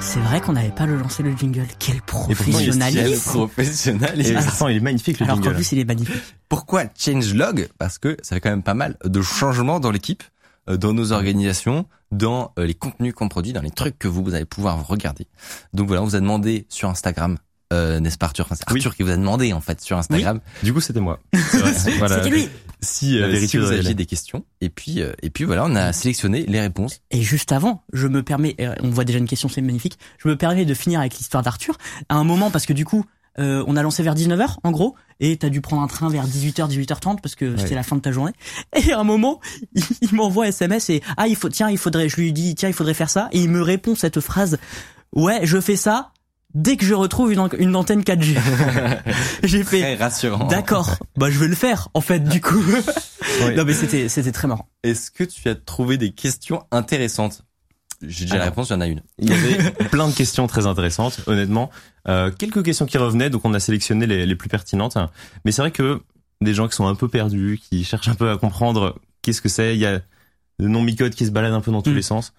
B: C'est vrai qu'on n'avait pas le lancé le jingle. Quel
G: pourtant, il est
A: Quel
B: professionnalisme.
G: Et
A: professionnalisme.
G: pourtant, il est magnifique le
B: Alors qu'en
G: jingle.
B: plus, il est magnifique.
A: Pourquoi Changelog Parce que ça fait quand même pas mal de changements dans l'équipe, euh, dans nos organisations, dans euh, les contenus qu'on produit, dans les trucs que vous, vous allez pouvoir regarder. Donc voilà, on vous a demandé sur Instagram, euh, n'est-ce pas Arthur Enfin, c'est
G: Oui.
A: Arthur qui vous a demandé en fait sur Instagram
G: Du coup, c'était moi. C'est vrai. Voilà.
B: C'était lui.
A: si,
G: La
A: euh,
G: vérité
A: si vous
G: dans les
A: aviez
G: lettres.
A: des questions. Et puis, euh, et puis voilà, on a sélectionné les réponses.
B: Et juste avant, je me permets, euh, on voit déjà une question, c'est magnifique, je me permets de finir avec l'histoire d'Arthur, à un moment, parce que du coup, euh, on a lancé vers 19h, en gros, et t'as dû prendre un train vers 18h, 18h30, parce que c'était la fin de ta journée, et à un moment, il, il m'envoie SMS et, ah, il faut, tiens, il faudrait, je lui dis, tiens, il faudrait faire ça, et il me répond cette phrase, ouais, je fais ça, dès que je retrouve une, an- une antenne 4G. J'ai
A: Très
B: fait,
A: rassurant.
B: d'accord, bah je vais le faire, en fait, du coup.
G: Ouais.
B: non mais c'était, c'était très marrant.
A: Est-ce que tu as trouvé des questions intéressantes J'ai déjà la
G: Alors.
A: réponse, il y en a une.
G: Il y avait plein de questions très intéressantes, honnêtement. Euh, quelques questions qui revenaient, donc on a sélectionné les, les plus pertinentes. Mais c'est vrai que des gens qui sont un peu perdus, qui cherchent un peu à comprendre qu'est-ce que c'est, il y a le nom micode qui se balade un peu dans tous
B: Mm.
G: les sens.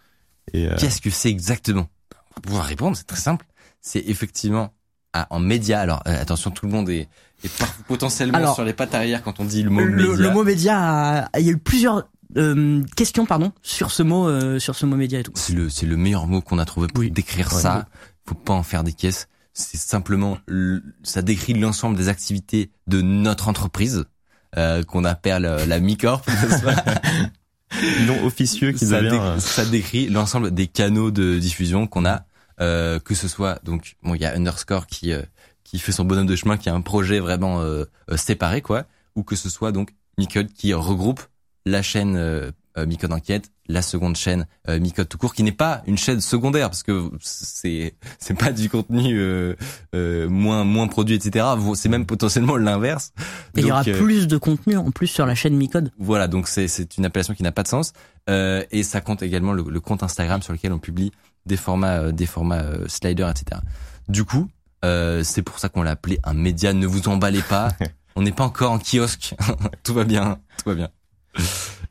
G: Et euh,
A: Qu'est-ce que c'est exactement On va pouvoir répondre, c'est très simple. C'est effectivement à- en média. Alors euh, attention, tout le monde est, est par- potentiellement
B: Alors,
A: sur les pattes arrière quand on dit le mot
B: le,
A: média.
B: le mot média, a- il y a eu plusieurs euh, questions pardon sur ce mot, euh, sur ce mot média et tout.
A: C'est le, c'est le meilleur mot qu'on a trouvé pour
B: Oui.
A: décrire
G: Ouais.
A: ça. Faut pas en faire des caisses. C'est simplement, le- ça décrit l'ensemble des activités de notre entreprise, euh, qu'on appelle euh, la mi-corp. n'est-ce pas
G: nom officieux qui
A: ça,
G: devient...
A: dé-
G: euh,
A: ça décrit l'ensemble des canaux de diffusion qu'on a, euh, que ce soit donc bon, il y a Underscore qui euh, qui fait son bonhomme de chemin, qui a un projet vraiment euh, euh, séparé quoi, ou que ce soit donc Micode qui regroupe la chaîne euh, euh, Micode Enquête, la seconde chaîne euh, Micode tout court, qui n'est pas une chaîne secondaire parce que c'est c'est pas du contenu euh, euh, moins moins produit, etc. Vous- C'est même potentiellement l'inverse.
B: Et il y
A: Donc,
B: aura
A: euh,
B: plus de contenu en plus sur la chaîne Micode.
A: Voilà, donc c'est c'est une appellation qui n'a pas de sens. Euh, et ça compte également le, le compte Instagram sur lequel on publie des formats, euh, des formats euh, sliders, etc. Du coup, euh, c'est pour ça qu'on l'a appelé un média. Ne vous emballez pas. on n'est pas encore en kiosque. tout va bien, tout va bien.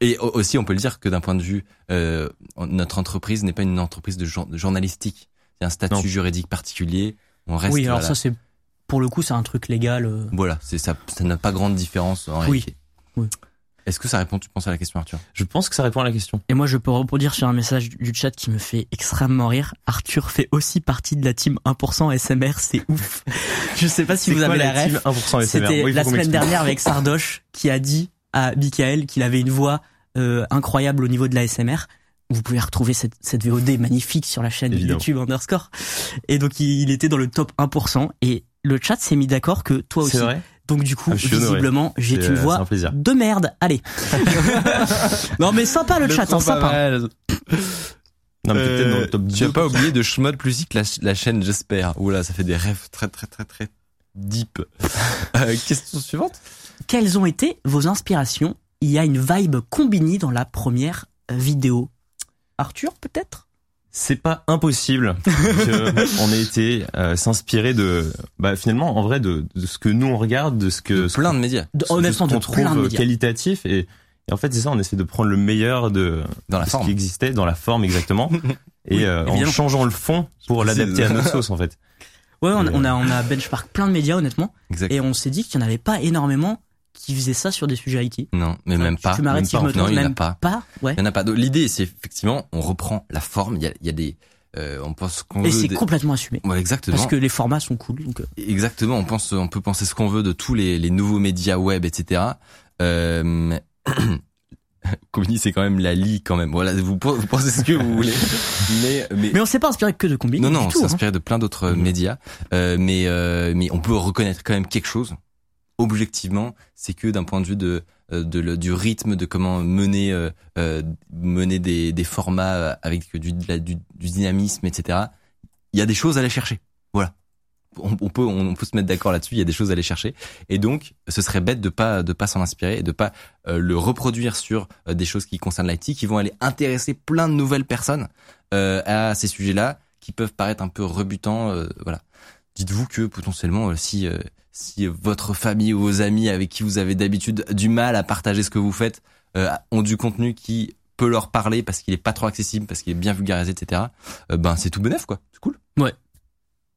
A: Et au- aussi, on peut le dire que d'un point de vue, euh, on- notre entreprise n'est pas une entreprise de, jour- de journalistique. C'est un statut
G: Non.
A: juridique particulier. On reste.
B: Oui, alors
A: voilà.
B: ça c'est pour le coup c'est un truc légal. euh,
A: Voilà, c'est ça. Ça n'a pas grande différence en
B: Oui.
A: réalité.
B: Oui.
A: Est-ce que ça répond, tu penses, à la question, Arthur
G: Je pense que ça répond à la question.
B: Et moi, je peux rebondir sur un message du chat qui me fait extrêmement rire. Arthur fait aussi partie de la team 1% SMR, c'est ouf. je sais pas si
G: C'est
B: vous
G: quoi
B: avez
G: la
B: la
G: team
B: ref.
G: 1% SMR?
B: C'était
G: Oui, Oh, il faut
B: la
G: qu'on
B: semaine
G: m'explique.
B: dernière avec Sardoche qui a dit à Michael qu'il avait une voix euh, incroyable au niveau de la SMR. Vous pouvez retrouver cette, cette VOD magnifique sur la chaîne
G: Évidemment.
B: YouTube underscore. Et donc, il, il était dans le top 1%. Et le chat s'est mis d'accord que toi aussi.
G: C'est vrai.
B: Donc, du coup,
G: Ah, je suis honoré.
B: visiblement, j'ai
G: C'est,
B: une
G: euh, C'est
B: voix
G: un plaisir.
B: de merde. Allez. non, mais sympa le,
C: Le
B: chat, hein,
C: prends pas
B: sympa.
C: mal.
G: Non, mais peut-être dans le top
A: Euh, Tu
G: 2.
A: n'as pas oublié de Schmod plus que la, la chaîne, j'espère. Oula, ça fait des rêves très très très très deep. Euh, question suivante.
B: Quelles ont été vos inspirations Il y a une vibe combinée dans la première euh, vidéo. Arthur, peut-être
G: C'est pas impossible qu'on ait été euh, s'inspirer de, bah, finalement, en vrai, de, de ce que nous on regarde, de ce que
B: Mm.
G: ce
A: Plein de médias.
B: De-
G: qu'on-
B: Honnêtement,
G: ce
B: de
G: qu'on
B: plein de
G: trouve euh,
B: médias.
G: qualitatif et, et en fait, c'est ça. On essaie de prendre le meilleur de,
A: Dans la
G: de ce qui
A: forme.
G: existait dans la forme exactement et euh, en
B: évidemment.
G: changeant le fond pour
A: C'est-
G: l'adapter à nos sauces en fait.
B: Ouais, on,
G: Et, euh,
B: on a, on a benchmark plein de médias, honnêtement.
A: Exact.
B: Et on s'est dit qu'il n'y en avait pas énormément qui faisaient ça sur des sujets IT.
A: Non, mais même
B: Tu-
A: pas.
B: tu m'arrêtes
A: même
B: si
A: pas,
B: je me
A: en fait. Non,
B: trompe,
A: il n'y en a
B: même
A: pas.
B: Pas Ouais.
A: Il n'y en a pas. Donc, L'idée, c'est effectivement, on reprend la forme. Il y a, il y a des, euh, on pense qu'on
B: Et
A: veut.
B: c'est
A: des-
B: complètement assumé.
A: Ouais, exactement.
B: Parce que les formats sont cool. Donc, euh,
A: Exactement, on pense, on peut penser ce qu'on veut de tous les, les nouveaux médias web, etc. Euh, Combini, c'est quand même la lie, quand même. Voilà, vous, vous pensez ce que vous voulez, mais mais,
B: Mais on s'est pas inspiré que de combines.
A: non non,
B: du
A: on
B: tout,
A: s'est
B: hein.
A: inspiré de plein d'autres médias, euh, mais euh, mais on peut reconnaître quand même quelque chose. Objectivement, c'est que d'un point de vue de euh, de le- du rythme de comment mener euh, euh, mener des, des formats euh, avec du, de la- du du dynamisme etc il y a des choses à aller chercher voilà on, on peut on, peut se mettre d'accord là-dessus il y a des choses à aller chercher et donc ce serait bête de pas de pas s'en inspirer et de pas euh, le reproduire sur euh, des choses qui concernent l'IT qui vont aller intéresser plein de nouvelles personnes euh, à ces sujets-là qui peuvent paraître un peu rebutants euh, voilà dites-vous que potentiellement euh, si euh, si votre famille ou vos amis avec qui vous avez d'habitude du mal à partager ce que vous faites euh, ont du contenu qui peut leur parler parce qu'il est pas trop accessible, parce qu'il est bien vulgarisé, etc. euh, ben c'est tout bénef quoi, c'est cool.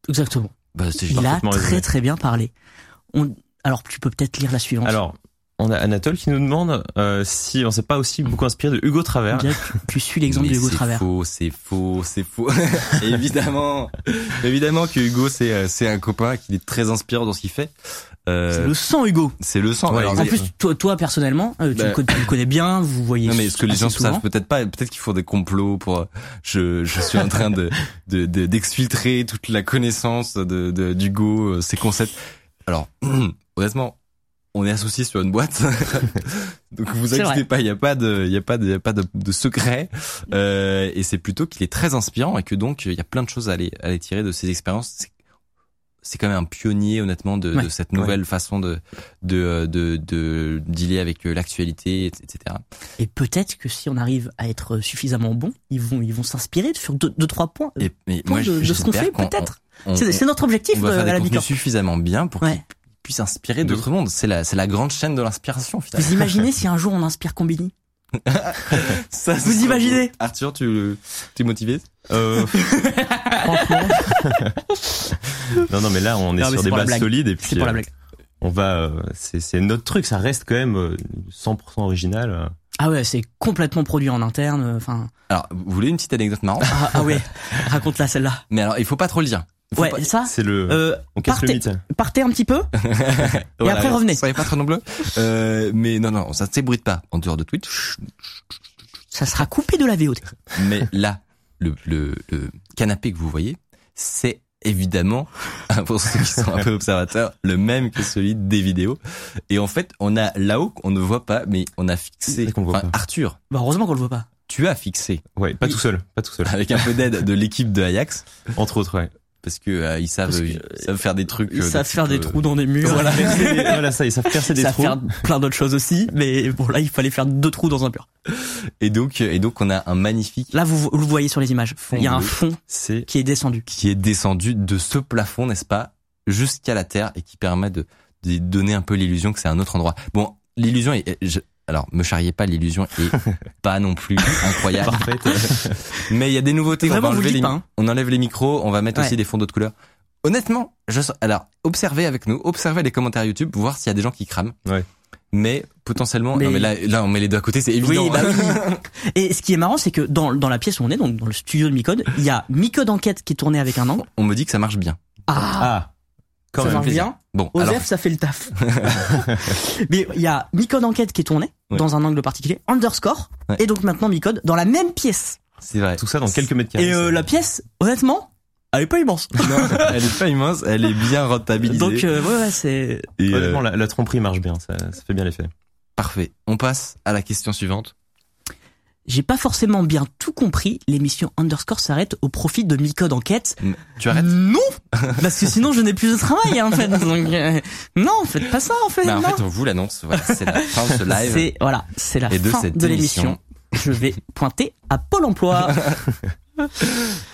B: Exactement.
A: Bah, c'est
B: Il a
G: parfaitement résumé.
B: très très bien parlé. On... Alors, tu peux peut-être lire la suivante.
G: Alors, on a Anatole qui nous demande euh, si on s'est pas aussi beaucoup inspiré de Hugo Travers.
B: On dirait que tu, tu suis l'exemple
A: Mais
B: de Hugo
A: c'est
B: Travers.
A: faux, c'est faux, c'est faux. évidemment, évidemment que Hugo c'est euh, c'est un copain qui est très inspirant dans ce qu'il fait. Euh, Oh,
B: C'est le sang Hugo.
A: c'est le sang.
G: Ouais,
A: Alors,
B: En
G: exact.
A: vous-
B: plus, toi, toi personnellement, euh, tu,
A: euh, Bah.
B: le co- tu le connais bien, vous voyez.
A: non mais ce que les
B: assez
A: gens
B: souvent.
A: savent peut-être pas, peut-être qu'ils font des complots pour. euh, Je, je suis en train de de- de- d'exfiltrer toute la connaissance de de- d'Hugo, euh, ses concepts. Alors honnêtement, on est associé sur une boîte, donc vous
B: C'est
A: inquiétez
B: vrai.
A: pas, il y a pas de il y a pas de y a pas de, de secret. Euh, et c'est plutôt qu'il est très inspirant et que donc il y a plein de choses à aller à aller tirer de ses expériences. C'est- C'est quand même un pionnier honnêtement de, de
B: Ouais.
A: cette nouvelle façon de de euh, de de dealer avec euh, l'actualité, et- etc.
B: Et peut-être que si on arrive à être suffisamment bon, ils vont, ils vont s'inspirer sur deux, deux, trois points, euh,
A: Et, mais
B: points
A: moi,
B: de, de ce qu'on
A: j'espère
B: fait,
A: qu'on-
B: peut-être.
A: on- on-
B: C'est c'est notre
A: on
B: objectif
A: va
B: euh,
A: faire
B: à
A: des
B: la
A: contenus
B: Bicorp.
A: suffisamment bien pour
B: Ouais.
A: qu'ils puissent inspirer d'autres mondes. C'est la, c'est la grande chaîne de l'inspiration, finalement.
B: Vous imaginez si un jour on inspire Combini
A: Ça,
B: Vous
A: c'est-
B: imaginez
A: Arthur, tu es motivé
G: Euh, franchement. non, non, mais là,
B: Non,
G: on est
B: mais
G: sur
B: c'est
G: des
B: pour la
G: bases
B: blague.
G: solides et
B: C'est
G: puis
B: pour la
G: euh,
B: blague.
G: on va. euh, c'est c'est notre truc, ça reste quand même euh, 100% original. euh.
B: Ah ouais, c'est complètement produit en interne. euh, Enfin,
A: Alors, vous voulez une petite anecdote marrante
B: ah, ah ouais, raconte-la celle-là.
A: Mais alors, il faut pas trop le dire. Il faut
B: Ah. Ouais,
A: pas-
B: ça.
G: C'est le.
B: Euh,
G: on casse le
B: partez-
G: mythe.
B: partez un petit peu. Et
A: Voilà,
B: après revenez.
A: Soyez pas trop nombreux. Euh, mais non, non, ça ne s'ébruite pas en dehors de Twitch. Chut.
B: Ça sera coupé de la VOD.
A: Mais là, le, le, le canapé que vous voyez, c'est évidemment, hein, pour ceux qui sont un peu observateurs, le même que celui des vidéos. Et en fait, on a là-haut qu'on ne voit pas, mais on a fixé.
G: C'est qu'on le voit
A: enfin,
G: pas.
A: Arthur,
B: Bah, heureusement qu'on le voit pas.
A: tu as fixé
G: Ouais, pas
A: Oui.
G: tout seul, pas tout seul.
A: avec un peu d'aide de l'équipe de Ajax,
G: Entre autres, ouais.
A: parce que euh, ils savent,
B: Parce que,
A: ils savent faire des trucs.
B: Ils
A: euh,
B: savent
A: de
B: faire
A: type,
B: des
A: euh,
B: trous dans des murs.
G: Voilà, percer des- voilà, ça, ils savent percer des
B: ça
G: trous.
B: faire plein d'autres choses aussi, mais bon là il fallait faire deux trous dans un mur.
A: Et donc, euh, et donc, on a un magnifique
B: Là vous, vous le voyez sur les images, il y a un
A: bleu.
B: fond
G: C'est
B: qui est descendu.
A: qui est descendu de ce plafond, n'est-ce pas, jusqu'à la terre et qui permet de, de donner un peu l'illusion que c'est un autre endroit. Bon, l'illusion est, est- je- alors me charriez pas, l'illusion est pas non plus incroyable,
G: parfait.
A: mais il y a des nouveautés.
B: Bah, Vraiment,
A: on, va
B: vous le
A: enlever
B: dites
A: les,
B: pas, hein.
A: on enlève les micros, on va mettre
B: Ouais.
A: aussi des fonds d'autres couleurs. Honnêtement, je, sens- alors observez avec nous, observez les commentaires YouTube, voir s'il y a des gens qui crament.
G: Ouais.
A: Mais potentiellement,
B: Mais-
A: non mais là, là on met les deux à côté, c'est évident.
B: Oui, bah oui. Et ce qui est marrant, c'est que dans, dans la pièce où on est, donc dans le studio de Micode, il y a Micode Enquête qui est tournée avec un angle.
A: on me dit que ça marche bien.
B: Ah,
G: Ah, quand
B: ça
G: même.
B: marche bien.
A: Bon,
B: Osef,
A: alors
B: ça fait le taf. Mais il y a Micode Enquête qui est tournée
A: Ouais.
B: dans un angle particulier, underscore,
A: Ouais.
B: et donc maintenant Micode dans la même pièce.
A: c'est vrai.
G: Tout ça dans quelques mètres carrés.
B: Et euh,
G: c'est-
B: la pièce, honnêtement, elle est pas immense.
A: Non, elle est pas immense, elle est bien rentabilisée.
B: donc euh, ouais, ouais c'est
A: Et, euh,
G: Honnêtement, la, la tromperie marche bien, ça, ça fait bien l'effet.
A: Parfait. On passe à la question suivante.
B: J'ai pas forcément bien tout compris. L'émission Underscore s'arrête au profit de Micode Enquête.
A: Mm, Tu arrêtes
B: Non Parce que sinon je n'ai plus de travail hein, en fait. Donc, euh, non, faites pas ça en fait.
A: Bah, En
B: non.
A: fait, on vous l'annonce. Voilà, c'est la fin de ce live.
B: C'est voilà, c'est la
A: Et de
B: fin
A: cette
B: de l'émission. Je vais pointer à Pôle Emploi.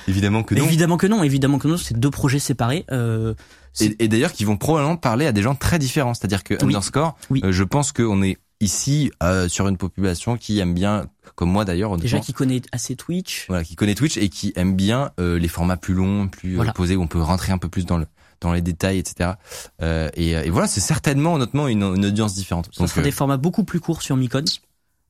A: Évidemment que non.
B: évidemment que non, évidemment que non. C'est deux projets séparés. Euh, c'est-
A: Et, et d'ailleurs, qui vont probablement parler à des gens très différents. C'est-à-dire que
B: Oui.
A: underscore,
B: Oui.
A: euh, je pense qu'on est ici euh, sur une population qui aime bien, comme moi d'ailleurs,
B: déjà
A: honnêtement,
B: qui connaît assez Twitch.
A: voilà, qui connaît Twitch et qui aime bien euh, les formats plus longs, plus euh,
B: Voilà.
A: posés, où on peut rentrer un peu plus dans le dans les détails, etc. Euh, et, euh, et voilà, c'est certainement honnêtement une, une audience différente.
B: Ça sera
A: euh,
B: des formats beaucoup plus courts sur Micode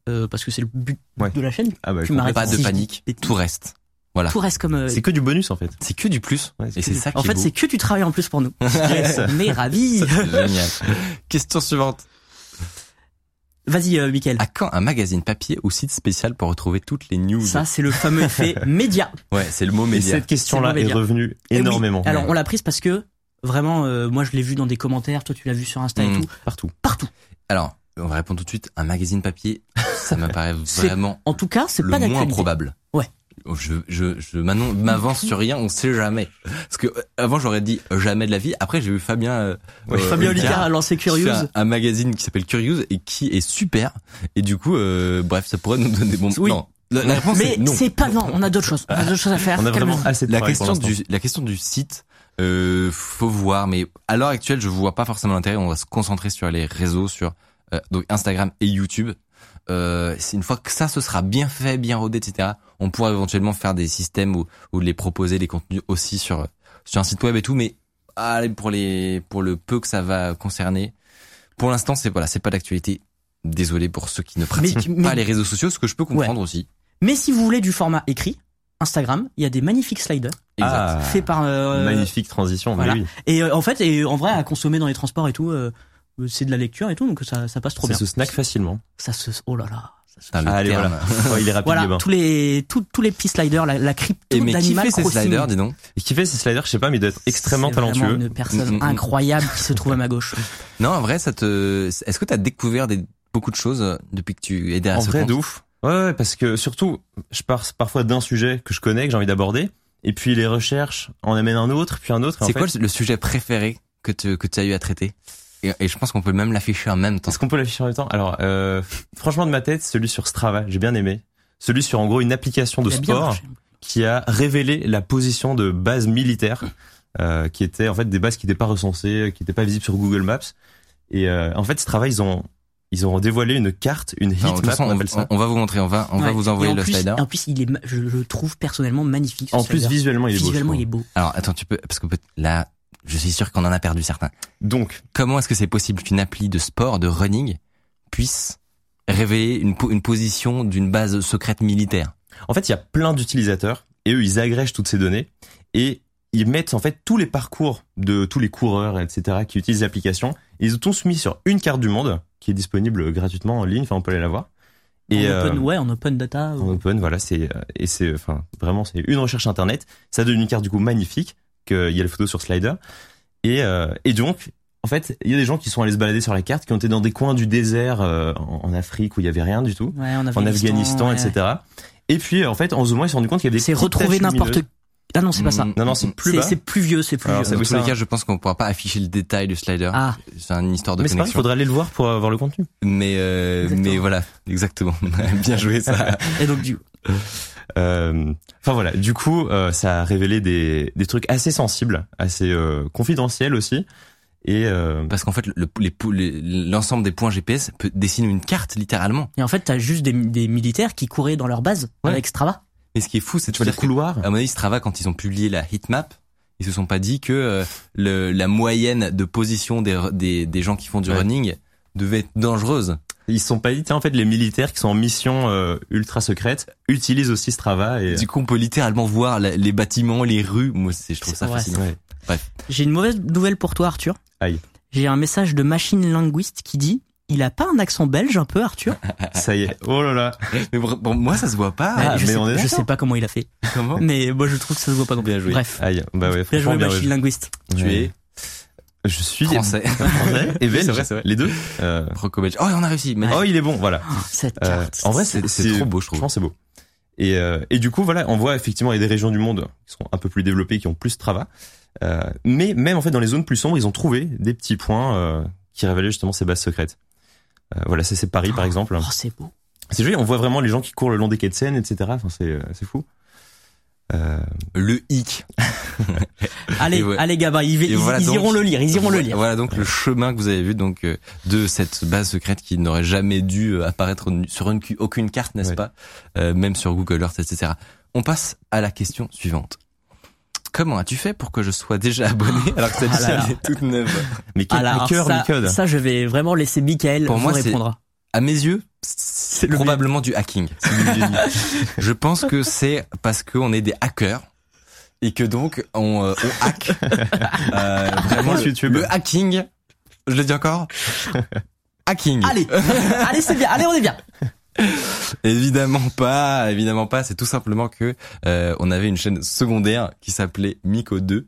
B: euh, parce que c'est le but
G: Ouais.
B: de la chaîne.
G: Ah bah,
B: Tu m'arrêtes.
A: pas de
B: si je
A: panique,
B: dis-
A: tout reste. Voilà,
B: Tout reste comme. euh,
G: C'est que du bonus en fait.
A: c'est que du plus.
G: Ouais,
A: et
G: c'est
A: c'est ça qui
B: en
A: est
B: fait,
A: beau.
B: c'est que du travail en plus pour nous. Mais ravi.
A: Génial. Question suivante.
B: Vas-y, euh, Mickaël.
A: À quand un magazine papier ou site spécial pour retrouver toutes les news
B: Ça, c'est le fameux effet média.
A: Ouais, c'est le mot
G: Et
A: média.
G: cette question-là
B: C'est le
G: est
B: média.
G: revenue
B: Eh oui.
G: énormément.
B: Alors, on l'a prise parce que vraiment, euh, moi, je l'ai vu dans des commentaires. Toi, tu l'as vu sur Insta et
A: Mm.
B: tout.
G: partout.
B: Partout.
A: Alors, on va répondre tout de suite. Un magazine papier, ça me paraît
B: C'est
A: vraiment
B: En tout cas, c'est
A: le
B: pas
A: moins
B: d'actualité.
A: probable. Oh,
B: Ouais.
A: Je, je, je m'annon- m'avance sur rien, on sait jamais. Parce que euh, avant j'aurais dit euh, jamais de la vie. Après j'ai vu Fabien, euh,
G: Ouais,
A: euh,
B: Fabien Olicard a
A: qui
B: lancé
A: fait
B: Curious.
A: un, un magazine qui s'appelle Curious et qui est super. Et du coup, euh, bref, ça pourrait nous donner bon.
B: Oui.
A: Non, la, la réponse
B: Mais
A: est non.
B: c'est pas non, on a d'autres choses, on a d'autres choses à faire.
G: On a vraiment
B: Calme-toi.
G: assez de
A: La
G: travail
A: question
G: pour l'instant.
A: du la question du site, euh, faut voir, mais à l'heure actuelle, je vois pas forcément l'intérêt. On va se concentrer sur les réseaux, sur euh, donc Instagram et YouTube. Euh, c'est une fois que ça, ce sera bien fait, bien rodé, etc. On pourra éventuellement faire des systèmes où, où les proposer les contenus aussi sur euh, sur un site web et tout, mais allez, pour les pour le peu que ça va concerner, pour l'instant, c'est voilà, c'est pas d'actualité. Désolé pour ceux qui ne pratiquent
B: mais-
A: pas les réseaux sociaux, ce que je peux comprendre aussi.
B: Mais si vous voulez du format écrit, Instagram, il y a des magnifiques sliders
G: Ah,
B: faits par euh,
G: magnifique transition. mais
B: voilà.
G: oui.
B: et euh, en fait et en vrai à consommer dans les transports et tout, euh, euh, c'est de la lecture et tout donc ça ça passe trop
G: Ça
B: bien.
G: se snack facilement.
B: Ça se oh là là. ça se-
A: Putain, le
G: Ah, allez,
A: terme.
G: voilà. Ouais, il est rapide. le
B: Voilà
G: bain.
B: tous les tous tous les petits sliders la, la
A: Et
B: crypto
A: mais qui
B: d'animal
A: fait ces
B: Crossing.
A: sliders, dis donc
G: Et qui fait ces sliders, je sais pas, mais il doit être extrêmement
B: C'est vraiment
G: talentueux.
B: Une
A: Mm,
B: personne
A: mm, mm.
B: incroyable qui se trouve à ma gauche.
A: Non, en vrai, ça te. Est-ce que t'as découvert des... beaucoup de choses euh, depuis que tu es derrière
G: En
A: ce
G: vrai,
A: compte
G: de ouf. Ouais, ouais, parce que surtout, je pars parfois d'un sujet que je connais, que j'ai envie d'aborder, et puis les recherches en amènent un autre, puis un autre. et en
A: C'est
G: fait,
A: quoi le sujet préféré que tu que as eu à traiter et, et je pense qu'on peut même l'afficher en même temps.
G: Est-ce qu'on peut l'afficher en même temps Alors, euh, franchement, de ma tête, celui sur Strava, j'ai bien aimé. Celui sur, en gros, une application de
B: Il a bien
G: sport
B: marché.
G: qui a révélé la position de bases militaires, euh, qui étaient en fait des bases qui n'étaient pas recensées, qui n'étaient pas visibles sur Google Maps. Et euh, en fait, Strava, ils ont ils ont dévoilé une carte, une
A: Enfin, Ah, de
G: heat
A: toute
G: map,
A: façon,
G: on appelle
A: on,
G: ça.
A: on va vous montrer, on va, on va
B: Ouais.
A: vous envoyer
B: Et en
A: le
B: plus-
A: slider.
B: En plus, il est ma- je le trouve personnellement magnifique. ce
G: En plus,
B: slider.
G: visuellement, il est beau. je
B: visuellement,
G: trouve.
B: il est beau.
A: Alors attends, tu peux parce que peut- là, je suis sûr qu'on en a perdu certains.
G: Donc,
A: Comment est-ce que c'est possible qu'une appli de sport, de running, puisse révéler une, po- une position d'une base secrète militaire
G: En fait, il y a plein d'utilisateurs et eux, ils agrègent toutes ces données et ils mettent en fait tous les parcours de tous les coureurs, etc., qui utilisent l'application. Ils ont tous mis sur une carte du monde qui est disponible gratuitement en ligne. Enfin, on peut aller la voir. Et
B: en open,
G: euh,
B: ouais, en open data.
G: en
B: ou-
G: open, voilà, c'est euh, et c'est enfin vraiment c'est une recherche internet. Ça donne une carte du coup magnifique. qu'il y a les photos sur Slider. Et, euh, et donc, en fait, il y a des gens qui sont allés se balader sur la carte, qui ont été dans des coins du désert euh, en, en Afrique où il y avait rien du tout,
B: Ouais, en
G: en Afghanistan,
B: ouais.
G: etc. Et puis, en fait, en zoomant, ils se sont rendus compte qu'il y avait des
B: C'est
G: petites
B: retrouver
G: taches
B: n'importe.
G: lumineuses.
B: Ah non, c'est pas ça.
G: Non, non, c'est Mm. plus
B: C'est-
G: bas.
B: C'est plus vieux, c'est plus
G: Alors,
B: vieux.
G: ça
A: Dans
G: vous
A: tous les
G: sert-
A: cas, je pense qu'on pourra pas afficher le détail du slider.
B: Ah.
A: C'est une histoire de
G: Mais c'est pas grave, il
A: connexion.
G: faudra aller le voir pour avoir le contenu.
A: Mais euh,
B: Exactement.
A: mais voilà, exactement. Bien joué ça.
B: Et donc, du
G: Euh, Enfin voilà, du coup, euh, ça a révélé des, des trucs assez sensibles, assez euh, confidentiels aussi. Et euh,
A: Parce qu'en fait, le- les pou- les- l'ensemble des points GPS peut dessiner une carte littéralement.
B: Et en fait, t'as juste des, des militaires qui couraient dans leur base
A: Ouais.
B: avec Strava.
A: Mais ce qui est fou, c'est de
G: tu vois les
A: dire que,
G: couloirs.
A: à mon avis, Strava quand ils ont publié la heatmap, ils se sont pas dit que euh, le, la moyenne de position des des, des gens qui font du
G: Ouais.
A: running devait être dangereuse.
G: Ils se sont pas dit, tiens, en fait, les militaires qui sont en mission euh, ultra secrète utilisent aussi Strava et euh,
A: Du coup, on peut littéralement voir la- les bâtiments, les rues. Moi, c'est je trouve ça
B: Ouais,
A: fascinant.
G: Ouais.
B: J'ai une mauvaise nouvelle pour toi, Arthur.
G: Aïe.
B: J'ai un message de machine linguiste qui dit il a pas un accent belge un peu, Arthur
G: ça y est. Oh là là.
A: Mais pour- pour moi, ça se voit pas.
G: Ah,
B: je,
G: mais
B: sais,
G: on est
B: je
G: d'accord.
B: sais pas comment il a fait,
A: Comment
B: mais moi je trouve que ça se voit pas non plus.
A: Bien joué.
B: Bref,
G: Aïe. Bah ouais.
B: bien
G: franchement,
B: joué
G: bien
B: machine
G: joué.
B: linguiste.
A: Tu
G: Ouais.
A: es
G: Je suis
A: français.
G: français et
A: Oui,
G: belge.
A: c'est vrai, c'est vrai.
G: Les deux. Euh,
A: Franco-belge. Oh, on a réussi. magnifique.
G: Oh, il est bon. Voilà.
A: Ah,
B: Oh, cette
G: Euh,
B: carte.
G: en vrai,
A: C'est-
G: c'est
A: c'est trop beau, je trouve.
G: Franchement, c'est beau. Et, euh, et du coup, voilà, on voit effectivement il y a des régions du monde qui sont un peu plus développées, qui ont plus de travail. Euh, mais même en fait, dans les zones plus sombres, ils ont trouvé des petits points euh, qui révélaient justement ces bases secrètes. Euh, voilà, ça, c'est Paris par exemple.
B: Oh, c'est beau.
G: C'est joli, on voit vraiment les gens qui courent le long des quais de Seine, etc. Enfin, c'est euh, c'est fou. Euh,
A: Le hic.
B: Allez,
A: Et ouais.
B: allez, Gabin, ils,
A: Et
B: ils-
A: voilà
B: ils
A: donc-
B: iront le lire, ils iront le lire.
A: Voilà donc le chemin que vous avez vu donc euh, de cette base secrète qui n'aurait jamais dû euh, apparaître nu- sur une cu- aucune carte, n'est-ce
G: Ouais.
A: pas Euh, Même sur Google Earth, etc. On passe à la question suivante. Comment as-tu fait pour que je sois déjà abonné alors que cette
B: Ah là là.
A: chaîne est toute neuve
G: mais quel
B: Alors,
G: hacker,
B: ça,
G: Micode
B: ça, je vais vraiment laisser Michael
A: Pour
B: vous
A: moi, c'est-
B: répondre.
A: À mes yeux, c'est
G: le
A: probablement du hacking. Je pense que c'est parce qu'on est des hackers et que donc on, euh, on hack. Euh, vraiment
G: Sur
A: le-
G: YouTube.
A: le hacking. Je le dis encore. Hacking.
B: Allez, allez, c'est bien. Allez, on est bien.
A: Évidemment pas, évidemment pas. C'est tout simplement que euh, on avait une chaîne secondaire qui s'appelait Miko 2,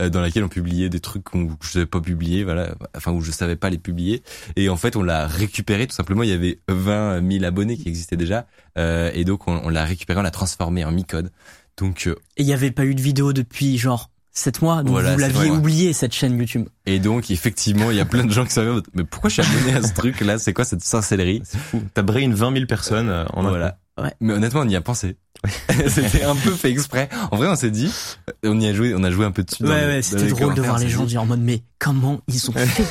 A: euh, dans laquelle on publiait des trucs qu'on, que je savais pas publier, voilà, enfin où je savais pas les publier. Et en fait, on l'a récupéré. Tout simplement, il y avait 20 000 abonnés qui existaient déjà, euh, et donc on, on l'a récupéré, on l'a transformé en Micode. Donc euh,
B: Et il y avait pas eu de vidéo depuis genre 7 mois, donc
A: Voilà,
B: vous
A: c'est
B: l'aviez
A: vrai, ouais.
B: oublié cette chaîne YouTube.
A: et donc effectivement, il y a plein de gens qui sont là, mais pourquoi je suis abonné à ce truc là C'est quoi cette sorcellerie
G: C'est fou. T'as brain 20 000 personnes euh, en un
A: Voilà.
B: Ouais.
A: Mais honnêtement, on y a pensé. c'était un peu fait exprès. En vrai, on s'est dit, euh, on y a joué, on a joué un peu dessus.
B: Ouais,
A: dans les-
B: ouais,
A: dans
B: c'était
A: les
B: drôle de
A: commentaires,
B: voir
A: on
B: les
A: s'est
B: gens
A: dit,
B: dire en mode mais comment ils ont fait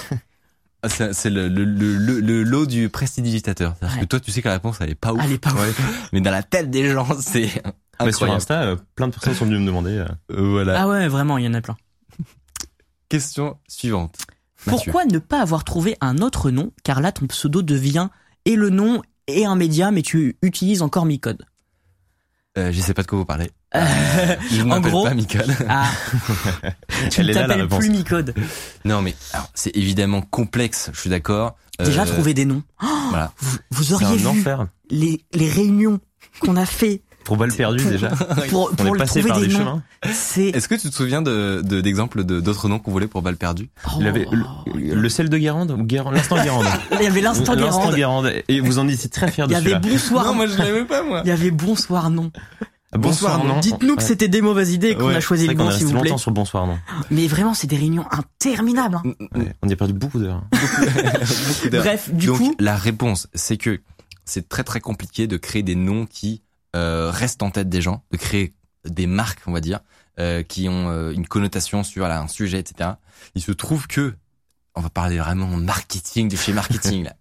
A: ah, C'est c'est le, le, le, le, le lot du prestidigitateur. C'est-à-dire
B: Ouais. Ah,
A: que toi, tu sais que la réponse, elle est pas ouf.
B: Elle est pas ouf.
A: Mais dans la tête des gens, c'est
G: Bah, sur
A: incroyable.
G: Insta, euh, plein de personnes sont venues me demander. euh,
A: Euh, voilà.
B: Ah ouais, vraiment, il y en a plein.
A: Question suivante. Mathieu.
B: Pourquoi ne pas avoir trouvé un autre nom Car là, ton pseudo devient et le nom et un média, mais tu utilises encore Micode.
A: Euh, je sais pas de quoi vous parlez.
B: Euh,
A: Je ne m'appelle
B: gros-
A: pas Michael.
B: ah, tu
G: Elle
B: ne
G: est là, la
B: t'appelles
G: réponse. Euh,
B: plus Micode.
A: Non, mais alors, c'est évidemment complexe. Je suis d'accord.
B: Déjà,
A: Euh,
B: trouver des noms. Oh,
A: voilà.
B: vous, vous
G: C'est
B: auriez
G: un
B: vu
G: enfer.
B: les, les réunions qu'on a fait
G: Pour balle perdue déjà.
B: pour,
G: On
B: pour
G: est
B: le
G: passé
B: trouver
G: par
B: des
G: des
B: noms.
G: chemins.
B: C'est
A: Est-ce que tu te souviens de de- d'exemples de d'autres noms qu'on volait pour balle perdue
G: Il avait
B: Oh.
G: le, le sel de Guérande ou Guérande, l'instant Guérande.
B: Il y avait l'instant Guérande.
G: Guérande. Et vous en étiez très fiers
B: Il y
G: de
B: avait
G: celui-là.
B: bonsoir.
A: Non, moi je l'aimais pas moi.
B: Il y avait bonsoir non.
G: Bonsoir, non.
B: Dites-nous que c'était des mauvaises idées et qu'on
G: Ouais,
B: a choisi
G: c'est
B: le
G: vrai qu'on
B: bon,
G: est
B: s'il vous
G: resté
B: plaît.
G: longtemps sur Bonsoir, non.
B: Mais vraiment, c'est des réunions interminables. hein.
G: Ouais, On y a perdu beaucoup d'heures.
A: Beaucoup d'heures.
B: Bref, du
A: Donc,
B: coup,
A: la réponse, c'est que c'est très très compliqué de créer des noms qui euh, restent en tête des gens, de créer des marques, on va dire, euh, qui ont euh, une connotation sur là, un sujet, etc. Il se trouve que on va parler vraiment marketing de chez marketing là.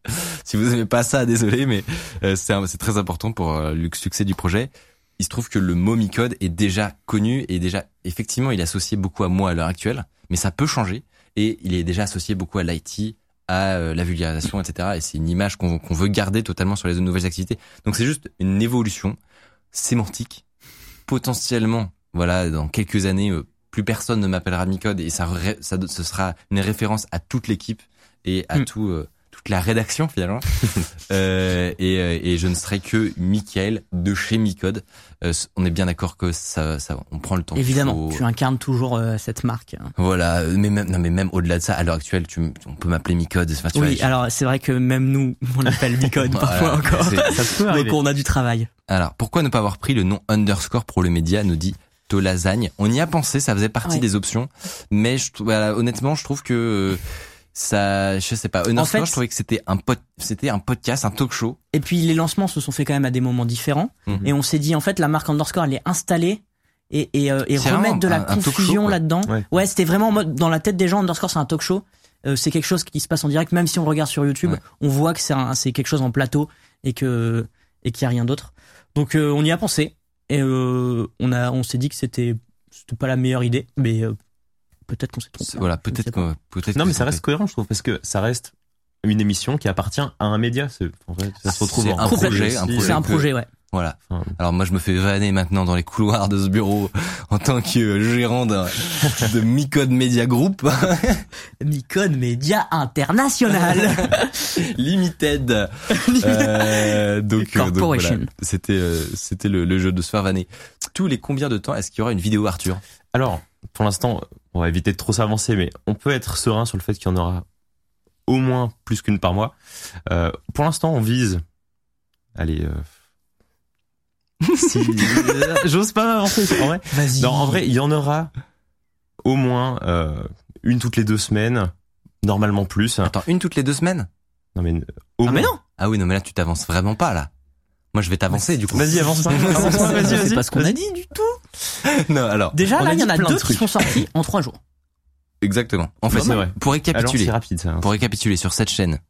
A: si vous aimez pas ça, désolé, mais euh, c'est un- c'est très important pour euh, le succès du projet. Il se trouve que le mot Micode est déjà connu et déjà effectivement il est associé beaucoup à moi à l'heure actuelle, mais ça peut changer et il est déjà associé beaucoup à l'IT, à euh, la vulgarisation, etc. Et c'est une image qu'on qu'on veut garder totalement sur les nouvelles activités. Donc c'est juste une évolution sémantique. Potentiellement, voilà, dans quelques années, euh, plus personne ne m'appellera Micode et ça, re- ça, ce sera une référence à toute l'équipe et à
B: Mm.
A: tout, euh, tout toute la rédaction finalement. Euh, et, euh, et je ne serai que Michael de chez Micode. Euh, c- on est bien d'accord que ça, ça, on prend le temps. qu'il
B: Évidemment,
A: faut.
B: tu incarnes toujours euh, cette marque.
A: Voilà, euh, mais même, non, mais même au-delà de ça, à l'heure actuelle, tu, m- on peut m'appeler Micode. Enfin, tu vois,
B: oui,
A: je-
B: alors c'est vrai que même nous, on l'appelle Bicode
A: Voilà,
B: parfois encore.
A: c'est-
G: Ça peut
B: Donc
G: arriver.
B: on a du travail.
A: Alors, pourquoi ne pas avoir pris le nom underscore pour le média nous dit Tolasagne. On y a pensé, ça faisait partie
B: Ouais.
A: des options, mais je, trou- voilà, honnêtement, je trouve que euh, ça, je sais pas, underscore,
B: fait-
A: je trouvais que c'était un pod- c'était un podcast, un talk show.
B: Et puis les lancements se sont faits quand même à des moments différents.
A: Mhm.
B: Et on s'est dit en fait la marque underscore elle est installée et, et, euh, et
A: C'est vraiment
B: remettre de la
A: un- un talk show,
B: confusion
A: quoi.
B: là-dedans. Ouais,
G: Ouais.
B: c'était vraiment en mode dans la tête des gens underscore c'est un talk show. Euh, c'est quelque chose qui se passe en direct même si on le regarde sur YouTube,
A: Ouais.
B: on voit que c'est un- c'est quelque chose en plateau et que et qu'il y a rien d'autre. Donc euh, on y a pensé et euh, on a on s'est dit que c'était c'était pas la meilleure idée mais euh, peut-être qu'on s'est trompé.
A: C'est- Voilà,
B: Ah, Je sais
A: peut-être
B: pas.
A: qu'on, peut-être.
G: Non,
A: que
G: mais ça
A: c'était-
G: reste cohérent, je trouve, parce que ça reste une émission qui appartient à un média. C'est- en fait, ça se retrouve
A: C'est
G: en
A: un projet, un
G: aussi.
A: projet.
B: C'est un
A: que-
B: projet ouais.
A: Voilà.
G: Enfin,
A: Alors moi, je me fais vanner maintenant dans les couloirs de ce bureau en tant que euh, gérant d'un- de Micode Media Group
B: Micode Média International.
A: Limited. Euh, donc, euh, donc
B: Corporation.
A: voilà. c'était euh, c'était le, le jeu de ce soir vanné. Tous les combien de temps est-ce qu'il y aura une vidéo Arthur
G: Alors, pour l'instant, on va éviter de trop s'avancer, mais on peut être serein sur le fait qu'il y en aura au moins plus qu'une par mois. Euh, pour l'instant, on vise. Allez. euh, si- J'ose pas avancer. En vrai,
C: Vas-y.
G: non, en vrai, il y en aura au moins euh, une toutes les deux semaines, normalement plus. hein.
A: Attends, une toutes les deux semaines
G: Non mais euh, au
B: Ah, mais
G: moins.
B: non.
A: Ah oui, non mais là tu t'avances vraiment pas là. Moi je vais t'avancer du coup.
G: Vas-y, avance
B: Hein,
G: pas. Avance pas, vas-y, vas-y.
B: C'est pas ce qu'on a
G: Vas-y.
B: dit du tout.
A: non, alors
B: Déjà,
G: On
B: là,
G: a
B: il y
G: dit
B: en a
G: plein de
B: deux qui
G: trucs.
B: sont sortis en trois jours.
A: exactement. En fait,
G: C'est vrai.
A: pour
G: Alors
A: récapituler,
G: c'est rapide ça. hein.
A: pour récapituler sur cette chaîne,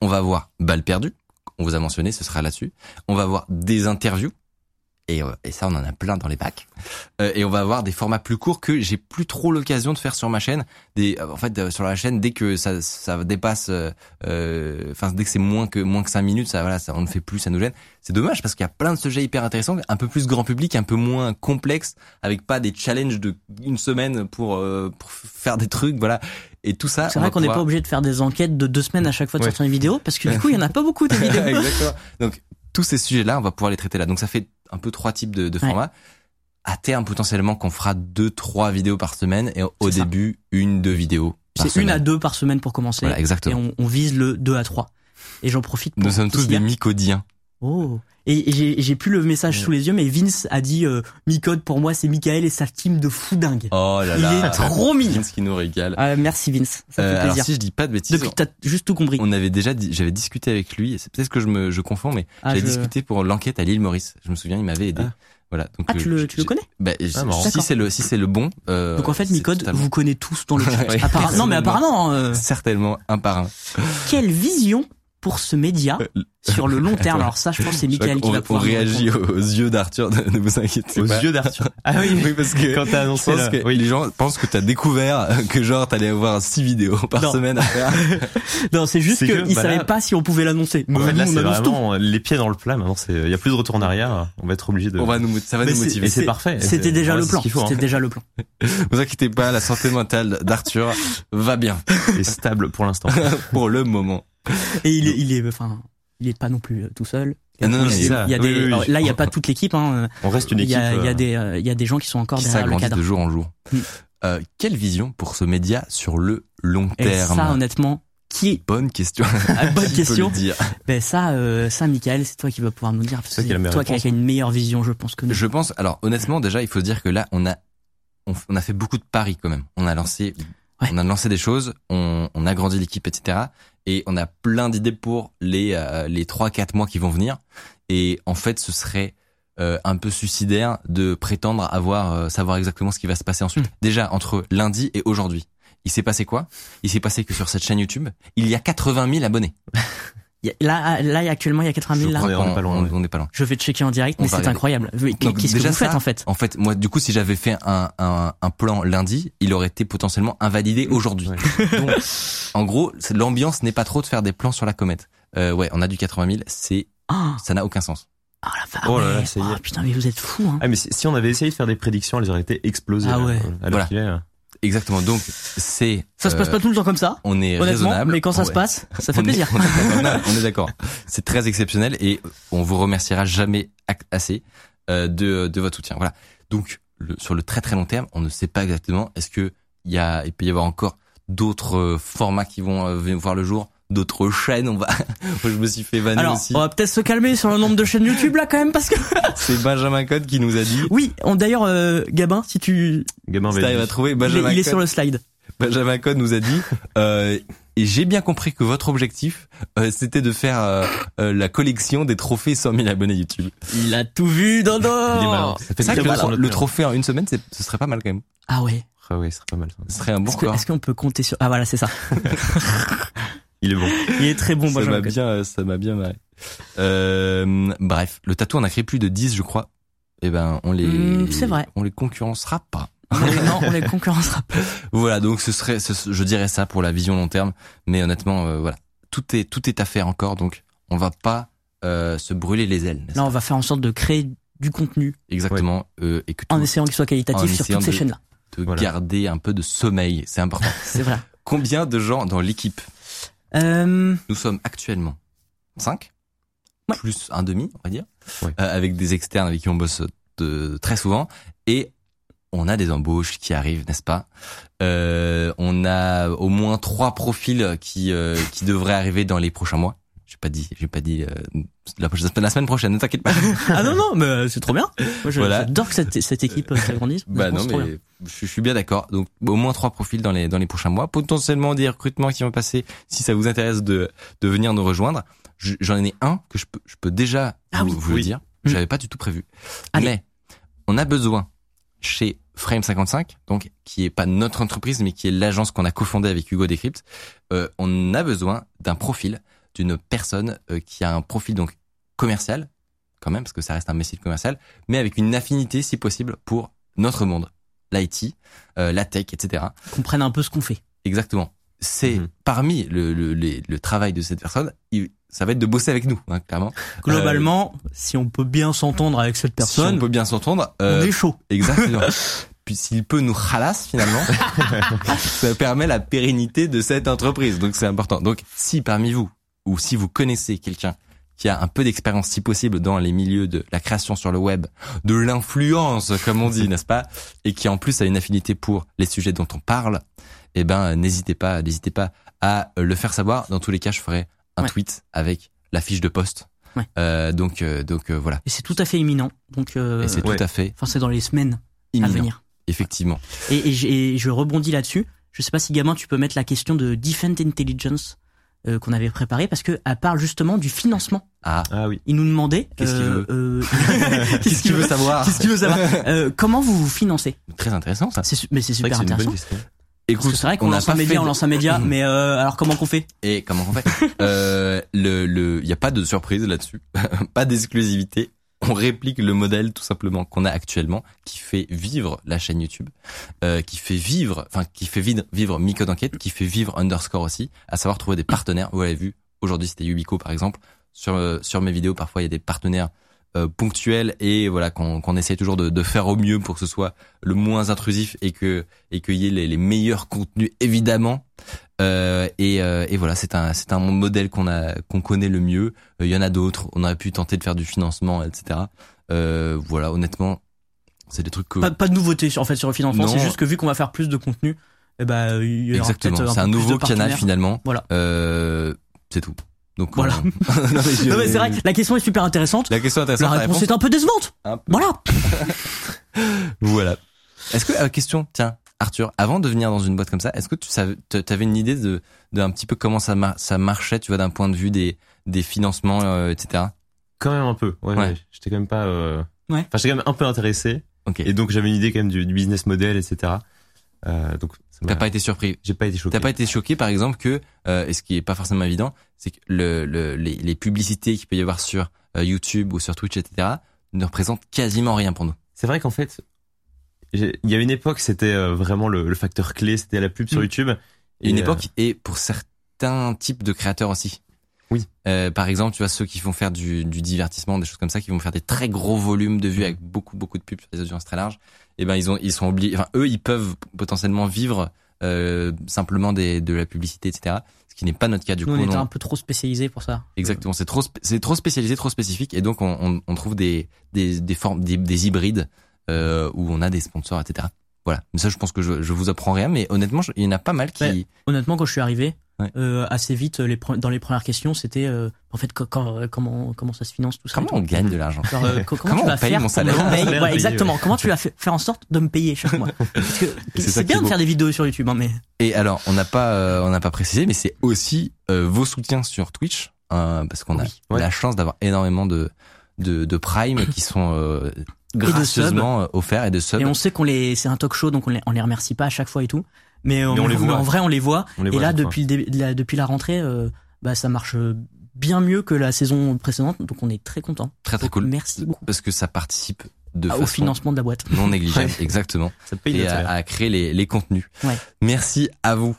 A: on va voir Balle perdue, on vous a mentionné, ce sera là-dessus. On va voir des interviews et, euh, et ça on en a plein dans les bacs. Euh, et on va avoir des formats plus courts que j'ai plus trop l'occasion de faire sur ma chaîne. Des, euh, en fait, euh, sur la chaîne, dès que ça, ça dépasse, euh, euh, enfin dès que c'est moins que moins que cinq minutes, ça voilà, ça on ne fait plus, ça nous gêne. C'est dommage parce qu'il y a plein de sujets hyper intéressants, un peu plus grand public, un peu moins complexe, avec pas des challenges de une semaine pour, euh, pour faire des trucs, voilà. Et tout ça.
B: C'est
A: on
B: vrai
A: va
B: qu'on n'est pas
A: pouvoir-
B: obligé de faire des enquêtes de deux semaines à chaque fois de
G: Ouais.
B: sortir une vidéo parce que du coup, il y en a pas beaucoup des vidéos.
A: Exactement. Donc tous ces sujets-là, on va pouvoir les traiter là. Donc ça fait un peu trois types de, de
B: Ouais.
A: formats. À terme, potentiellement, qu'on fera deux, trois vidéos par semaine et au au
B: C'est ça.
A: début une, deux vidéos. par
B: C'est une
A: semaine.
B: à deux par semaine pour commencer.
A: Voilà,
B: et
A: exactement.
B: on, on vise le 2 à 3. Et j'en profite pour.
A: Nous sommes tous des
B: dire-
A: mycodiens.
B: Oh. Et, et j'ai- j'ai plus le message sous les yeux, mais Vince a dit euh, Micode pour moi, c'est Michael et sa team de fou dingue.
A: Oh là
B: Il
A: là.
B: est trop mignon.
A: Vince qui nous régale.
B: Ah, merci Vince, ça
A: Euh,
B: fait
A: alors
B: plaisir.
A: si je dis pas de bêtises,
B: Depuis que t'as juste tout compris.
A: on avait déjà, dit- j'avais discuté avec lui. et C'est peut-être que je me, je confonds, mais
B: Ah,
A: j'avais
B: je-
A: discuté pour l'enquête à l'île Maurice. Je me souviens, il m'avait aidé.
G: Ah.
A: Voilà. Donc
B: Ah, tu
A: euh,
B: le,
A: je-
B: tu le
A: je-
B: connais
A: bah, je-
G: Ah, marrant.
A: Si c'est le, si c'est le bon. euh,
B: Donc en fait,
A: c'est
B: Micode
A: totalement-
B: vous connaît tous dans le chat.
A: Ouais.
B: Apparemment- non, mais apparemment, euh,
A: certainement un par un.
B: quelle vision pour ce média
G: Euh,
B: sur le long terme Alors ça, je pense que c'est
A: Je crois
B: Michael qui
A: qu'on-
B: va pouvoir.
A: On
B: nous
A: réagit
B: répondre.
A: aux, aux yeux d'Arthur, ne, ne vous inquiétez
G: Aux
A: pas.
G: yeux d'Arthur. Ah oui.
A: Oui, parce que
G: Quand t'as
A: je
G: annoncé
A: pense
G: là.
A: que
G: Oui.
A: les gens pensent que t'as découvert que genre t'allais avoir six vidéos par
B: Non.
A: semaine à faire.
B: Non, c'est juste
G: C'est
B: qu'ils
G: que, bah là-
B: savaient pas si on pouvait l'annoncer. Mais
G: En fait, là,
B: nous, on
G: c'est
B: annonce tout.
G: vraiment euh, les pieds dans le plat. Maintenant, c'est, il y a plus de retour en arrière. On va être obligé de.
A: On va nous, mot- ça va
B: Mais
A: nous
B: c'est-
A: motiver.
G: Et c'est
B: c'est-
G: parfait.
B: C'était déjà
G: voilà,
B: le
G: c'est
B: plan.
G: ce qu'il faut, hein.
B: C'était déjà le plan.
A: Vous inquiétez pas, la santé mentale d'Arthur va bien
G: Et stable pour l'instant.
A: pour le moment.
B: Et il est, il est, enfin, il est pas non plus euh, tout seul.
A: Ah non, non,
B: Oui,
A: mais
B: si,
G: ça.
B: il y a
G: Oui,
B: des,
G: oui, oui.
B: alors, là, il y a pas toute l'équipe. Hein.
G: On reste une
B: Il
G: équipe.
B: y a, il y a
G: euh,
B: des, euh, il y a des gens qui sont encore
A: Qui
B: derrière le
A: s'agrandit
B: cadre.
A: de jour en jour.
B: Mm.
A: Euh, quelle vision pour ce média sur le long
B: Et
A: terme
B: ça, honnêtement, qui
A: Bonne question.
B: a bonne
A: Qui peut
B: question
A: le dire
B: Ben ça, euh, ça, Michael, c'est toi qui vas pouvoir nous dire. parce que
G: C'est toi qui as
B: C'est
G: la meilleure
B: toi qui as
G: réponse.
B: une meilleure vision, je pense que nous.
A: Je pense. Alors honnêtement, déjà, il faut dire que là, on a on, f- on a fait beaucoup de paris quand même. On a lancé,
B: Ouais.
A: on a lancé des choses, on, on a grandi l'équipe, etc. Et on a plein d'idées pour les euh, les trois quatre mois qui vont venir. Et en fait, ce serait euh, un peu suicidaire de prétendre avoir euh, savoir exactement ce qui va se passer ensuite. Déjà entre lundi et aujourd'hui, il s'est passé quoi Il s'est passé que sur cette chaîne YouTube, il y a 80 000 abonnés.
B: Il y a- Là, là, il y a actuellement, il y a 80 000
G: Je
B: là.
G: crois- on est pas loin,
A: On-
G: ouais.
A: on n'est pas loin.
B: Je vais checker en direct,
A: On
B: mais
A: va
B: c'est
A: regarder.
B: incroyable. Mais
A: Donc,
B: Qu'est-ce que
A: déjà
B: vous faites
A: ça,
B: en fait
A: En fait, moi, du coup, si j'avais fait un, un, un plan lundi, il aurait été potentiellement invalidé aujourd'hui.
G: Ouais.
A: Donc, en gros, c'est- l'ambiance n'est pas trop de faire des plans sur la comète. Euh, ouais, on a du 80 000, c'est,
B: Ah,
A: ça n'a aucun sens.
B: Oh la vache.
G: Oh là là, ça y est.
B: Oh, putain, mais vous êtes fous. Hein.
G: Ah mais si si on avait essayé de faire des prédictions, elles auraient été explosées.
B: Ah
G: là,
B: ouais.
G: à l'heure
A: Voilà.
G: qu'il est, là.
A: Exactement. Donc, c'est.
B: Ça se passe
A: euh,
B: pas tout le temps comme ça,
A: On est
B: honnêtement,
A: raisonnable.
B: mais quand ça se
A: Ouais.
B: passe, ça fait
A: On est-
B: plaisir.
A: on est d'accord. On est d'accord. C'est très exceptionnel et on vous remerciera jamais ac- assez euh, de, de votre soutien. Voilà. Donc, le- sur le très très long terme, on ne sait pas exactement est-ce que il y a, il peut y avoir encore d'autres euh, formats qui vont euh, venir voir le jour, d'autres chaînes. On va. Moi, je me suis fait vanner
B: Alors,
A: aussi.
B: on va peut-être se calmer sur le nombre de chaînes YouTube là quand même parce que
A: C'est Benjamin Code qui nous a dit.
B: oui, on d'ailleurs euh, Gabin, si tu
G: Gabin
A: Si
G: va
A: t'arrives
G: dire.
A: à trouver
B: il
A: Benjamin
B: est- il est
A: Code-
B: sur le slide.
A: Benjamin Cohn nous a dit euh, et j'ai bien compris que votre objectif euh, c'était de faire euh, euh, la collection des trophées 100 000 abonnés YouTube.
B: Il a tout vu
G: Il est malin.
B: Dodo.
G: Ça
A: C'est
G: fait
A: vrai que
G: très mal sur
A: le,
G: notre
A: le
G: mur.
A: trophée en une semaine c'est- ce serait pas mal quand même.
B: Ah ouais.
G: Ah ouais, ce serait pas mal. ça.
A: Ce serait un bon
B: Est-ce que-
A: record.
B: est-ce qu'on peut compter sur Ah voilà, c'est ça.
G: Il est bon.
B: Il est très bon
A: ça m'a
B: Benjamin. Cotillard.
A: bien euh, ça m'a bien marré. Euh, bref, le tatou on a créé plus de 10 je crois. Et ben on les
B: Hmm, c'est vrai.
A: on les concurrencera pas.
B: Mais non, on les concurrencera pas.
A: Voilà, donc ce serait ce- je dirais ça pour la vision long terme mais honnêtement euh, voilà, tout est tout est à faire encore donc on va pas euh, se brûler les ailes. n'est-ce
B: Là, on va faire en sorte de créer du contenu
A: Exactement. Euh, et que
B: en
A: tout-
B: essayant qu'il soit
A: En
B: qualitatif sur
A: essayant
B: toutes ces
A: de-
B: chaînes là.
A: de
G: Voilà.
A: garder un peu de sommeil, c'est important.
B: C'est vrai.
A: Combien de gens dans l'équipe
B: Euh,
A: Nous sommes actuellement 5
B: Ouais.
A: plus un demi, on va dire,
G: Ouais.
A: euh, avec des externes avec qui on bosse de, très souvent et on a des embauches qui arrivent, n'est-ce pas Euh, On a au moins trois profils qui euh, qui devraient arriver dans les prochains mois. J'ai pas dit, j'ai pas dit euh, la, prochaine- la semaine prochaine. Ne t'inquiète pas.
B: Ah non non, mais euh, c'est trop bien. Moi je-
A: Voilà.
B: j'adore que cette, cette équipe euh, s'agrandisse.
A: Bah
B: Franchement,
A: non,
B: c'est trop bien.
A: mais je, je suis bien d'accord. Donc au moins trois profils dans les dans les prochains mois, potentiellement des recrutements qui vont passer. Si ça vous intéresse de de venir nous rejoindre, Je- j'en ai un que je peux je peux déjà
B: Ah
A: vous,
B: oui.
A: vous le
G: Oui.
A: dire.
B: Mm.
A: J'avais pas du tout prévu.
B: Allez.
A: Mais on a besoin chez Frame 55, donc qui est pas notre entreprise mais qui est l'agence qu'on a cofondée avec Hugo Decrypt. euh, on a besoin d'un profil d'une personne euh, qui a un profil donc commercial quand même parce que ça reste un message commercial mais avec une affinité si possible pour notre monde, l'IT, euh, la tech, etc.
B: qu'on prenne un peu ce qu'on fait.
A: Exactement. C'est
G: Mhm.
A: parmi le, le, les- le travail de cette personne, il- ça va être de bosser avec nous, hein, clairement.
B: Globalement, si on peut bien s'entendre avec cette
A: Si on
B: personne,
A: peut bien s'entendre,
B: on
A: euh,
B: est chaud.
A: exactement. Puis s'il peut nous halas finalement, ça permet la pérennité de cette entreprise. Donc c'est important. Donc si parmi vous ou si vous connaissez quelqu'un qui a un peu d'expérience si possible dans les milieux de la création sur le web, de l'influence comme on dit, n'est-ce pas, et qui en plus a une affinité pour les sujets dont on parle, eh ben n'hésitez pas, n'hésitez pas à le faire savoir. Dans tous les cas, je ferai un
B: Ouais.
A: tweet avec la fiche de poste.
B: Ouais.
A: Euh, donc euh, donc euh, voilà.
B: Et c'est tout à fait imminent. Donc, euh,
A: Et c'est
G: ouais.
A: tout à fait
B: enfin, c'est dans les semaines à
A: imminent,
B: venir.
A: effectivement.
B: Et, et j'ai- et je rebondis là-dessus. Je sais pas si gamin, tu peux mettre la question de Defense Intelligence euh, qu'on avait préparée parce que à parle justement du financement,
A: Ah,
G: Ah oui.
B: il nous demandait.
A: Qu'est-ce qu'il
B: euh,
A: veut
B: euh,
A: qu'est-ce qu'il veut savoir
B: Qu'est-ce qu'il veut savoir Euh, Comment vous vous financez
A: Très intéressant ça.
B: C'est su- Mais c'est
G: C'est vrai que
B: super
G: c'est une bonne
B: intéressant.
G: question.
B: Parce que c'est vrai qu'on
A: on n'a
B: lance un
A: pas fait.
B: média, on
A: de-
B: lance un média, mais euh, alors comment qu'on fait
A: Et comment on fait euh, Le, le, y a pas de surprise là-dessus, pas d'exclusivité. On réplique le modèle tout simplement qu'on a actuellement, qui fait vivre la chaîne YouTube, euh, qui fait vivre, enfin qui fait vivre, vivre Micode Enquête, qui fait vivre Underscore aussi, à savoir trouver des partenaires. Vous l'avez vu, aujourd'hui c'était Ubico par exemple. Sur euh, sur mes vidéos, parfois il y a des partenaires euh, ponctuels et voilà qu'on qu'on essaie toujours de, de faire au mieux pour que ce soit le moins intrusif et que et qu'il y ait les, les meilleurs contenus évidemment euh, et, euh, et voilà, c'est un c'est un modèle qu'on a qu'on connaît le mieux. Euh, Il y en a d'autres. On a pu tenter de faire du financement, etc. Euh, voilà, honnêtement, c'est des trucs que
B: pas, pas de nouveauté sur- en fait sur le financement,
A: Non.
B: c'est juste que vu qu'on va faire plus de contenu, eh ben il y aura
A: exactement.
B: peut-être
A: C'est un
B: peu plus de
A: nouveau canal
B: partenaires.
A: finalement.
B: Voilà.
A: Euh, c'est tout. Donc
B: Voilà.
A: on- Non, mais je-
B: Non mais c'est vrai, que la question est super intéressante.
A: La question
B: La
A: intéressante.
B: réponse, est un peu décevante.
A: Un peu.
B: Voilà.
A: Voilà. Est-ce que euh, question, tiens, Arthur, avant de venir dans une boîte comme ça, est-ce que tu savais, avais une idée de, de un petit peu comment ça mar- ça marchait, tu vois, d'un point de vue des des financements, euh, etc.
G: Quand même un peu. Ouais.
A: Ouais.
G: mais J'étais quand même pas. euh,
B: Ouais.
G: Enfin, j'étais quand même un peu intéressé.
A: Ok.
G: Et donc j'avais une idée quand même du, du business model, etc. Euh, donc ça m'a-
A: T'as pas été surpris
G: j'ai pas été choqué.
A: T'as pas été choqué, par exemple, que, euh, et ce qui est pas forcément évident, c'est que le, le- les, les publicités qu'il peut y avoir sur euh, YouTube ou sur Twitch, etc., ne représentent quasiment rien pour nous.
G: C'est vrai qu'en fait, j'ai- il y a une époque, c'était euh, vraiment le, le facteur clé, c'était la pub sur
B: Mm.
G: YouTube.
A: Et une
G: euh,
A: époque, et pour certains types de créateurs aussi.
G: Oui.
A: Euh, par exemple, tu vois ceux qui vont faire du, du divertissement, des choses comme ça, qui vont faire des très gros volumes de vues avec beaucoup beaucoup de pubs sur des audiences très larges. Et ben ils ont ils sont obligés, enfin eux ils peuvent potentiellement vivre euh, simplement des, de la publicité, etc. Ce qui n'est pas notre cas du
B: Nous,
A: coup.
B: on était
A: on-
B: un peu trop spécialisés pour ça.
A: Exactement, c'est trop spé- c'est trop spécialisé, trop spécifique, et donc on, on, on trouve des des, des formes des, des hybrides euh, où on a des sponsors, etc. Voilà. Mais ça, je pense que je, je vous apprends rien, mais honnêtement, je- il y en a pas mal qui.
B: Ouais. Honnêtement, quand je suis arrivé,
A: Ouais.
B: euh, assez vite, les pre- dans les premières questions, c'était euh, en fait co- quand- euh, comment comment ça se finance tout ça.
A: Comment on gagne de l'argent
B: Genre, euh, co- comment,
A: Comment
B: tu
A: on
B: vas
A: paye
B: faire
A: mon
B: pour
A: salaire
B: me payer
G: Salaire
B: Ouais,
G: payé,
B: exactement.
G: ouais.
B: Comment tu vas fa- faire en sorte de me payer chaque mois Parce que
A: ça
B: C'est
A: qui est
B: bien de
A: beau.
B: faire des vidéos sur YouTube, hein, mais
A: Et alors, on n'a pas euh, on n'a pas précisé, mais c'est aussi euh, vos soutiens sur Twitch, hein, parce qu'on a
B: Oui,
G: ouais.
A: la chance d'avoir énormément de de, de Prime qui sont euh, gracieusement euh, offerts et de subs.
B: et on sait qu'on les c'est un talk show donc on les on les remercie pas à chaque fois et tout. Mais, euh,
G: Mais on les voit.
B: en vrai, on les voit.
G: On les
B: et
G: voit à
B: là,
G: chaque fois.
B: depuis, le début de la, depuis la rentrée, euh, bah, ça marche euh, bien mieux que la saison précédente, donc on est très content.
A: Très Ah, très cool,
B: Merci beaucoup
A: parce que ça participe de
B: Ah, au
A: façon
B: financement de la boîte.
A: non négligeable, exactement.
G: Ça paye
A: et
G: notre
A: à,
B: euh,
G: salaire.
A: à créer les, les contenus.
B: Ouais.
A: Merci à vous.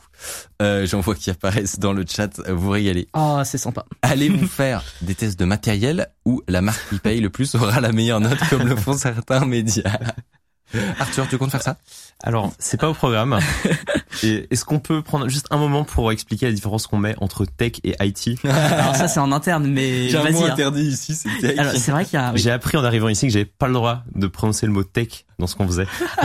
A: Euh, J'en vois qui apparaissent dans le chat. Vous régalez.
B: Ah, c'est sympa.
A: Allez vous faire des tests de matériel où la marque qui paye le plus aura la meilleure note, comme le font certains médias. Arthur, tu comptes faire ça
G: Alors, c'est pas au programme. et est-ce qu'on peut prendre juste un moment pour expliquer la différence qu'on met entre tech et IT
B: Alors ça, c'est en interne, mais vas-y. hein.
A: interdit ici, c'est
B: Alors, c'est vrai qu'il y a.
G: J'ai appris en arrivant ici que j'avais pas le droit de prononcer le mot tech dans ce qu'on faisait.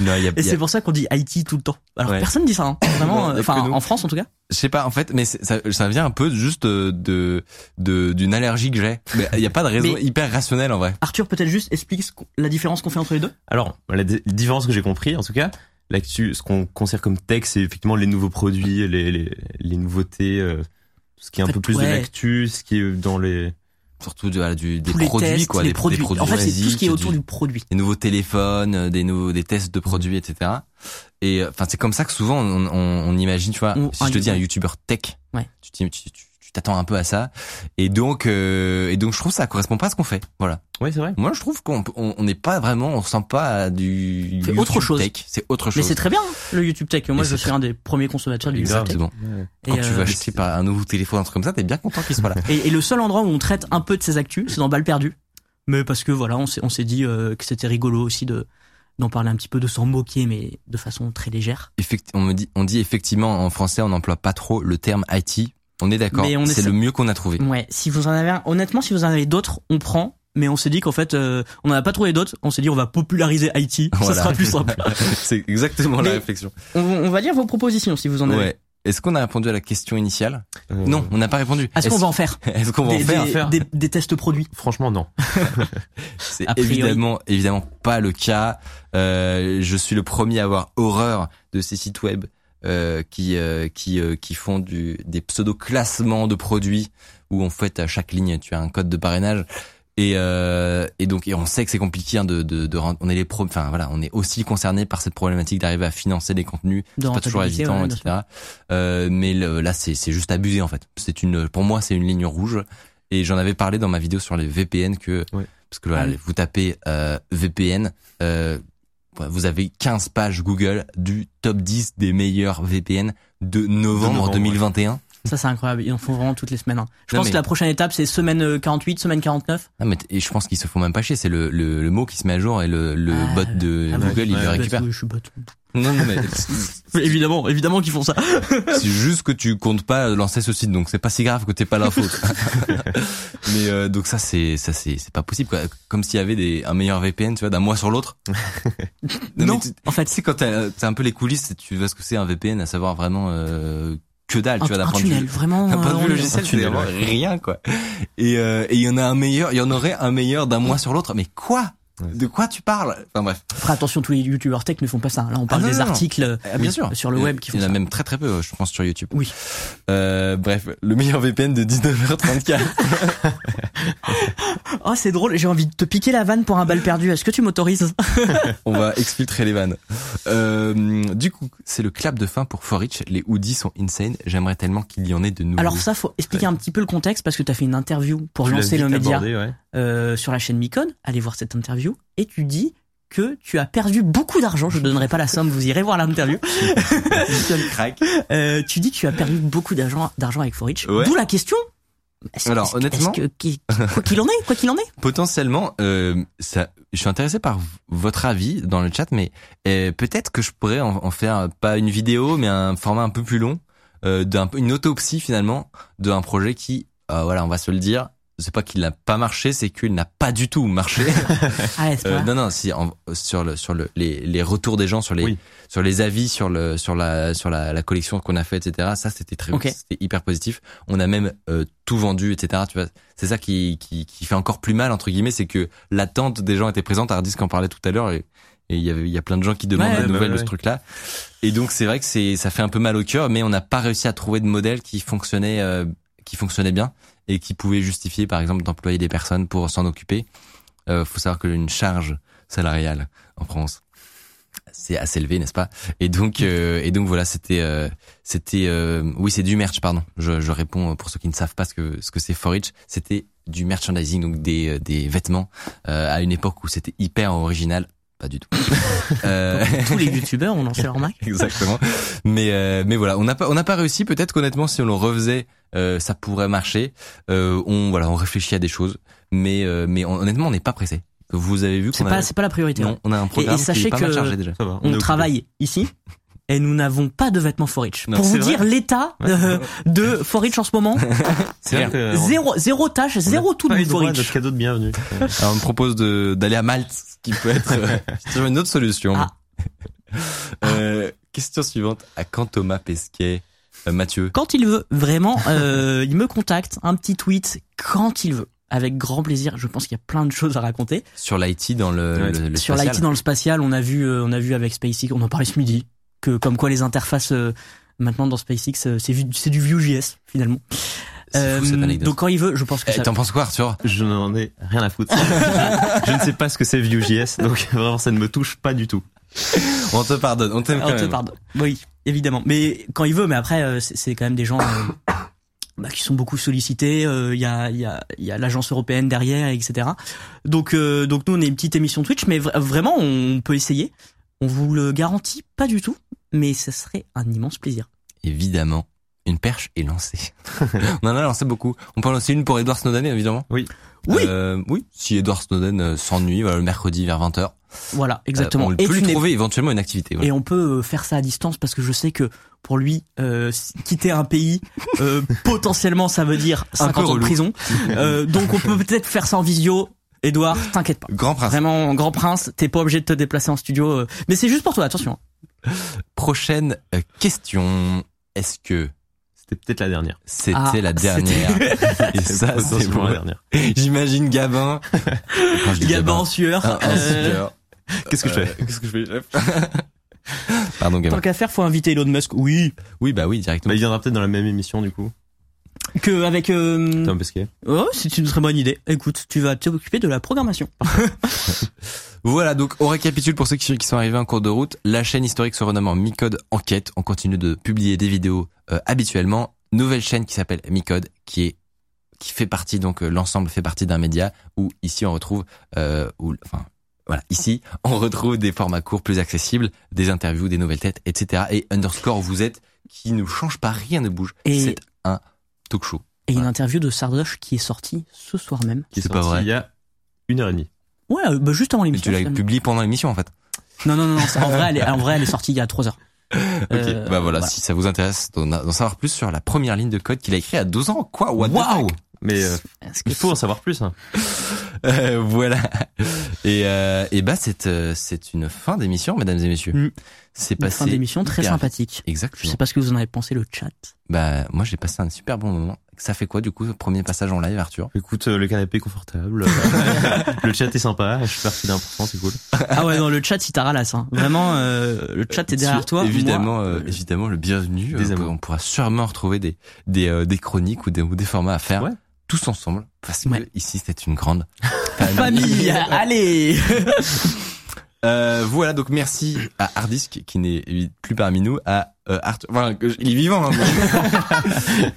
A: Non, il y a,
B: Et
A: il y a-
B: c'est pour ça qu'on dit IT tout le temps. Alors
A: Ouais.
B: personne dit ça, hein. vraiment.
A: Non,
B: euh,
A: que
B: Enfin,
A: nous.
B: en France en tout cas.
A: je sais pas en fait, mais c'est- ça, ça vient un peu juste de de- de- d'une allergie que j'ai. Mais Il y a pas de raison
B: Mais-
A: hyper rationnelle en vrai.
B: Arthur, peut-être juste explique ce qu'on- la différence qu'on fait entre les deux.
G: Alors, la di- différence que j'ai compris, en tout cas, là-dessus, ce qu'on considère comme tech, c'est effectivement les nouveaux produits, les, les, les nouveautés, euh, tout ce qui est un
B: En fait,
G: peu plus de
B: ouais.
G: l'actu, ce qui est dans les...
A: Surtout du, voilà, du- des
B: Tous les
A: produits
B: tests,
A: quoi,
B: les
A: des, des
B: produits. en fait, c'est tout ce qui est
A: basiques,
B: autour du produit.
A: des nouveaux téléphones, euh, des nouveaux des tests de produits, etc. Et euh, enfin, c'est comme ça que souvent on, on, on imagine, tu vois,
B: Ou
A: si
B: un
A: je te dis un
B: YouTuber.
A: youtubeur tech,
B: Ouais.
A: tu t'y- tu tu- tu t'attends un peu à ça. Et donc, euh, et donc, je trouve que ça correspond pas à ce qu'on fait. Voilà.
G: Oui, c'est vrai.
A: Moi, je trouve qu'on peut- on on n'est pas vraiment, on ressemble pas à du
B: C'est
A: YouTube
B: autre chose.
A: tech. C'est autre
B: Mais
A: chose.
B: c'est très bien hein, le YouTube Tech.
A: Et
B: Moi, je
A: c'est
B: suis un des premiers consommateurs du YouTube Tech.
A: Exactement. Quand
B: Et,
A: tu
B: euh,
A: vas acheter par un nouveau téléphone, un truc comme ça, t'es bien content qu'il soit là.
B: Et, et le seul endroit où on traite un peu de ces actus, c'est dans Balle perdue. Mais parce que voilà, on s'est on s'est dit euh, que c'était rigolo aussi de d'en parler un petit peu, de s'en moquer, mais de façon très légère.
A: Effecti- on me dit, on dit effectivement en français, on n'emploie pas trop le terme IT. On est d'accord.
B: Mais on
A: C'est
B: essaie-
A: le mieux qu'on a trouvé.
B: Ouais, si vous en avez un, honnêtement, si vous en avez d'autres, on prend. Mais on s'est dit qu'en fait, euh, on n'en a pas trouvé d'autres. On s'est dit, on va populariser IT.
A: Voilà.
B: Ça sera plus simple.
A: c'est exactement la
B: Mais-
A: réflexion.
B: on, on va lire vos propositions si vous en avez.
A: Ouais. Est-ce qu'on a répondu à la question initiale
G: Euh,
A: Non, on n'a pas répondu.
B: Est-ce qu'on va en faire
A: Est-ce qu'on va en
B: des,
A: faire
B: des-
G: faire.
B: des- des tests produits
G: Franchement, non.
A: C'est
B: a priori.
A: évidemment, évidemment pas le cas. Euh, je suis le premier à avoir horreur de ces sites web euh, qui euh, qui euh, qui font du des pseudo classements de produits où en fait à chaque ligne tu as un code de parrainage. Et, euh, et donc et on sait que c'est compliqué hein, de, de, de rendre- on est les pro enfin voilà on est aussi concerné par cette problématique d'arriver à financer les contenus
B: de
A: c'est pas toujours
B: rentabilité,
A: évident,
B: ouais, bien sûr.
A: etc. Euh, mais le- là, c'est c'est juste abusé en fait. C'est une, pour moi, c'est une ligne rouge. Et j'en avais parlé dans ma vidéo sur les VPN que,
G: Ouais.
A: parce que voilà,
B: Ah oui.
A: vous tapez euh, VPN, euh, bah, vous avez 15 pages Google du top 10 des meilleurs VPN de novembre,
G: novembre,
A: 2021.
B: Ça c'est incroyable, ils en font vraiment toutes les semaines. hein. Je
A: Non,
B: pense
A: mais-
B: que la prochaine étape c'est semaine euh, 48, semaine 49.
A: Ah, mais t- et je pense qu'ils se font même pas chier. C'est le, le, le mot qui se met à jour et le, le
B: Ah,
A: bot de
B: Ah,
A: Euh, Google,
B: ouais,
A: il
B: ouais,
A: le
B: bête,
A: récupère.
B: oui, je suis bête.
A: Non, non, mais
B: Évidemment, évidemment qu'ils font ça.
A: C'est juste que tu comptes pas lancer ce site, donc c'est pas si grave que t'aies pas l'info. Mais euh, donc ça c'est ça c'est c'est pas possible quoi. Comme s'il y avait des un meilleur VPN, tu vois, d'un mois sur l'autre. mais
B: Non,
A: tu- tu
B: en fait,
A: sais quand t'as t'as un peu les coulisses, tu vois ce que c'est un VPN, à savoir vraiment euh, que dalle,
B: un,
A: tu vois, d'un
B: un
A: point de
B: tunnel,
A: vue.
B: vraiment.
A: D'un point de
B: euh,
A: vue
B: on-
A: logiciel,
G: un
A: c'est
G: tunnel,
A: vraiment rien quoi. Et euh, et il y en a un meilleur, il y en aurait un meilleur d'un mois sur l'autre. Mais quoi
G: Ouais.
A: De quoi tu parles Enfin bref.
B: Après, attention, tous les youtubeurs tech ne font pas ça. Là, on parle
A: non,
B: des
A: non, non.
B: articles euh,
A: Ah, bien sûr.
B: sur le
A: Il y en a-
B: web qui font
A: Il y en
B: ça.
A: a même très très peu, je pense, sur YouTube.
B: Oui.
A: Euh, bref, le meilleur VPN de 19h34.
B: Oh, c'est drôle, j'ai envie de te piquer la vanne pour un bal perdu. Est-ce que tu m'autorises
A: On va exfiltrer les vannes. Euh, du coup, c'est le clap de fin pour Forich. Les hoodies sont insane. J'aimerais tellement qu'il y en ait de nouveaux.
B: Alors ça, faut expliquer un petit peu le contexte parce que t'as fait une interview pour
G: Tu l'as
B: lancer le
G: vite
B: média
G: abordé, ouais.
B: euh, sur la chaîne Micon. Allez voir cette interview et tu dis que tu as perdu beaucoup d'argent. Je ne donnerai pas la somme, vous irez voir l'interview.
A: crack.
B: Euh, tu dis que tu as perdu beaucoup d'argent, d'argent avec Forage.
A: Ouais.
B: D'où la question. Est-ce-
A: Alors,
B: est-ce-
A: honnêtement-
B: est-ce que- qui- quoi qu'il en est, quoi qu'il en est,
A: Potentiellement, euh, ça, je suis intéressé par v- votre avis dans le chat, mais euh, peut-être que je pourrais en, en faire euh, pas une vidéo, mais un format un peu plus long, euh, d'un une autopsie finalement d'un projet qui, euh, voilà, on va se le dire, c'est pas qu'il n'a pas marché, c'est qu'il n'a pas du tout marché.
B: ah, est-ce
A: Euh,
B: pas
A: non, non, si en- sur le sur le les, les retours des gens, sur les
G: Oui.
A: sur les avis, sur le sur la sur la, la collection qu'on a fait, etc. Ça, c'était très,
B: Ok.
A: c'était hyper positif. On a même euh, tout vendu, etc. Tu vois, c'est ça qui, qui qui fait encore plus mal entre guillemets, c'est que l'attente des gens était présente. Hardisk en parlait tout à l'heure et et il y avait il y a plein de gens qui demandent
B: Ouais,
A: des
G: ouais,
A: nouvelles de
G: ouais,
A: ce
G: ouais.
A: truc-là. Et donc c'est vrai que c'est ça fait un peu mal au cœur, mais on n'a pas réussi à trouver de modèle qui fonctionnait euh, qui fonctionnait bien et qui pouvait justifier par exemple d'employer des personnes pour s'en occuper. Euh, faut savoir que une charge salariale en France c'est assez élevé, n'est-ce pas Et donc euh, et donc voilà, c'était euh, c'était euh, oui, c'est du merch pardon. Je, je réponds euh, pour ceux qui ne savent pas ce que ce que c'est Forage, c'était du merchandising donc des euh, des vêtements euh, à une époque où c'était hyper original, pas du tout. Euh,
B: Tous les youtubeurs ont lancé leur Mac.
A: Exactement. Mais euh, mais voilà, on n'a pas on n'a pas réussi. Peut-être qu'honnêtement, si on le refaisait, euh, ça pourrait marcher. Euh, on voilà, on réfléchit à des choses, mais euh, mais on- honnêtement, on n'est pas pressé. Vous avez vu
B: C'est
A: qu'on
B: pas,
A: a
B: c'est pas la priorité.
A: non, on a un programme qui
B: sachez
A: est pas mal
B: que-
A: chargé déjà.
G: Ça va, on est
B: on
G: occupé.
B: travaille ici et nous n'avons pas de vêtements Forage.
A: Non,
B: Pour vous
G: c'est vrai.
B: dire l'état euh, de Forage en ce moment,
G: C'est vrai que-
B: zéro, zéro tâche,
G: euh, on a
B: zéro tout
G: pas
B: de
G: eu droit à notre
B: Forage.
G: cadeau de bienvenue.
A: Alors, on me propose de d'aller à Malte, ce qui peut être euh, sur une autre solution.
B: Ah.
A: Euh, question suivante. À quand Thomas Pesquet, euh, Mathieu
B: Quand il veut, vraiment, euh, il me contacte, un petit tweet, quand il veut. Avec grand plaisir, je pense qu'il y a plein de choses à raconter.
A: sur l'IT dans le,
G: Ouais.
A: le- le
B: Sur
A: spatial.
B: l'IT dans le spatial, on a vu, euh, on a vu avec SpaceX, on en parlait ce midi, que comme quoi les interfaces euh, maintenant dans SpaceX, euh, c'est vu- c'est du Vue.js finalement.
A: C'est fou, cette
B: Euh,
A: anecdote.
B: donc quand il veut, je pense que
A: Eh,
B: ça.
A: T'en penses quoi, Arthur
G: Je n'en ai rien à foutre. je ne sais pas ce que c'est Vue.js, donc vraiment ça ne me touche pas du tout.
A: On te pardonne. On t'aime
B: Ah,
A: quand
B: on te
A: même.
B: pardonne. Oui, évidemment. Mais quand il veut, mais après, euh, c'est c'est quand même des gens euh, bah, qui sont beaucoup sollicités. euh, Il y a, il y a, il y a l'agence européenne derrière, etc. Donc, euh, donc nous, on est une petite émission Twitch, mais vra- vraiment, on peut essayer. On vous le garantit pas du tout, mais ça serait un immense plaisir.
A: Évidemment, une perche est lancée. on en a lancé beaucoup. On peut en lancer une pour Edward Snowden, évidemment.
G: Oui.
B: Oui.
A: Euh, oui. Si Edward Snowden euh, s'ennuie, voilà, le mercredi vers 20h.
B: Voilà, exactement.
A: on peut
B: tu
A: lui
B: n'es-
A: trouver éventuellement une activité. voilà.
B: Et on peut euh, faire ça à distance parce que je sais que pour lui, euh, s- quitter un pays, euh, potentiellement, ça veut dire
A: Un peu
B: 50 ans de
A: relou.
B: prison. Euh, donc on peut peut-être faire ça en visio. Edouard, t'inquiète pas.
A: Grand principe.
B: Vraiment, grand prince, t'es pas obligé de te déplacer en studio. euh, Mais c'est juste pour toi, attention. hein.
A: Prochaine euh, question. Est-ce que
G: C'était peut-être la dernière.
A: c'était
B: Ah,
A: la dernière Et ça, c'est
G: potentiellement la
A: bon.
G: dernière.
A: J'imagine Gabin. Quand je dis
B: Gabin en sueur.
A: un- un
B: euh,
A: sueur.
G: Qu'est-ce que je
A: Euh,
G: fais
A: Qu'est-ce que je fais Pardon Gabin.
B: tant qu'à faire, faut inviter Elon Musk. Oui.
A: Oui, bah oui,
G: Bah,
A: directement.
G: il viendra peut-être dans la même émission du coup.
B: Que avec. euh,
G: Tom Pesquet.
B: Oh, c'est une très bonne idée. Écoute, tu vas t'occuper de la programmation.
A: Voilà, donc on récapitule pour ceux qui, qui sont arrivés en cours de route. La chaîne historique se renomme en Micode Enquête. On continue de publier des vidéos euh, habituellement. Nouvelle chaîne qui s'appelle Micode, qui est qui fait partie donc euh, l'ensemble fait partie d'un média où ici on retrouve euh, où enfin voilà ici on retrouve des formats courts plus accessibles, des interviews, des nouvelles têtes, etc. Et underscore vous êtes qui ne change pas, rien ne bouge.
B: Et-
A: C'est un talk show.
B: Et une
A: Voilà.
B: interview de Sardoche qui est sortie ce soir même.
G: qui est
A: C'est pas
G: sorti
A: vrai.
G: Il y a une heure et demie.
B: Ouais, euh, bah, juste avant
A: Mais
B: l'émission.
A: tu l'as
B: finalement.
A: publié pendant l'émission en fait.
B: Non, non, non, non, c'est- en vrai, elle est, en vrai, elle est sortie il y a 3 heures.
A: Ok,
B: Euh,
A: bah voilà, si ça vous intéresse d'en d'en savoir plus sur la première ligne de code qu'il a écrit à 12 ans, quoi, what the
B: Waouh
A: fuck
G: Mais euh,
B: Est-ce que
G: il faut en savoir plus. hein.
A: Euh, Voilà. Et, euh, et bah c'est euh, c'est une fin d'émission, mesdames et messieurs.
B: Mm.
A: C'est
B: une
A: passé.
B: fin d'émission très
A: hyper
B: sympathique. Je
A: Exactement.
B: sais pas ce que vous en avez pensé, le chat.
A: Bah moi j'ai passé un super bon moment. Ça fait quoi du coup, premier passage en live, Arthur
G: Écoute, euh, le canapé est confortable. euh, le chat est sympa. Je suis parti d'un pour cent, c'est cool.
B: Ah ouais, non, le chat, il t'arralasse. Hein. Vraiment, euh, le chat est derrière
A: Sur-
B: toi.
A: Évidemment,
B: Moi,
A: euh,
B: euh,
A: évidemment le bienvenu.
G: Des
A: Euh,
G: amours.
A: on pourra sûrement retrouver des des, euh, des chroniques ou des, ou des formats à faire
G: Ouais.
A: tous ensemble parce
B: Ouais.
A: que ici c'est une grande
B: Famille, allez
A: Euh, voilà, donc merci à Hardisk qui n'est plus parmi nous, à euh, Arthur. Enfin, que je- il est vivant, hein,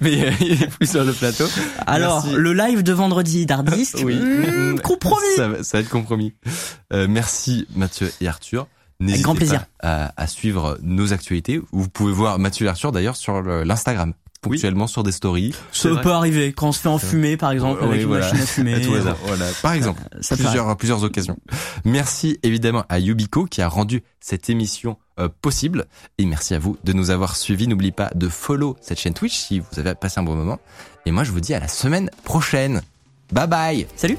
A: mais, mais, euh, il est plus sur le plateau.
B: Alors,
A: Merci.
B: le live de vendredi d'Ardiste,
A: Oui.
B: hmm, compromis
A: Mm, Ça, va- ça va être compromis. Euh, merci Mathieu et Arthur. N'hésitez
B: grand plaisir.
A: pas à, à suivre nos actualités. Vous pouvez voir Mathieu et Arthur d'ailleurs sur le- l'Instagram, ponctuellement sur des stories.
B: Ça
G: C'est vrai.
B: peut arriver quand on se fait enfumer, par exemple,
A: Oui,
B: avec une
A: voilà.
B: machine à fumer.
A: À tout hasard. Voilà. Bah, Par exemple,
B: Ça peut
A: plusieurs, plusieurs occasions. Merci évidemment à Yubico qui a rendu cette émission euh, possible. Et merci à vous de nous avoir suivis. N'oubliez pas de follow cette chaîne Twitch si vous avez passé un bon moment. Et moi, je vous dis à la semaine prochaine. Bye bye
B: Salut